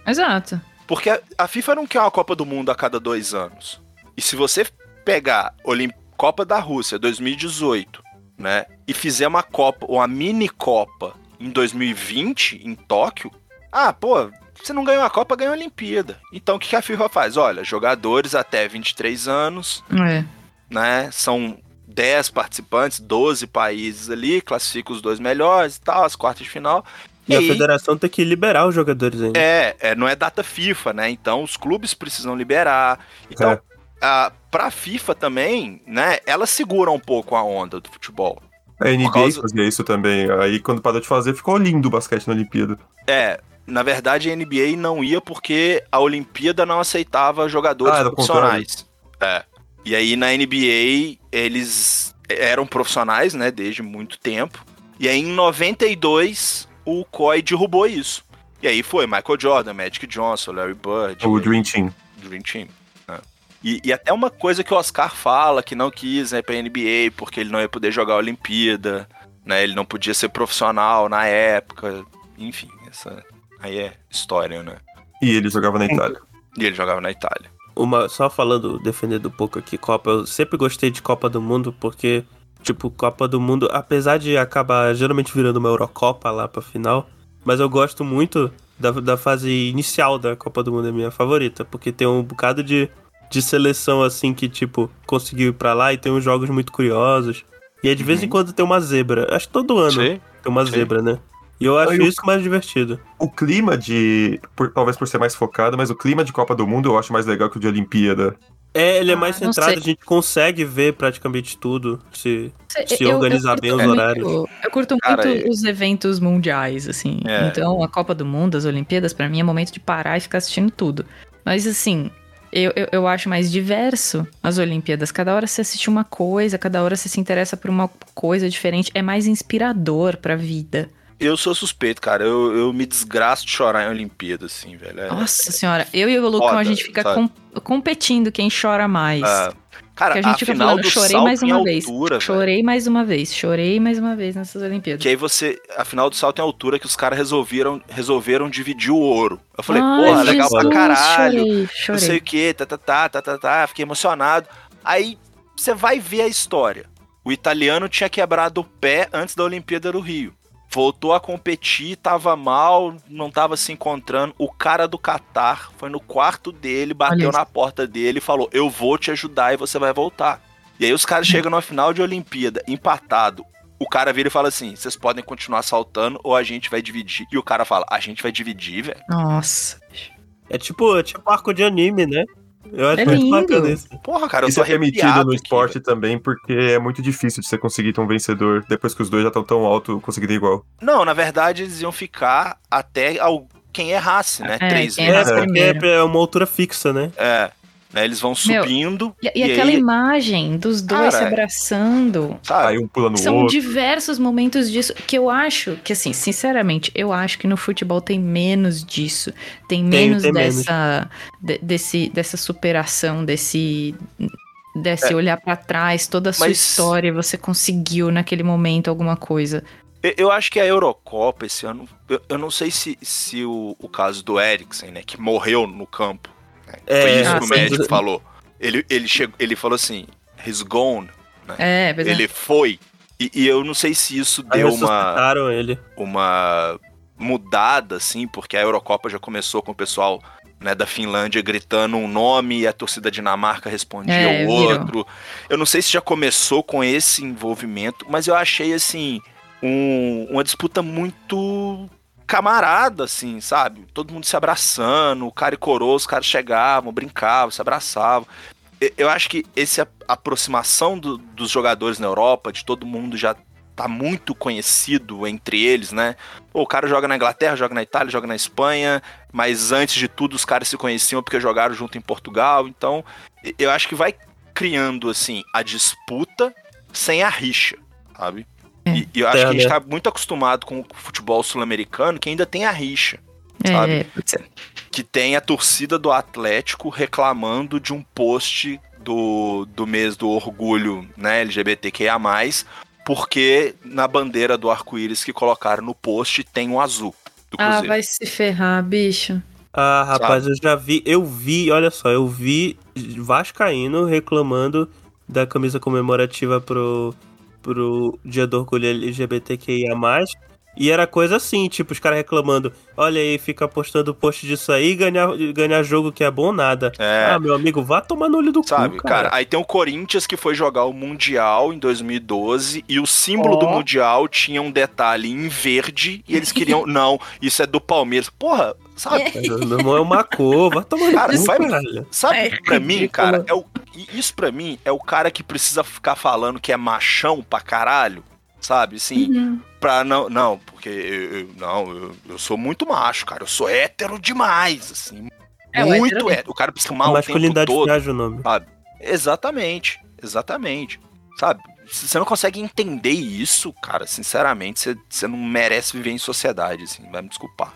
B: Exato.
D: Porque a, a FIFA não quer uma Copa do Mundo a cada dois anos. E se você pegar Olim- Copa da Rússia 2018, né? E fizer uma Copa, uma mini Copa em 2020, em Tóquio, ah, pô, você não ganhou a Copa, ganhou a Olimpíada. Então o que que a FIFA faz? Olha, jogadores até 23 anos,
B: É.
D: né? São 10 participantes, 12 países ali, classifica os dois melhores e tal, as quartas de final.
A: E a
D: E-
A: federação tem que liberar os jogadores ainda.
D: é, é, não é data FIFA, né? Então os clubes precisam liberar. Então,
C: É.
D: a, pra FIFA também, né? Ela segura um pouco a onda do futebol.
C: A NBA
D: Por causa-
C: fazia isso também. Aí quando parou de fazer, ficou lindo o basquete na Olimpíada.
D: É, na verdade a NBA não ia porque a Olimpíada não aceitava jogadores
C: Ah, era o
D: profissionais. É. E aí na NBA eles eram profissionais, né, desde muito tempo. E aí em 92 o COI derrubou isso. E aí foi Michael Jordan, Magic Johnson, Larry Bird,
C: O Dream Team.
D: Dream Team. né? E, e até uma coisa que o Oscar fala, que não quis né, pra NBA, porque ele não ia poder jogar a Olimpíada, né? Ele não podia ser profissional na época. Enfim, essa aí é história, né?
C: E ele jogava na Itália.
D: E ele jogava na Itália.
A: Uma, só falando, defendendo um pouco aqui, Copa, eu sempre gostei de Copa do Mundo porque, tipo, Copa do Mundo, apesar de acabar geralmente virando uma Eurocopa lá pra final, mas eu gosto muito da, da fase inicial da Copa do Mundo, é minha favorita, porque tem um bocado de, de seleção assim que, tipo, conseguiu ir pra lá e tem uns jogos muito curiosos. E aí, de vez em quando tem uma zebra, acho que todo ano tem uma
D: Uhum. sim.
A: zebra, né? E eu acho
C: Aí o-
A: isso mais divertido.
C: O clima de. por- talvez por ser mais focado, mas o clima de Copa do Mundo eu acho mais legal que o de Olimpíada.
A: É, ele é mais
B: não
A: centrado,
B: sei.
A: a gente consegue ver praticamente tudo. Se,
B: Se,
A: Se organizar bem os horários.
B: Eu curto
D: Cara,
B: muito
D: é-
B: os eventos mundiais, assim.
D: É.
B: Então, a Copa do Mundo, as Olimpíadas, pra mim é momento de parar e ficar assistindo tudo. Mas, assim, eu, eu, eu acho mais diverso as Olimpíadas. Cada hora você assiste uma coisa, cada hora você se interessa por uma coisa diferente. É mais inspirador pra vida.
D: Eu sou suspeito, cara. Eu, eu me desgraço de chorar em Olimpíada, assim, velho. É-
B: Nossa senhora, eu e o Lucão,
D: Foda,
B: a gente fica
D: sabe?
B: com- competindo quem chora mais.
D: Ah, cara,
B: que a
D: a,
B: gente fica
D: final
B: falando,
D: do
B: chorei
D: salto
B: mais
D: em
B: uma vez.
D: altura, velho.
B: Chorei mais uma vez, chorei mais uma vez nessas Olimpíadas.
D: Que aí você. A final do salto em altura que os caras resolveram, resolveram dividir o ouro. Eu falei,
B: Ai,
D: porra, legal pra
B: Jesus,
D: caralho.
B: Chorei,
D: não
B: chorei.
D: sei o que, tá, tá, tá, tá, tá, tá, fiquei emocionado. Aí você vai ver a história. O italiano tinha quebrado o pé antes da Olimpíada do Rio. Voltou a competir, tava mal, não tava se encontrando. O cara do Catar foi no quarto dele,
B: Olha
D: bateu
B: isso.
D: na porta dele e falou: Eu vou te ajudar e você vai voltar. E aí os caras chegam na final de Olimpíada, empatado. O cara vira e fala assim: vocês podem continuar saltando ou a gente vai dividir. E o cara fala: a gente vai dividir, velho.
B: Nossa.
A: É tipo, é tipo arco de anime, né? Eu acho
B: É
A: muito
B: lindo.
A: bacana isso.
D: Porra, cara, eu
C: Isso
D: tô
C: é permitido
D: arrepiado
C: no
D: aqui,
C: esporte também, porque é muito difícil de você conseguir ter um vencedor depois que os dois já estão tão alto, conseguir ter igual.
D: Não, na verdade eles iam ficar até ao... quem errasse, né?
B: É,
D: Três
B: quem
D: vezes.
A: É,
B: errasse.
A: porque
B: primeiro.
A: é uma altura fixa, né?
D: É. Né, eles vão
B: Meu,
D: subindo,
B: E, e
D: E
B: aquela
D: aí-
B: imagem dos dois
D: Cara,
B: se abraçando.
D: sabe?
C: Aí um pula no
B: São
C: outro.
B: diversos momentos disso que eu acho que, assim, sinceramente, eu acho que no futebol tem menos disso. Tem menos
A: tem menos.
B: dessa, de- desse, dessa superação, desse, desse olhar pra trás, toda a sua
D: Mas-
B: história, você conseguiu naquele momento alguma coisa.
D: Eu- Eu acho que a Eurocopa esse ano. Eu, eu não sei se, se o, o caso do Eriksen, né? Que morreu no campo. né,
A: É,
D: Foi isso
B: ah,
D: que o
B: sim.
D: médico falou. Ele, ele, chegou, ele falou assim: he's gone.
B: É, pois é.
D: Ele foi. E, e eu não sei se isso
A: Aí
D: deu uma.
A: ressuscitaram ele.
D: uma mudada, assim, porque a Eurocopa já começou com o pessoal né, da Finlândia gritando um nome e a torcida Dinamarca respondia
B: É,
D: o
B: virou.
D: outro. Eu não sei se já começou com esse envolvimento, mas eu achei, assim, um- uma disputa muito camarada, assim, sabe? Todo mundo se abraçando, o cara e coroa, os caras chegavam, brincavam, se abraçavam. E- Eu acho que essa aproximação do- dos jogadores na Europa, de todo mundo já tá muito conhecido entre eles, né? Pô, o cara joga na Inglaterra, joga na Itália, joga na Espanha, mas antes de tudo os caras se conheciam porque jogaram junto em Portugal. Então, e- eu acho que vai criando, assim, a disputa sem a rixa, sabe? E, e eu acho que a gente
A: É,
D: tá muito acostumado com o futebol sul-americano que ainda tem a rixa.
B: É,
D: sabe?
B: pode ser.
D: que tem a torcida do Atlético reclamando de um post do, do mês do orgulho né, LGBTQIA, porque na bandeira do arco-íris que colocaram no post tem um azul do
B: Ah,
D: Cruzeiro.
B: vai se ferrar, bicho.
A: Ah, rapaz, eu já vi, eu vi, olha só, eu vi Vascaíno reclamando da camisa comemorativa pro, pro Dia do Orgulho LGBTQIA. E era coisa assim, tipo, os caras reclamando, olha aí, fica postando post disso aí e ganhar, ganhar jogo que é bom nada.
D: É.
A: Ah, meu amigo, vá tomar no olho do
D: Sabe,
A: cu,
D: cara. aí tem o Corinthians que foi jogar o Mundial em 2012 e o símbolo
F: Ó.
D: do Mundial tinha um detalhe em verde e eles queriam, não, isso é do Palmeiras. Porra, sabe?
A: Não é uma cor, vai tomar no
D: Cara,
A: cu,
D: vai-
A: caralho.
D: Sabe,
B: É
D: pra mim,
A: ridículo.
D: cara, é o, i- isso pra mim é o cara que precisa ficar falando que é machão pra caralho, sabe? Assim,
B: Uhum.
D: pra não, não, porque eu, eu- não, eu, eu sou muito macho, cara, eu sou hétero demais, assim,
B: É, o hétero
D: muito
B: mesmo.
D: hétero. O cara precisa tomar o tempo
A: Masculinidade
D: todo.
A: frágil o nome.
D: Exatamente, exatamente. Sabe? Se você não consegue entender isso, cara, sinceramente, você, você não merece viver em sociedade, assim, vai me desculpar.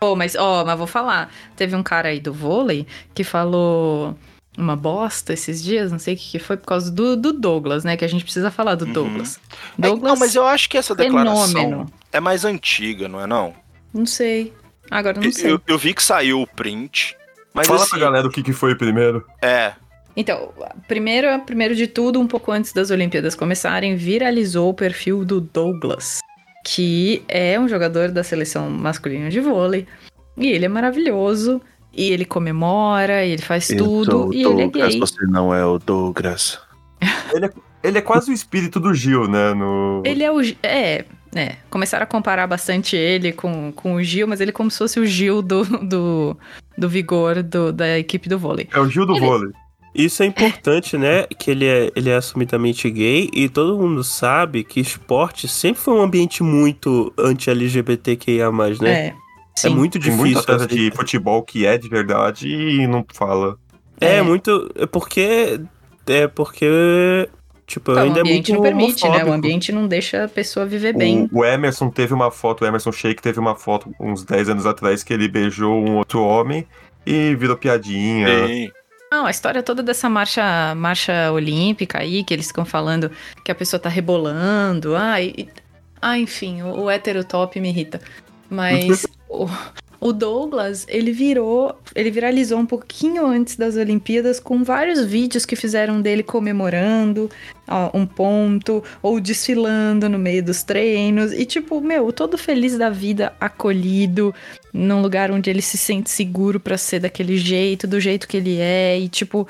B: Pô, mas, ó, mas vou falar. Teve um cara aí do vôlei que falou uma bosta esses dias, não sei o que, que foi, por causa do, do Douglas, né? Que a gente precisa falar do
D: Uhum.
B: Douglas.
D: É,
B: Douglas,
D: não, mas eu acho que essa declaração
B: fenômeno.
D: é mais antiga, não é não?
B: Não sei. Agora eu não sei.
D: Eu, eu vi que saiu o print, mas
C: Fala
D: assim,
C: pra galera o que, que foi primeiro.
D: é,
B: Então, primeiro, primeiro de tudo, um pouco antes das Olimpíadas começarem, viralizou o perfil do Douglas, que é um jogador da seleção masculina de vôlei. E ele é maravilhoso, e ele comemora, e ele faz tudo, e ele é gay.
I: você não é o Douglas.
C: Ele é quase o espírito do Gil, né? No...
B: Ele é o. Gi- É, é. Começaram a comparar bastante ele com, com o Gil, mas ele é como se fosse o Gil do, do, do vigor do- da equipe do vôlei.
C: É o Gil do
B: Ele-
C: vôlei.
A: Isso é importante, né? Que ele é, ele é assumidamente gay e todo mundo sabe que esporte sempre foi um ambiente muito anti-LGBTQIA, né? É,
B: É. Sim.
A: muito
C: Tem
A: difícil.
C: muito atleta de
A: assim.
C: futebol que é de verdade e não fala.
A: É,
B: É.
A: muito. É porque. É porque. Tipo,
B: Tá, o
A: ainda é
B: ambiente
A: muito.
B: não permite, né? O
A: homofóbico.
B: ambiente não deixa a pessoa viver É bem.
C: O, o Emerson teve uma foto, o Emerson Sheik teve uma foto uns 10 anos atrás que ele beijou um outro homem e virou piadinha.
D: sim.
B: Não, a história toda dessa marcha marcha olímpica aí, que eles ficam falando que a pessoa tá rebolando. Ai, e- ah, enfim, o, o hétero top me irrita. Mas o, o Douglas, ele virou, ele viralizou um pouquinho antes das Olimpíadas com vários vídeos que fizeram dele comemorando ó, um ponto ou desfilando no meio dos treinos. E tipo, meu, todo feliz da vida, acolhido, num lugar onde ele se sente seguro pra ser daquele jeito, do jeito que ele é, e tipo.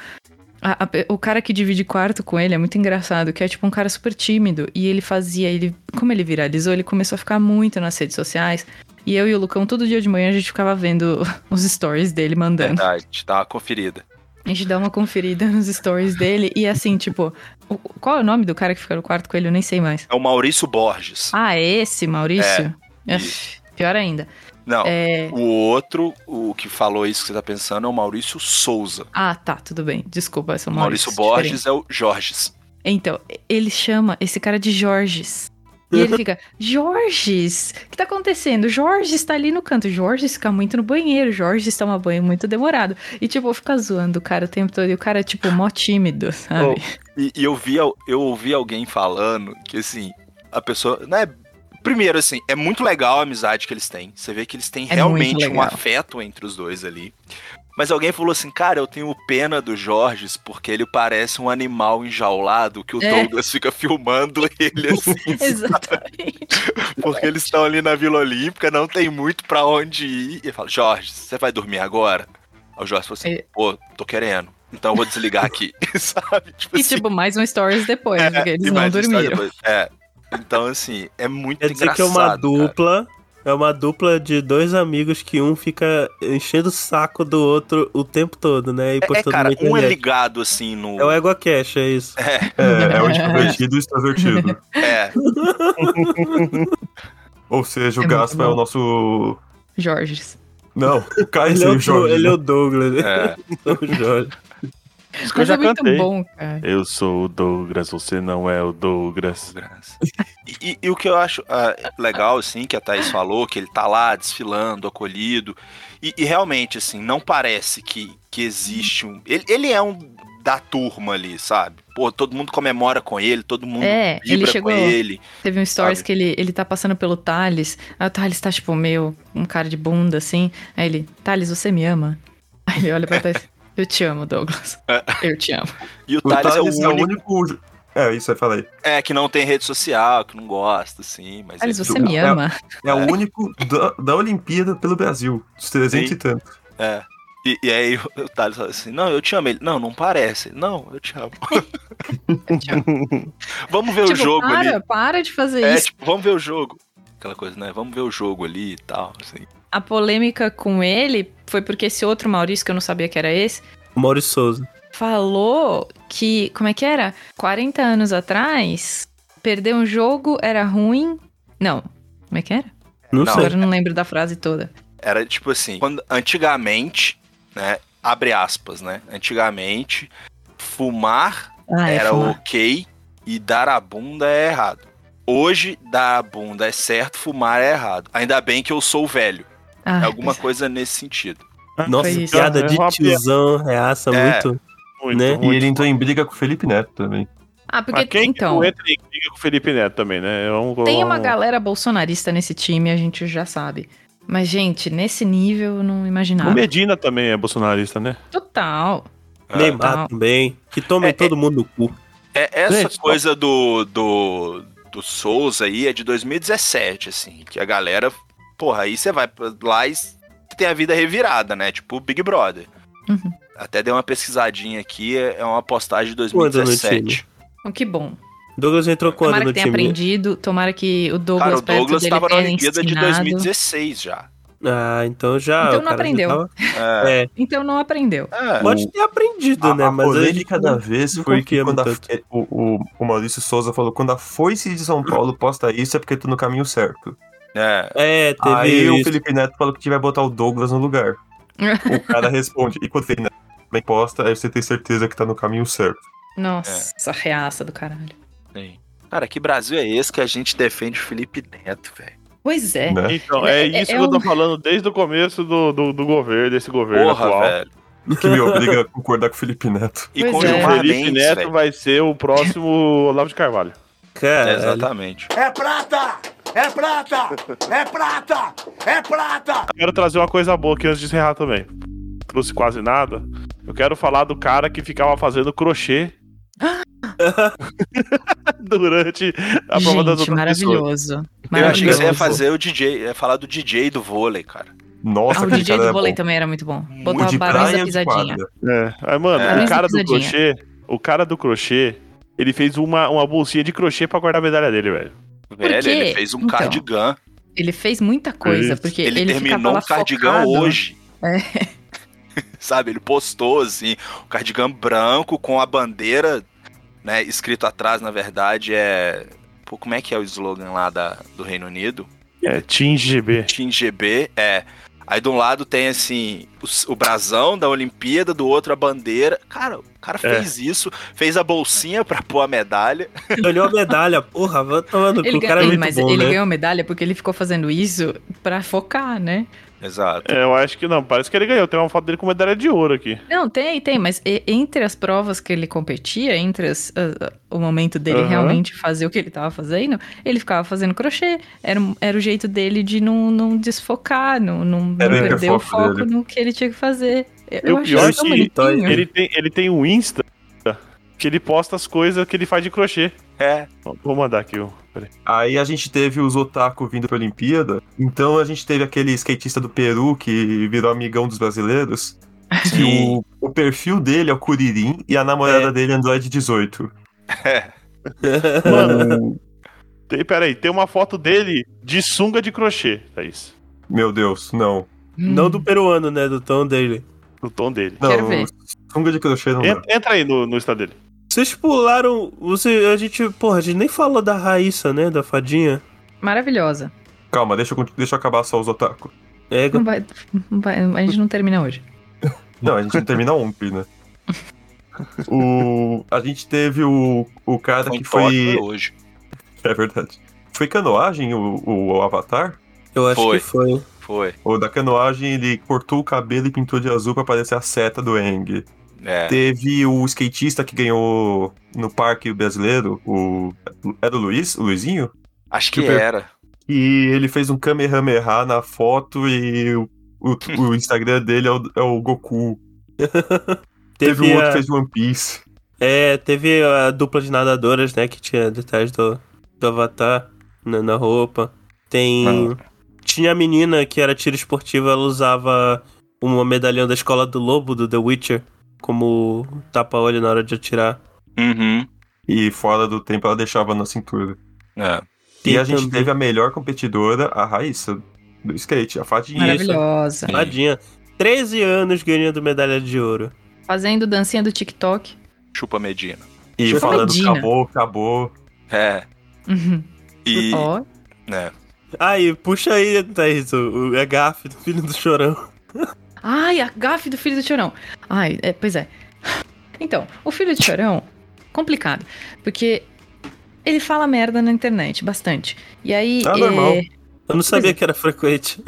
B: a- a pe- o cara que divide quarto com ele é muito engraçado, que é tipo um cara super tímido. E ele fazia, ele. Como ele viralizou, ele começou a ficar muito nas redes sociais. E eu e o Lucão, todo dia de manhã, a gente ficava vendo os stories dele mandando.
D: verdade, dá uma conferida.
B: A gente dá uma conferida nos stories dele. E assim, tipo, o- qual é o nome do cara que fica no quarto com ele? Eu nem sei mais.
D: É o Maurício Borges.
B: Ah, esse, Maurício?
D: É,
B: Uf, pior ainda.
D: Não,
B: É.
D: o outro, o que falou isso que você tá pensando é o Maurício Souza.
B: Ah, tá, tudo bem. Desculpa, esse é o Maurício.
D: Maurício,
B: diferente.
D: Borges é o Jorges.
B: Então, ele chama esse cara de Jorges. E ele fica, Jorges, o que tá acontecendo? Jorges tá ali no canto. Jorges fica muito no banheiro. Jorges toma banho muito demorado. E, tipo, fica zoando o cara o tempo todo. E o cara, tipo, mó tímido,
D: Oh,
B: sabe?
D: E, e eu, vi, al- eu ouvi alguém falando que, assim, a pessoa. Não é, primeiro, assim, é muito legal a amizade que eles têm. Você vê que eles têm
B: É muito
D: realmente um
B: legal.
D: afeto entre os dois ali. Mas alguém falou assim, cara, eu tenho pena do Jorges porque ele parece um animal enjaulado que o
B: É.
D: Douglas fica filmando ele, assim,
B: Exatamente.
D: porque eles estão ali na Vila Olímpica, não tem muito pra onde ir. E ele fala, Jorge, você vai dormir agora? Aí o Jorge falou assim,
B: É.
D: pô, tô querendo, então eu vou desligar aqui, sabe? Tipo
B: E,
D: assim,
B: tipo, mais um stories depois,
D: é,
B: porque eles
D: e
B: não
D: mais história
B: dormiram.
D: depois. É. Então, assim, é muito
A: Quer dizer
D: engraçado.
A: que é uma
D: cara.
A: dupla. É uma dupla de dois amigos que um fica enchendo o saco do outro o tempo todo, né? E
D: É,
A: postando
D: cara,
A: na
D: um é
A: internet.
D: ligado, assim, no...
A: É o Ego Cash, é isso.
C: É, é o extrovertido e o extrovertido.
D: É,
C: Ou seja, o
B: É muito
C: Gaspa é o
B: bom.
C: nosso.
B: Jorges.
C: Não, o Caio
A: Ele é,
C: seria o
A: o,
C: Jorge.
A: ele é o Douglas, né?
D: é.
A: o Jorge.
F: Isso que eu
B: Mas é
F: já
B: muito
F: cantei.
B: bom, cara.
I: Eu sou o Douglas, você não é o Douglas.
D: E, e- e o que eu acho ah, legal, assim, que a Thaís falou, que ele tá lá desfilando, acolhido. E, e realmente, assim, não parece que, que existe um. Ele, ele é um da turma ali, sabe? Pô, todo mundo comemora com ele, todo mundo
B: É,
D: Hum, vibra
B: ele chegou-
D: com ele.
B: Teve um stories
D: Sabe?
B: que ele, ele tá passando pelo Thales. Aí o Thales tá, tipo, meio um cara de bunda, assim. Aí ele, Thales, você me ama? Aí ele olha pra Thales, eu te amo, Douglas.
D: É.
B: Eu te amo.
D: E o,
C: O
D: Thales é o
C: Thales
D: único
C: único. É, isso aí, falei.
D: é, que não tem rede social, que não gosta, assim. Mas
B: Thales,
D: ele-
B: você me
C: É.
B: ama?
C: É o único da, da Olimpíada pelo Brasil. Dos 300 e
D: Sim.
C: tanto.
D: É. E, e aí o o Thales fala assim: Não, eu te amo. Ele, não, não parece. Ele, Não, eu te amo. Vamos ver o jogo ali.
B: Tipo, para, para de fazer
D: É,
B: isso.
D: tipo, vamos ver o jogo. Aquela coisa, né? Vamos ver o jogo ali e tal. Assim.
B: A polêmica com ele foi porque esse outro Maurício, que eu não sabia que era esse,
A: Maurício Souza.
B: falou que, como é que era? 40 anos atrás, perder um jogo era ruim. Não, como é que era?
A: Não,
D: Não.
A: sei.
B: Agora eu não lembro da frase toda.
D: Era tipo assim, quando antigamente, né? Abre aspas, né? Antigamente fumar
B: Ah, é
D: era
B: fumar.
D: ok e dar a bunda é errado. Hoje, dar a bunda é certo, fumar é errado. Ainda bem que eu sou velho.
B: Ah,
D: É alguma
B: pois
D: coisa nesse sentido.
A: Nossa,
B: isso.
A: piada
F: É
A: de
F: uma piada.
A: tiozão, reaça
D: É.
A: muito.
F: Muito,
A: Né?
F: muito.
C: E ele entrou em briga com o Felipe Neto também.
B: Ah,
F: Mas
B: porque
F: quem
B: então.
F: então... entra em briga com o Felipe Neto também, né? É um-
B: Tem
F: um-
B: uma galera bolsonarista nesse time, a gente já sabe. Mas, gente, nesse nível eu não imaginava.
F: O Medina também é bolsonarista, né?
B: Total.
A: Neymar
B: Tá.
A: também. Que tomem
D: É, é.
A: todo mundo no cu.
D: É, essa
A: Gente,
D: coisa do, do, do Souza aí é de 2017, assim, que a galera, porra, aí você vai pra lá e s- tem a vida revirada, né? Tipo Big Brother.
B: Uhum.
D: Até dei uma pesquisadinha aqui, é é uma postagem de
A: Quando no
D: 2017.
B: Então, que bom.
A: Douglas entrou quando
B: tomara
A: no
B: que tenha
A: time?
B: aprendido, tomara que o Douglas
D: Cara, o
B: perto
D: Douglas
B: dele
D: tava na
B: tenha
D: Olimpíada de
B: ensinado.
D: 2016 já.
A: Ah, então já. o
B: Então não
A: cara já
B: aprendeu.
A: tava-
D: É,
A: É,
B: Então não aprendeu.
D: é.
A: pode ter aprendido,
C: A,
A: né?
C: a
A: Mas
C: polêmica
A: eu-
C: da vez
A: não
C: foi que
A: confia
C: quando a-
A: muito.
C: é, o, o, o Maurício Souza falou: quando a foice de São Paulo posta isso é porque tu no caminho certo.
D: é.
A: É, teve.
C: Aí o
A: isso.
C: Felipe Neto falou que tiver botar o Douglas no lugar. o cara responde: e quando o Felipe Neto também posta, aí você tem certeza que tá no caminho certo.
D: É.
B: Nossa, essa reaça do caralho.
D: Sim. Cara, que Brasil é esse que a gente defende o Felipe Neto, velho?
B: Pois é.
C: Né?
F: Então,
B: É-
F: é,
B: é-
F: isso
B: é
F: que eu tô
B: um-
F: falando desde o começo do, do, do governo, desse governo
D: Porra,
F: atual.
D: velho.
C: Que me obriga a concordar com o Felipe Neto.
D: E
B: Pois
D: com o
B: é.
F: O
D: Gilmar
F: Felipe
D: Mendes,
F: Neto
D: velho.
F: vai ser o próximo Olavo de Carvalho.
D: É,
A: Cara,
D: exatamente.
H: É prata! É prata! É prata! É prata!
F: Quero trazer uma coisa boa aqui antes de encerrar também. Trouxe quase nada. Eu quero falar do cara que ficava fazendo crochê durante a prova das
B: Gente,
F: outras pessoas.
B: maravilhoso.
D: Eu achei que
B: Maravilhoso.
D: você ia fazer o DJ, ia falar do DJ do vôlei, cara.
C: Nossa,
B: Ah, o
C: aquele
B: DJ
C: cara
B: do
C: é
B: vôlei
C: bom.
B: também era muito bom.
C: O
B: Botava
C: de
B: barões da
C: praia de
B: pisadinha.
C: quadra.
F: É. Aí, mano,
D: É.
F: o cara do
B: Pisadinha.
F: crochê, o cara do crochê, ele fez uma, uma bolsinha de crochê pra guardar a medalha dele, velho.
D: Velho,
B: quê?
D: ele fez um
B: Então.
D: cardigan.
B: Ele fez muita coisa,
F: Isso.
B: porque
D: Ele,
B: ele, ficava
D: terminou
B: lá
D: um cardigan
B: focado. É.
D: hoje. Sabe, ele postou assim, um cardigan branco com a bandeira, né, escrito atrás, na verdade, é. Pô, como é que é o slogan lá da, do Reino Unido?
F: É, Team GB.
D: Team GB, é. Aí de um lado tem assim, o, s- o brasão da Olimpíada, do outro a bandeira. Cara, o cara
F: É.
D: fez isso, fez a bolsinha pra pôr a medalha.
A: ganhou a medalha, porra. Vai tomar no cu.
B: Ele
A: O
B: ganha-
A: cara é
B: Ei,
A: muito
B: mas
A: bom,
B: ele
A: né?
B: ganhou medalha porque ele ficou fazendo isso pra focar, né?
D: Exato.
F: É, eu acho que não, parece que ele ganhou. Tem uma foto dele com medalha de ouro aqui.
B: Não, tem, tem, mas e- entre as provas que ele competia, entre as- a- a- o momento dele
F: Aham.
B: realmente fazer o que ele tava fazendo, ele ficava fazendo crochê. Era, um- era o jeito dele de não, não desfocar, não, não, não
C: Era o
B: perder o
C: hiperfoco
B: foco
C: dele.
B: no que ele tinha que fazer. Eu,
F: E o
B: achei
F: pior
B: isso tão
F: é que
B: bonitinho.
F: Ele tem, ele tem um Insta que ele posta as coisas que ele faz de crochê.
D: É.
F: Vou mandar aqui, ó. Peraí.
C: Aí a gente teve os otaku vindo pra Olimpíada. Então a gente teve aquele skatista do Peru que virou amigão dos brasileiros. Que o, o perfil dele é o Curirim e a namorada dele é Android 18.
F: Mano, tem, peraí, tem uma foto dele de sunga de crochê, é isso.
C: Meu Deus, não.
B: Hum.
A: Não do peruano, né? Do tom dele.
F: No tom dele.
C: Não,
B: Quero ver.
C: sunga de crochê não dá.
F: Entra, entra aí no, no Insta dele.
A: Vocês pularam. Você, a gente, porra, a gente nem falou da Raíssa, né? Da fadinha.
B: Maravilhosa.
C: Calma, deixa eu, deixa eu acabar só os otaku.
A: É,
B: Não vai- não vai- a gente não termina hoje.
C: Não, a gente não termina ontem, né? O, a gente teve o, o cara
D: Foi em
C: que foi.
D: Tóquio hoje.
C: É verdade. Foi canoagem o, o Avatar?
A: eu acho
D: Foi.
A: que foi.
D: Foi.
C: O da canoagem ele cortou o cabelo e pintou de azul pra parecer a seta do Eng.
D: É.
C: Teve o skatista que ganhou no parque brasileiro, o. Era o Luiz? O Luizinho?
D: Acho que
C: Super-
D: era.
C: E ele fez um Kamehameha na foto e o, o- o Instagram dele é o, é o Goku. Teve, um outro
A: a-
C: que fez One Piece.
A: É, teve a dupla de nadadoras, né? Que tinha detalhes do, do Avatar na, na roupa. Tem.
C: Ah.
A: Tinha a menina que era tiro esportiva, ela usava uma medalhão da escola do lobo do The Witcher como tapa-olho na hora de atirar.
D: Uhum.
C: E fora do tempo ela deixava na cintura.
D: É.
A: Tem
C: e a gente
A: também-
C: teve a melhor competidora, a Raíssa, do skate, a fadinha.
B: Maravilhosa.
A: Tadinha. 13 anos ganhando medalha de ouro.
B: Fazendo dancinha do TikTok.
D: Chupa Medina.
C: E
B: Chupa
C: falando,
B: Medina.
C: acabou, acabou.
D: É.
B: Uhum.
D: E.
B: Ó,
D: né.
A: Aí, puxa aí, Thaís, o, é o a gafe do filho do chorão.
B: Ai, a gafe do filho do chorão. Ai, é, pois é. Então, o filho de chorão, complicado. Porque ele fala merda na internet, bastante. E aí.
A: Ah,
B: é-
A: normal. Eu não sabia que era frequente.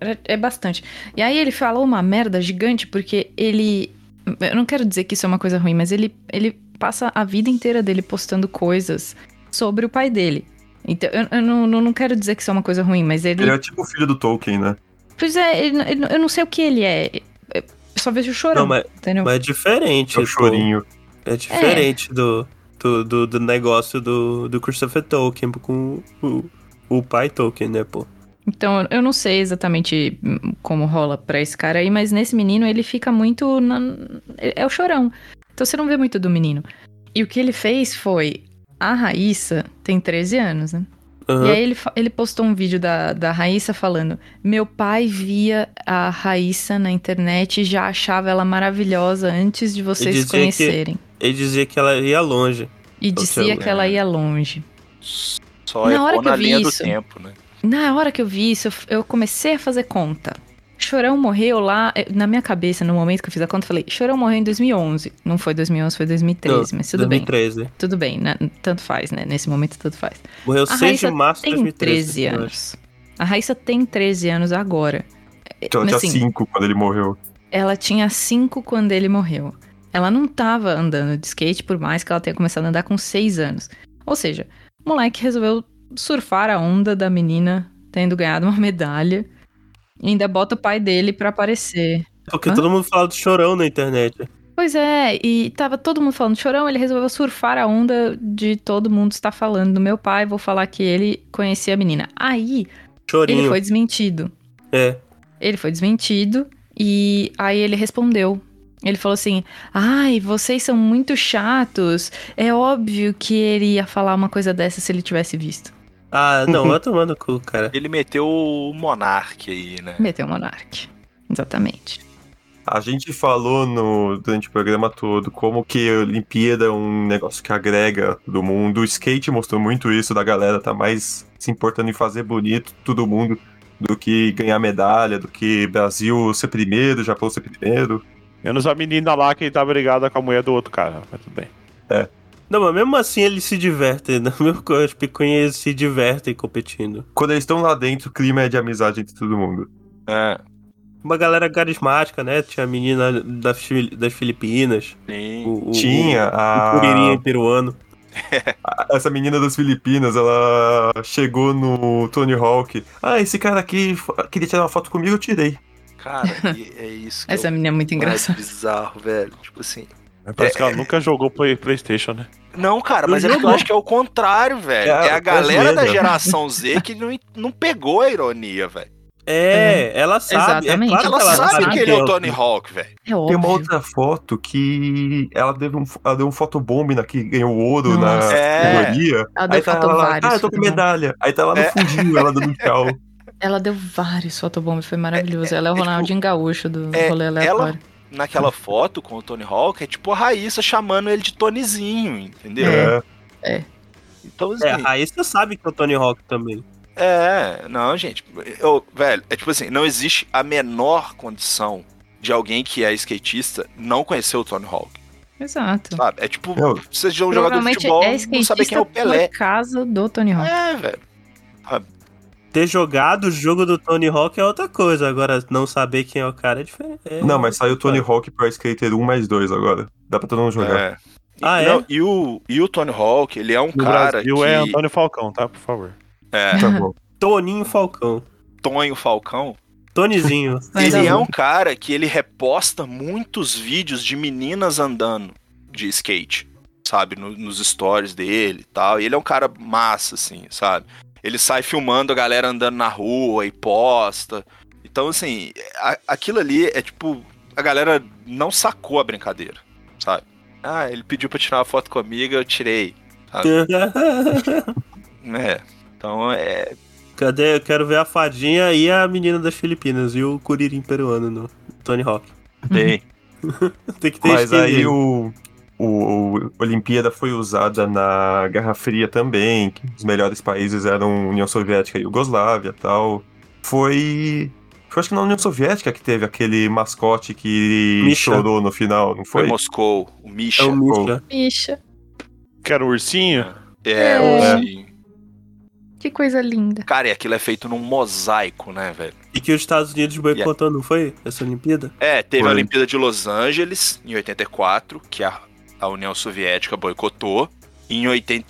B: Era- É bastante. E aí ele falou uma merda gigante porque ele. Eu não quero dizer que isso é uma coisa ruim, mas ele, ele passa a vida inteira dele postando coisas sobre o pai dele. Então, eu, eu não, não não quero dizer que isso é uma coisa ruim, mas ele.
A: um
C: Ele é tipo o filho do Tolkien, né?
B: Pois é, ele- ele- eu não sei o que ele é. Eu só vejo chorando.
A: Não, mas,
B: entendeu?
A: mas é diferente.
C: É o chorinho.
A: pô. É diferente do, do, do, do negócio do, do Christopher Tolkien com o, o pai Tolkien, né, pô?
B: Então, eu não sei exatamente hum, como rola pra esse cara aí, mas nesse menino ele fica muito. na- É o chorão. Então você não vê muito do menino. E o que ele fez foi. A Raíssa tem 13 anos, né? E
A: Aham.
B: aí ele, fa- ele postou um vídeo da, da Raíssa falando: Meu pai via a Raíssa na internet e já achava ela maravilhosa antes de vocês
A: dizia
B: se
A: que-
B: conhecerem.
A: Ele dizia que ela ia longe.
B: E
A: Ou
B: dizia
A: seja,
B: que ela ia longe.
D: Só
B: Na
D: é
B: hora
D: pôr
B: que eu
D: na
B: vi
D: linha
B: isso.
D: do tempo, né?
B: Na hora que eu vi isso, eu f- eu comecei a fazer conta. Chorão morreu lá, eh, na minha cabeça, no momento que eu fiz a conta, eu falei: Chorão morreu em 2011. Não foi 2011, foi 2013, mas tudo bem.
A: 2013, né?
B: Tudo bem, né? tanto faz, né? Nesse momento, tanto faz.
A: Morreu 6 de
B: Raíssa
A: março de
B: Tem
A: 2013.
B: 13
A: eu acho.
B: anos. A Raíssa tem 13 anos agora.
C: Então,
B: Mas
C: tinha
B: assim-
C: cinco quando ele morreu.
B: Ela tinha 5 quando ele morreu. Ela não tava andando de skate, por mais que ela tenha começado a andar com 6 anos. Ou seja, o moleque resolveu surfar a onda da menina tendo ganhado uma medalha. E ainda bota o pai dele pra aparecer.
A: Porque
B: Hã?
A: todo mundo fala do chorão na internet.
B: Pois é, e tava todo mundo falando de chorão, ele resolveu surfar a onda de todo mundo está falando do meu pai, vou falar que ele conhecia a menina. Aí,
A: Chorinho.
B: ele foi desmentido.
A: É.
B: Ele foi desmentido e aí ele respondeu. Ele falou assim: "Ai, vocês são muito chatos. É óbvio que ele ia falar uma coisa dessa se ele tivesse visto."
A: Ah, não, vai tomar no cu, cara.
D: Ele meteu o Monark aí, né?
B: Meteu o Monark. Exatamente.
C: A gente falou no, durante o programa todo como que a Olimpíada é um negócio que agrega todo mundo. O skate mostrou muito isso da galera tá mais se importando em fazer bonito todo mundo do que ganhar medalha, do que Brasil ser primeiro, Japão ser primeiro.
F: Menos a menina lá que tá brigada com a mulher do outro cara, mas tudo bem.
A: Não, mas mesmo assim eles se divertem, né? Mesmo que as picuinhas se divertem competindo.
C: Quando eles estão lá dentro, o clima é de amizade entre todo mundo.
D: É,
A: Uma galera carismática, né? Tinha a menina da Fili- das Filipinas.
D: sim.
A: O, o-
C: Tinha
A: O, o curirinha
C: a...
A: peruano.
C: essa menina das Filipinas, ela chegou no Tony Hawk. Ah, esse cara aqui fa- queria tirar uma foto comigo, eu tirei.
D: Cara, e é isso que
B: Essa
D: eu...
B: menina é muito
D: mais
B: engraçada.
D: bizarro, velho. Tipo assim.
F: Parece que ela nunca jogou play, PlayStation, né?
D: Não, cara,
A: Não
D: mas é porque eu
A: jogou.
D: acho que é o contrário, velho.
A: É a-
D: É, a galera da
A: brasileira.
D: geração Z que não, não pegou a ironia, velho.
A: É, ela sabe.
B: Exatamente.
A: É claro
D: Ela
A: que ela
D: sabe que ele é o
A: ela-
D: Tony Hawk, velho.
B: É
C: Tem uma
B: óbvio.
C: outra foto que ela deu um, ela deu um fotobomb na que ganhou ouro
B: Nossa.
C: na
D: É.
C: categoria.
B: Ela deu,
C: Aí tá ela
B: faltou
C: lá,
B: vários.
C: ah, eu tô com
B: fotobombs.
C: medalha. Aí tá lá no
D: É.
C: fundinho, ela dando tchau.
B: Ela deu vários fotobombs, foi maravilhoso. ela é o
D: tipo,
B: Ronaldinho Gaúcho do
D: é,
B: rolê aleatório.
D: Naquela foto com o Tony Hawk, é tipo a Raíssa chamando ele de Tonizinho, entendeu?
B: É.
C: É.
D: Então, assim,
A: É, aí você sabe que é o Tony Hawk também.
D: É, não, gente. Eu, velho, é tipo assim, não existe a menor condição de alguém que é skatista não conhecer o Tony Hawk,
B: Exato.
D: sabe? É tipo,
C: Eu-
D: você é um jogador de
B: Provavelmente
D: futebol,
B: é
D: não saber quem é
B: skatista
D: o Pelé.
B: por causa do Tony Hawk.
D: É, velho.
A: Ter jogado o jogo do Tony Hawk é outra coisa. Agora, não saber quem é o cara é diferente. É.
C: Não, mas saiu Tony Hawk pro Skater 1 mais 2 agora. Dá pra todo mundo jogar.
D: É.
A: Ah, é?
D: Não, e, o, e o Tony Hawk, ele é um
F: No
D: cara
F: Brasil
D: que
F: é Antônio Falcão, tá? Por favor.
D: é
C: Tá bom.
A: Toninho Falcão.
D: Tonho Falcão.
A: Tonizinho.
B: Mas
D: ele
B: é
D: é
B: bom.
D: um cara que ele reposta muitos vídeos de meninas andando de skate, sabe? No- nos stories dele e tal. E ele é um cara massa, assim, sabe? Ele sai filmando a galera andando na rua e posta. Então, assim, a- aquilo ali é tipo. A galera não sacou a brincadeira, sabe? Ah, ele pediu pra tirar uma foto comigo, eu tirei. É. Então é.
A: Cadê? Eu quero ver a fadinha e a menina das Filipinas e o curirim peruano no Tony Hawk.
D: Tem.
A: Tem que ter
C: Mas
A: skin
C: aí
A: dele.
C: o, o, o Olimpíada foi usada na Guerra Fria também. que Os melhores países eram União Soviética e Iugoslávia e tal. Foi Eu acho que na União Soviética que teve aquele mascote que
A: Misha.
C: chorou no final, não
D: Foi
C: foi?
D: Moscou, o Misha.
A: É o Misha.
E: Bicha,
F: Que era o um ursinho?
D: É,
E: É.
D: o ursinho.
E: que coisa linda.
D: Cara, e aquilo é feito num mosaico, né, velho?
A: E que os Estados Unidos boicotou, não foi? Essa Olimpíada?
D: É, teve
C: Foi.
D: a Olimpíada de Los Angeles, em 84, que a, a União Soviética boicotou. Em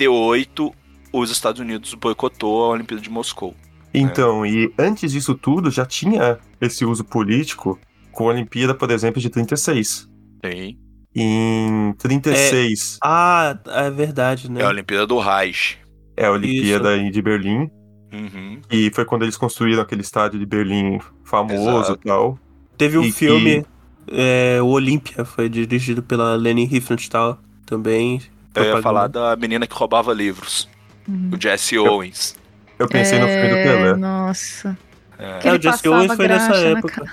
D: 88, os Estados Unidos boicotou a Olimpíada de Moscou.
C: Então, e antes disso tudo, já tinha esse uso político com a Olimpíada, por exemplo, de 36.
D: Sim.
C: Em 36
A: Ah, é verdade, né?
D: É a Olimpíada do Reich.
C: é, a Olimpíada de Berlim,
D: Uhum.
C: e foi quando eles construíram aquele estádio de Berlim famoso e
D: Exato.
C: tal.
A: Teve um
C: E que-
A: filme, é, o Olímpia, foi dirigido pela Leni Riefenstahl também.
D: Eu ia
A: Propaganda.
D: falar da menina que roubava livros,
B: Uhum.
D: o Jesse Owens.
C: Eu pensei no filme do
E: É,
C: Pelé.
E: Nossa.
D: É.
E: Que
A: É,
E: ele
A: o Jesse
E: passava
A: Owens foi
E: graxa né,
A: nessa
E: na
A: época.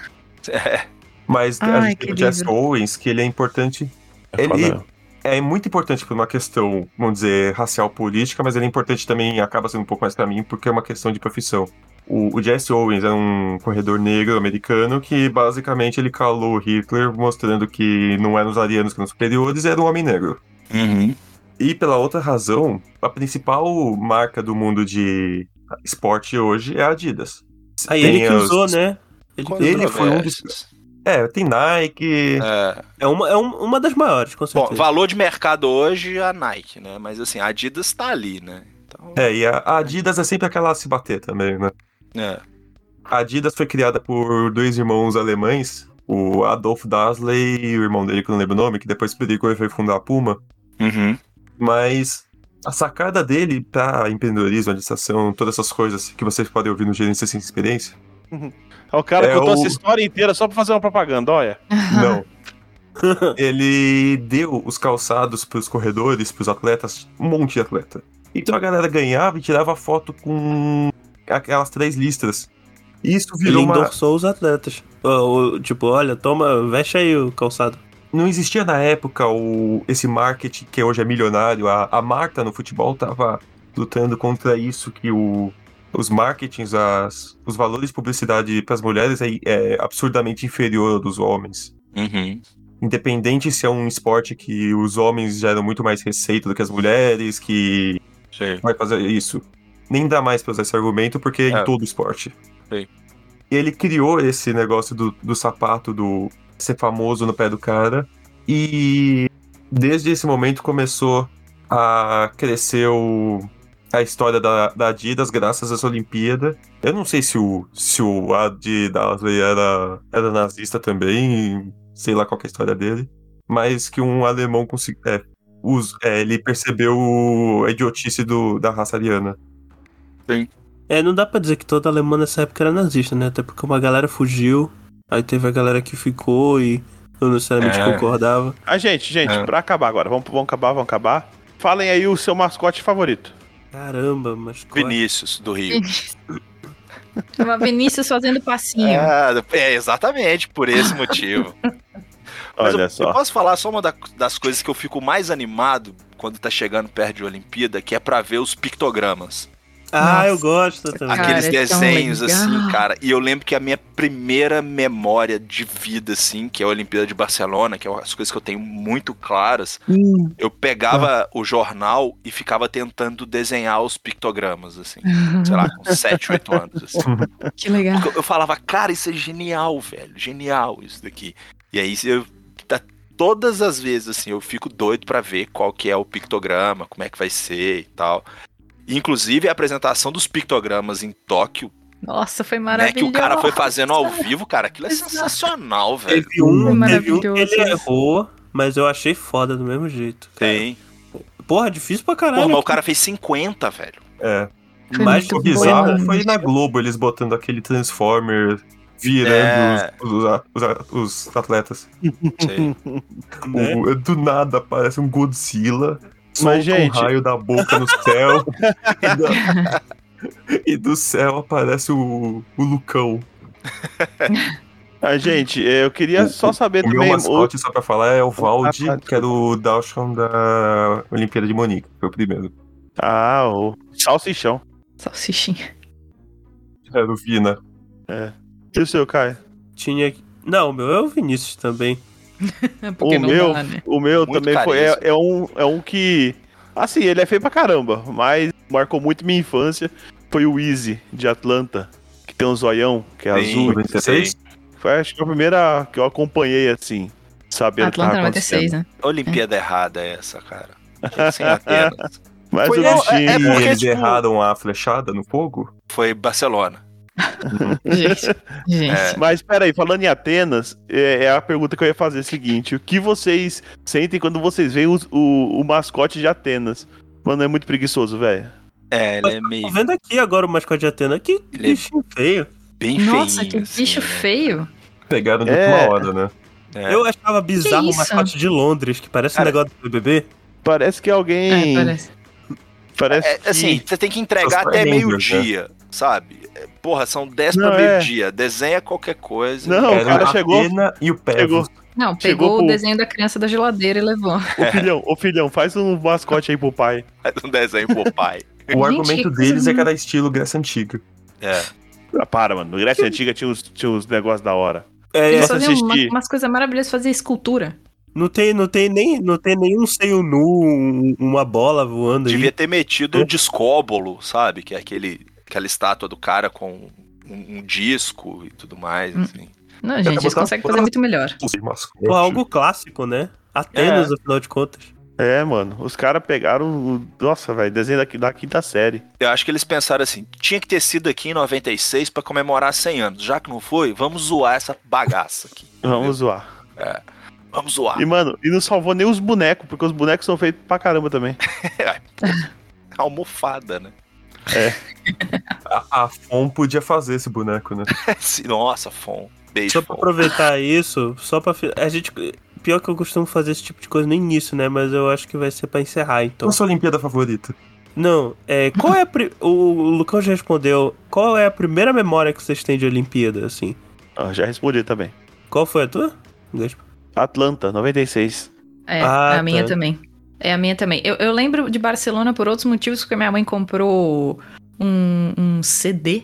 C: Mas a
E: Ai,
C: gente
E: que
C: tem o Jess
E: livro.
C: Owens, que ele é importante.
I: É
C: Ele-
I: foda.
C: É muito importante por uma questão, vamos dizer, racial política, mas ele é importante também, acaba sendo um pouco mais pra mim, porque é uma questão de profissão. O, o Jesse Owens é um corredor negro americano que basicamente ele calou Hitler, mostrando que não eram os arianos que eram superiores, era um homem negro.
D: Uhum.
C: E pela outra razão, a principal marca do mundo de esporte hoje é a Adidas.
A: Aí
C: Tem
A: Ah, ele que
C: os-
A: usou, né? Ele que usou.
C: Ele foi um dos- É, tem Nike,
D: É.
A: É, uma, é um- uma das maiores, com
D: Bom,
A: certeza.
D: valor de mercado hoje é a Nike, né? Mas assim, a Adidas tá ali, né? Então,
C: É, e a a Adidas é sempre aquela a se bater também, né?
D: é.
C: A Adidas foi criada por dois irmãos alemães, o Adolf Dasley e o irmão dele, que eu não lembro o nome, que depois brigou e foi fundar a Puma.
D: Uhum.
C: Mas a sacada dele pra empreendedorismo, administração, todas essas coisas que vocês podem ouvir no Gerência Sem Experiência,
F: É o cara
C: É
F: contou
C: o-
F: essa história inteira só pra fazer uma propaganda, olha.
C: não. Ele deu os calçados pros corredores, pros atletas, um monte de atleta. Então a galera ganhava e tirava foto com aquelas três listras. Isso
A: Ele
C: virou uma,
A: endossou os atletas. Ó, o- Tipo, olha, toma, veste aí o calçado.
C: Não existia na época o, esse marketing que hoje é milionário. A, a Marta no futebol tava lutando contra isso que o, os marketings, as, os valores de publicidade para as mulheres é, é absurdamente inferior ao dos homens.
D: Uhum.
C: Independente se é um esporte que os homens geram muito mais receita do que as mulheres, que
D: Sei.
C: vai fazer isso. Nem dá mais pra usar esse argumento, porque é
D: É.
C: em todo esporte.
D: Sim.
C: E ele criou esse negócio do, do sapato, do ser famoso no pé do cara. E desde esse momento começou a crescer o- a história da, da Adidas graças a essa Olimpíada. Eu não sei se o, se o Adidas era, era nazista também, sei lá qual que é a história dele. Mas que um alemão conseguiu. Us- é, ele percebeu o- a idiotice do, da raça ariana.
E: Uhum.
A: É, não dá pra dizer que toda alemã nessa época era nazista, né? Até porque uma galera fugiu, aí teve a galera que ficou e não necessariamente
D: É.
A: concordava.
F: Ah, gente, gente,
D: É.
F: pra acabar agora, vamos, vamos acabar, vamos acabar. Falem aí o seu mascote favorito.
A: Caramba, mas... qual é?
D: Vinícius, do Rio.
B: Uma Vinícius fazendo passinho.
D: Ah, é, exatamente, por esse motivo. Mas
F: Olha
D: eu,
F: só.
D: eu posso falar só uma da- das coisas que eu fico mais animado quando tá chegando perto de Olimpíada, que é pra ver os pictogramas.
A: Ah,
B: Nossa.
A: eu gosto também.
B: Cara,
D: Aqueles
B: é tão
D: desenhos,
B: legal.
D: assim, cara. E eu lembro que a minha primeira memória de vida, assim, que é a Olimpíada de Barcelona, que é as coisas que eu tenho muito claras,
B: Hum.
D: eu pegava o jornal e ficava tentando desenhar os pictogramas, assim. Sei lá, com 7, 8 anos, assim.
B: que legal.
D: Porque eu falava, cara, isso é genial, velho. Genial isso daqui. E aí eu. tá- todas as vezes, assim, eu fico doido pra ver qual que é o pictograma, como é que vai ser e tal. Inclusive a apresentação dos pictogramas em Tóquio,
B: Nossa, foi
D: né? Que
B: maravilhoso.
D: o cara foi fazendo ao vivo, cara, aquilo é sensacional, velho.
A: Teve um, teve um que
E: Maravilhoso.
A: ele errou, mas eu achei foda do mesmo jeito. cara.
D: Tem.
A: Porra, difícil pra caralho.
D: Pô, mas o cara fez 50, velho.
C: É.
E: Foi
A: mais
C: O
E: muito
A: que bizarro
E: bom.
C: bizarro foi na Globo, eles botando aquele Transformer virando
D: É.
C: os, os a- os a- os atletas.
D: Sei.
A: né?
C: O- do nada aparece um Godzilla, solta
F: gente-
C: um raio da boca no céu. e, da- e do céu aparece o, o Lucão.
F: Ah, gente, eu queria só saber
C: O meu
F: também.
C: mascote, só pra falar, é o Valdi,
F: Ah, tá.
C: que era o Dawson da Olimpíada de Monique, foi o primeiro.
F: Ah, o salsichão.
B: Salsichinha.
C: Era o Vina.
F: E o seu, Kai?
A: Tinha. Não, o meu é o Vinícius também.
D: É,
B: Porque
F: o
D: tá
B: não
F: meu,
B: dá, né?
F: o meu
D: Muito
F: também foi. É,
D: carisma.
F: é um, é um que. Assim, ele é feio pra caramba, mas marcou muito minha infância. Foi o Easy, de Atlanta, que tem um zoião, que é
D: Sim,
F: azul.
D: sei.
F: Foi acho que a primeira que eu acompanhei, assim, sabendo o que
B: Atlanta
F: tava acontecendo.
B: 96, né?
D: Olimpíada errada é essa, cara. Tinha que ser em Atenas.
F: Mas
D: Foi-
F: o
D: não,
F: bichinho.
D: É
C: E
D: porque,
C: eles
D: tipo-
C: erraram a flechada no fogo?
D: Foi Barcelona.
B: Gente, gente.
D: É.
F: Mas peraí, falando em Atenas, é, é a pergunta que eu ia fazer é a seguinte: o que vocês sentem quando vocês veem os- o, o mascote de Atenas? Mano, é muito preguiçoso, velho.
D: É, ele é meio
A: Tô vendo aqui agora o mascote de Atena. Que
D: Ele é-
A: bichinho feio.
D: bem feio.
B: Nossa, que
D: assim,
B: bicho
D: né?
B: feio.
C: Pegaram de
F: É.
C: última hora, né?
D: É.
A: Eu achava bizarro o
B: isso?
A: mascote de Londres, que parece
D: Cara-
A: um negócio do BBB.
F: Parece que alguém.
B: É,
F: parece.
B: parece.
F: que...
D: É, assim, você tem que entregar
C: Essas
D: até
C: coisas,
D: meio-dia, sabe? É, Porra, são 10
F: Não,
D: pra
F: é.
D: meio-dia. Desenha qualquer coisa. É,
F: Não, o
C: Era
F: cara
C: a
F: chegou.
C: Atena e o Pé.
F: Chegou.
B: Não,
F: Chegou
B: pegou
F: pro-
B: o desenho da criança da geladeira e levou.
F: Ô filhão, ô filhão, faz um mascote aí pro pai.
D: Faz um desenho pro pai.
C: O
B: Gente,
C: argumento
B: que coisa
C: deles é
B: mais-
C: cada estilo Grécia Antiga.
D: É.
F: Ah, para, mano. No Grécia Antiga tinha uns, tinha uns negócios da hora.
A: É,
B: Eles
F: Nossa,
B: faziam uma-
F: assisti.
B: umas coisas maravilhosas, faziam escultura.
A: não tem, não tem nem, não tem nenhum seio nu, um- uma bola voando
D: Devia
A: aí.
D: ter
F: É.
D: metido um discóbolo, sabe? Que é aquele, aquela estátua do cara com um, um disco e tudo mais,
B: Hum.
D: assim.
B: Não, gente, eles
C: botar-
B: conseguem
C: botar-
B: fazer muito melhor.
C: Os mascotes.
A: Pô, algo clássico, né? Atenas, afinal de contas.
F: É, mano. Os caras pegaram. o- Nossa, velho, desenho da, qui- da quinta série.
D: Eu acho que eles pensaram assim, tinha que ter sido aqui em 96 pra comemorar 100 anos. Já que não foi, vamos zoar essa bagaça aqui.
F: Vamos zoar.
D: Vamos zoar.
F: E, mano, e não salvou nem os bonecos, porque os bonecos são feitos pra caramba também.
D: Almofada, né?
C: A, a Fon podia fazer esse boneco, né?
D: Nossa, Fon. Beijo,
A: Só pra
D: Fon.
A: aproveitar isso, só pra. fi- A gente. Pior que eu costumo fazer esse tipo de coisa no início, né? Mas eu acho que vai ser pra encerrar, então.
C: Qual a sua Olimpíada favorita?
A: Não, é. Qual é a. pri- O, o Lucão já respondeu. Qual é a primeira memória que vocês têm de Olimpíada, assim?
F: Ah, já respondi também.
A: Qual foi a tua?
F: Atlanta, 96.
B: É,
A: Ah,
B: a minha
A: tá.
B: também. É a minha também. Eu, eu lembro de Barcelona por outros motivos, porque minha mãe comprou um, um CD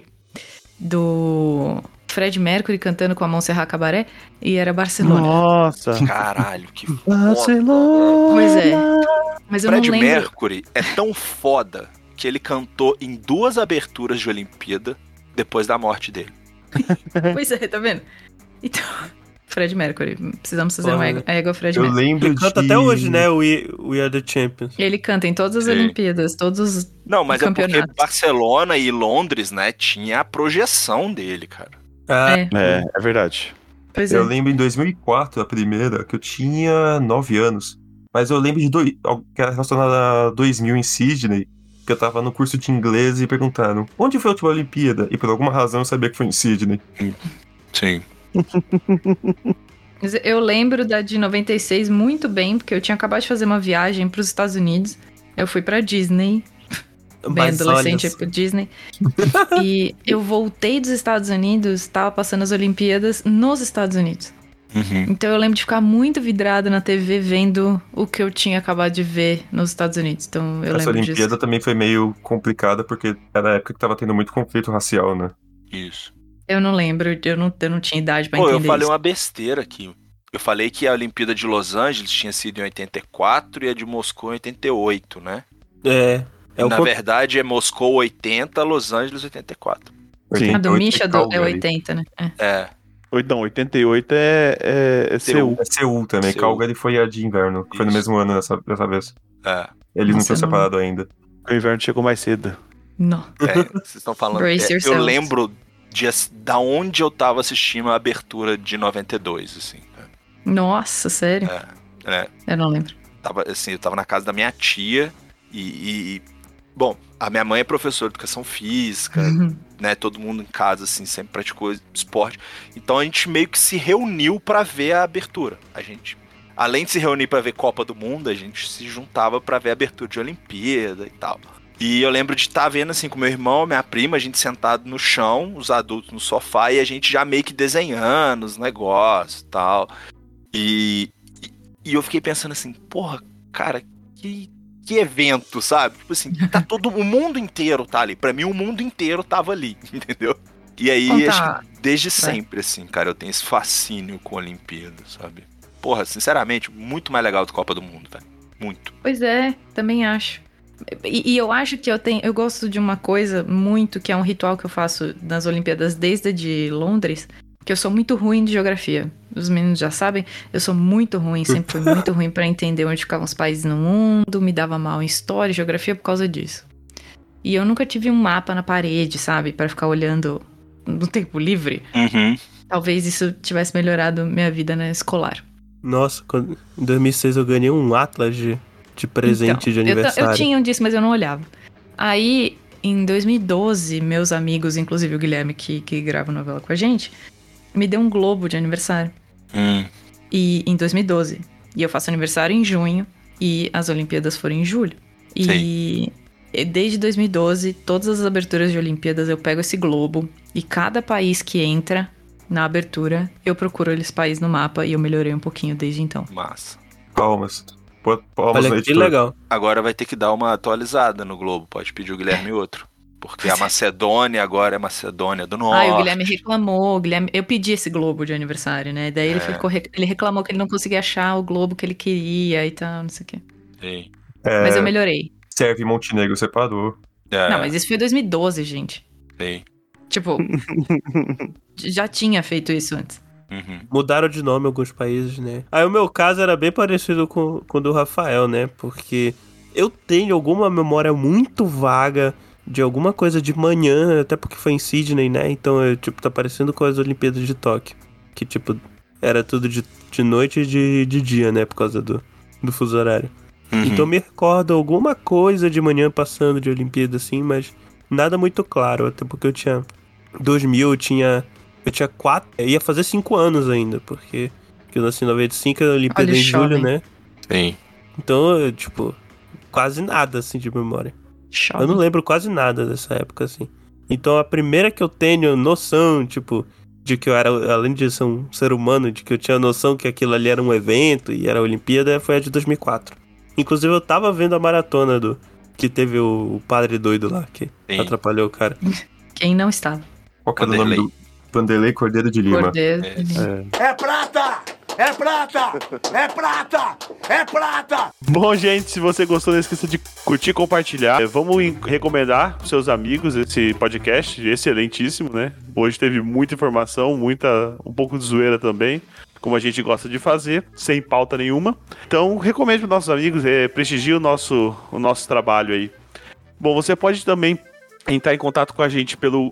B: do Fred Mercury cantando com a Montserrat Cabaré e era Barcelona.
F: Nossa.
D: Caralho, que foda. né?
F: Barcelona.
B: Pois é. Mas eu
D: Fred
B: não lembro.
D: Mercury é tão foda que ele cantou em duas aberturas de Olimpíada depois da morte dele.
B: Pois é, tá vendo? Então, Fred Mercury. Precisamos fazer um
A: Porra.
B: ego, ego ao Fred
C: Eu
B: Mercury.
C: lembro
A: Ele canta
C: de...
A: até hoje, né? We, We Are the Champions.
B: Ele canta em todas as
D: Sim.
B: Olimpíadas, todos os
D: Não, mas
B: E
D: é porque
B: campeonatos.
D: Barcelona e Londres, né, tinha a projeção dele, cara.
A: Ah,
B: É,
F: É, é verdade.
B: pois é.
C: Eu lembro em 2004, a primeira, que eu tinha 9 anos. Mas eu lembro de dois, algo que era relacionado a 2000 em Sydney, que eu tava no curso de inglês e perguntaram onde foi a última Olimpíada? E por alguma razão eu sabia que foi em Sydney.
D: Sim.
B: Mas Eu lembro da de 96 muito bem, porque eu tinha acabado de fazer uma viagem para os Estados Unidos. Eu fui pra Disney, bem
A: mas
B: adolescente
A: olha,
B: pro Disney. e eu voltei dos Estados Unidos, tava passando as Olimpíadas nos Estados Unidos. Então eu lembro de ficar muito vidrada na TV vendo o que eu tinha acabado de ver nos Estados Unidos. Então eu
C: Essa
B: lembro
C: Olimpíada
B: disso.
C: também foi meio complicada, porque era a época que tava tendo muito conflito racial, né?
D: Isso.
B: Eu não lembro, eu não, eu não tinha idade pra
D: Pô, eu
B: entender
D: falei
B: isso.
D: uma besteira aqui. Eu falei que a Olimpíada de Los Angeles tinha sido em 84 e a de Moscou em 88, né?
A: É. É o
D: Na
A: con-
D: verdade, é Moscou 80, Los Angeles 84.
F: Sim.
B: A do
C: 88
B: Misha do- é
C: Calgary.
B: 80, né? É.
D: É.
F: Oito- Não, 88 é, é, é Seul.
C: É Seul também.
D: Seul.
C: Calgary foi a de inverno, que foi no
D: Isso.
C: mesmo ano dessa, dessa vez.
D: É,
C: Eles não
B: Nossa,
C: tinham
B: eu não-
C: separado ainda.
F: O inverno chegou mais cedo.
B: Não.
D: é, vocês estão falando.
B: Brace
D: é, eu
B: yourselves.
D: lembro de, as- da onde eu tava assistindo a abertura de 92, assim.
B: Nossa, sério?
D: É, é.
B: Eu não lembro.
D: tava assim, eu tava na casa da minha tia e, e- e- bom, a minha mãe é professora de educação física,
B: Uhum.
D: né? Todo mundo em casa assim sempre praticou esporte. Então a gente meio que se reuniu pra ver a abertura. A gente além de se reunir pra ver Copa do Mundo, a gente se juntava pra ver a abertura de Olimpíada e tal. E eu lembro de estar vendo assim com meu irmão, minha prima, a gente sentado no chão, os adultos no sofá e a gente já meio que desenhando os negócios e tal. E, e eu fiquei pensando assim, porra, cara, que, que evento, sabe? Tipo assim, tá todo o mundo inteiro tá ali. Pra mim, o mundo inteiro tava ali, entendeu? E aí,
B: Contar.
D: acho que desde sempre, assim, cara, eu tenho esse fascínio com a Olimpíada, sabe? Porra, sinceramente, muito mais legal do que Copa do Mundo, velho. Muito.
B: Pois é, também acho. E, e eu acho que eu tenho, eu gosto de uma coisa muito que é um ritual que eu faço nas Olimpíadas desde a de Londres, que eu sou muito ruim de geografia. Os meninos já sabem, eu sou muito ruim, sempre fui muito ruim pra entender onde ficavam os países no mundo, me dava mal em história e geografia por causa disso. E eu nunca tive um mapa na parede, sabe, Pra ficar olhando no tempo livre.
D: Uhum.
B: Talvez isso tivesse melhorado minha vida na escolar.
A: Nossa, quando- em 2006 eu ganhei um Atlas de, de presente
B: Então,
A: de
B: eu ta-
A: aniversário.
B: Eu, tinha um disso, mas eu não olhava. Aí, em 2012, meus amigos, inclusive o Guilherme, que, que grava novela com a gente, me deu um globo de aniversário.
D: Hum.
B: E em 2012. E eu faço aniversário em junho e as Olimpíadas foram em julho. E e desde 2012, todas as aberturas de Olimpíadas eu pego esse globo e cada país que entra na abertura, eu procuro eles país no mapa e eu melhorei um pouquinho desde então.
D: Massa.
C: Palmas. Pô, Palmas
A: Olha
C: no
A: que
C: editor.
A: legal.
D: Agora vai ter que dar uma atualizada no Globo. Pode pedir o
B: É.
D: Guilherme outro. Porque a Macedônia agora é Macedônia do Norte.
B: Ah, e o Guilherme reclamou, o Guilherme, eu pedi esse globo de aniversário, né? Daí ele,
D: É.
B: ficou, rec- ele reclamou que ele não conseguia achar o globo que ele queria e tal, não sei o quê.
D: Sim.
C: É,
B: Mas eu melhorei.
C: Serve Montenegro separou.
D: É,
B: Não, mas isso foi 2012, gente.
D: sim.
B: Tipo, já tinha feito isso antes.
D: Uhum.
A: Mudaram de nome alguns países, né? Aí o meu caso era bem parecido com, com o do Rafael, né? Porque eu tenho alguma memória muito vaga de alguma coisa de manhã, até porque foi em Sydney, né? Então, eu, tipo, tá parecendo com as Olimpíadas de Tóquio. Que, tipo, era tudo de, de noite e de, de dia, né? Por causa do, do fuso horário.
D: Uhum.
A: Então me recordo alguma coisa de manhã passando de Olimpíada assim, mas nada muito claro, até porque eu tinha 2000, eu tinha eu tinha quatro, eu ia fazer cinco anos ainda, porque que eu nasci em 95, a Olimpíada
B: Olha o
A: em julho,
B: jovem.
A: né?
D: Sim.
A: Então, eu, tipo, quase nada assim de memória. Eu não
B: Chove.
A: lembro quase nada dessa época assim. Então a primeira que eu tenho noção, tipo, de que eu era, além de ser um ser humano, de que eu tinha noção que aquilo ali era um evento e era a Olimpíada, foi a de 2004. Inclusive eu tava vendo a maratona do que teve o, o padre doido lá que
D: Sim.
A: atrapalhou o cara.
B: Quem não estava?
C: Qual que era o nome
D: Vanderlei.
C: do. Vanderlei Cordeiro de Lima.
B: Cordeiro.
H: É prata! É prata! É prata! É prata!
F: Bom, gente, se você gostou, não esqueça de curtir e compartilhar. É, Vamos em- recomendar pros seus amigos esse podcast excelentíssimo, né? Hoje teve muita informação, muita um pouco de zoeira também, como a gente gosta de fazer, sem pauta nenhuma. Então, recomende para nossos amigos, é, prestigie o nosso, o nosso trabalho aí. Bom, você pode também entrar em contato com a gente pelo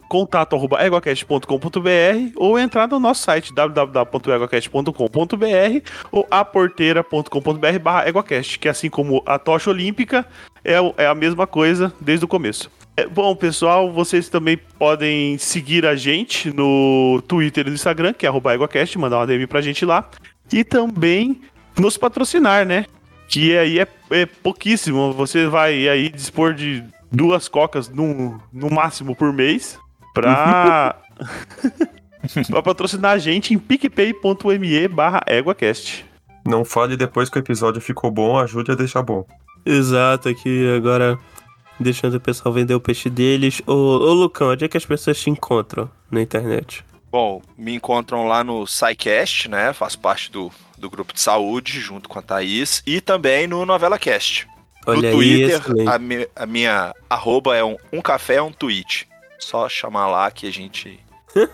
F: contato@eguacast.com.br ou entrar no nosso site www.eguacast.com.br ou aporteira.com.br barra EguaCast, que assim como a tocha olímpica, é, o- é a mesma coisa desde o começo. É, bom, pessoal, vocês também podem seguir a gente no Twitter e no Instagram, que é arroba EguaCast, mandar uma DM pra gente lá. E também nos patrocinar, né? Que aí é, é pouquíssimo. Você vai aí dispor de duas cocas no, no máximo por mês pra... pra patrocinar a gente em picpay.me barra EguaCast.
C: Não fale depois que o episódio ficou bom, ajude a deixar bom.
A: Exato, aqui agora deixando o pessoal vender o peixe deles. Ô, ô Lucão, onde é que as pessoas te encontram na internet?
D: Bom, me encontram lá no SciCast, né? Faço parte do, do grupo de saúde, junto com a Thaís. E também no NovelaCast.
A: Olha
D: no
A: aí,
D: Twitter,
A: excelente.
D: a, mi- a minha arroba é um, um café é um tweet. Só chamar lá que a gente
F: Toma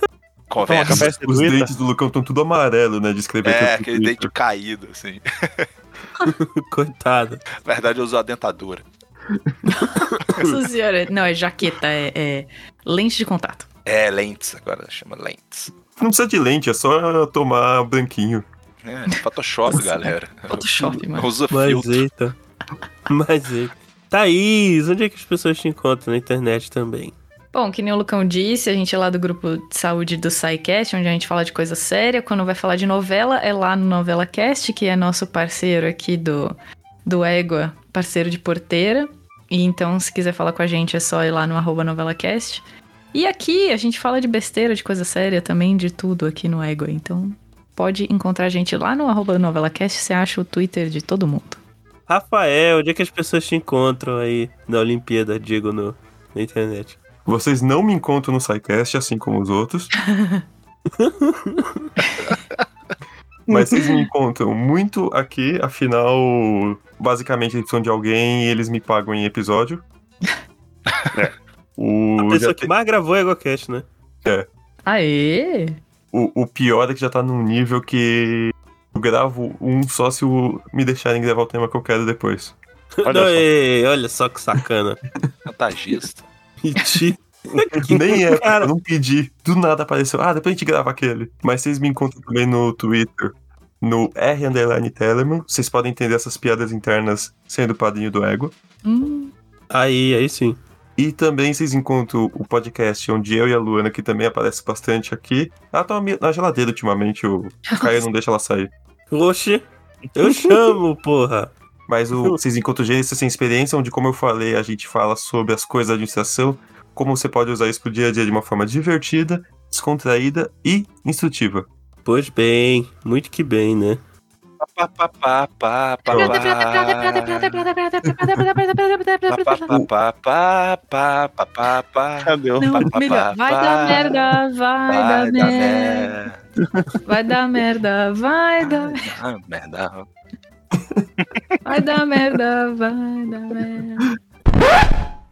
D: conversa.
F: café
C: Os
F: seduíta.
C: dentes do Lucão estão tudo amarelo, né? De escrever
D: É,
C: tudo
D: aquele
C: bonito.
D: dente caído, assim.
A: Coitado.
D: Na verdade, eu uso a dentadura.
B: Nossa senhora. Não, é jaqueta, é, é lente de contato.
D: É, lentes agora, chama lentes.
C: Não precisa de lente, é só tomar branquinho.
D: É, Photoshop, galera.
B: Photoshop, mano.
D: Usa
A: Mas
D: filtro.
A: eita. Mas eita. Thaís, onde é que as pessoas te encontram na internet também?
B: Bom, que nem o Lucão disse, a gente é lá do grupo de saúde do SciCast, onde a gente fala de coisa séria. Quando vai falar de novela, é lá no NovelaCast, que é nosso parceiro aqui do, do Égua, parceiro de porteira. E então, se quiser falar com a gente, é só ir lá no arroba NovelaCast. E aqui a gente fala de besteira, de coisa séria também, de tudo aqui no Égua. Então, pode encontrar a gente lá no arroba NovelaCast, você acha o Twitter de todo mundo.
A: Rafael, onde é que as pessoas te encontram aí na Olimpíada, digo, no, na internet?
C: Vocês não me encontram no SciCast, assim como os outros. Mas vocês me encontram muito aqui, afinal, basicamente eles precisam de alguém e eles me pagam em episódio. É. O,
A: A
C: já
A: pessoa
C: te-
A: que mais gravou é Egocast, né?
B: Aê!
C: o, o pior é que já tá num nível que eu gravo um só se o- me deixarem gravar o tema que eu quero depois.
F: Olha
A: Não,
F: só.
A: ei, olha só que sacana.
D: Chantagista.
A: Piti.
C: Que nem é,
A: Cara.
C: eu não pedi. Do nada apareceu. Ah, depois a gente grava aquele. Mas vocês me encontram também no Twitter, no R underline Telemann. Vocês podem entender essas piadas internas sendo padrinho do ego.
B: Hum,
A: Aí, aí sim.
C: E também vocês encontram o podcast onde eu e a Luana, que também aparece bastante aqui. Ela tá me- na geladeira ultimamente, o Caio não deixa ela sair.
A: Oxi, eu chamo, porra.
C: Mas o, vocês encontram o Gerência Sem Experiência, onde, como eu falei, a gente fala sobre as coisas da administração, como você pode usar isso pro dia a dia de uma forma divertida, descontraída e instrutiva.
A: Pois bem, muito que bem, né?
D: Pá, pá, pá, pá, pá,
E: Prata, prata, prata, prata, prata,
D: pá.
E: prata, prata, prata, prata, prata, prata, prata, prata,
D: Pá, pá,
E: prata.
D: pá, pá, pá, pá, pá, pá.
F: Cadê o
B: não,
D: Pá, pá,
B: melhor. Vai
D: pá,
B: dar
D: pá.
B: merda, vai,
D: Vai
B: dar,
D: dar
B: merda.
D: merda.
B: Vai dar merda, vai dar,
D: Ah, merda.
B: vai dar merda, vai dar merda.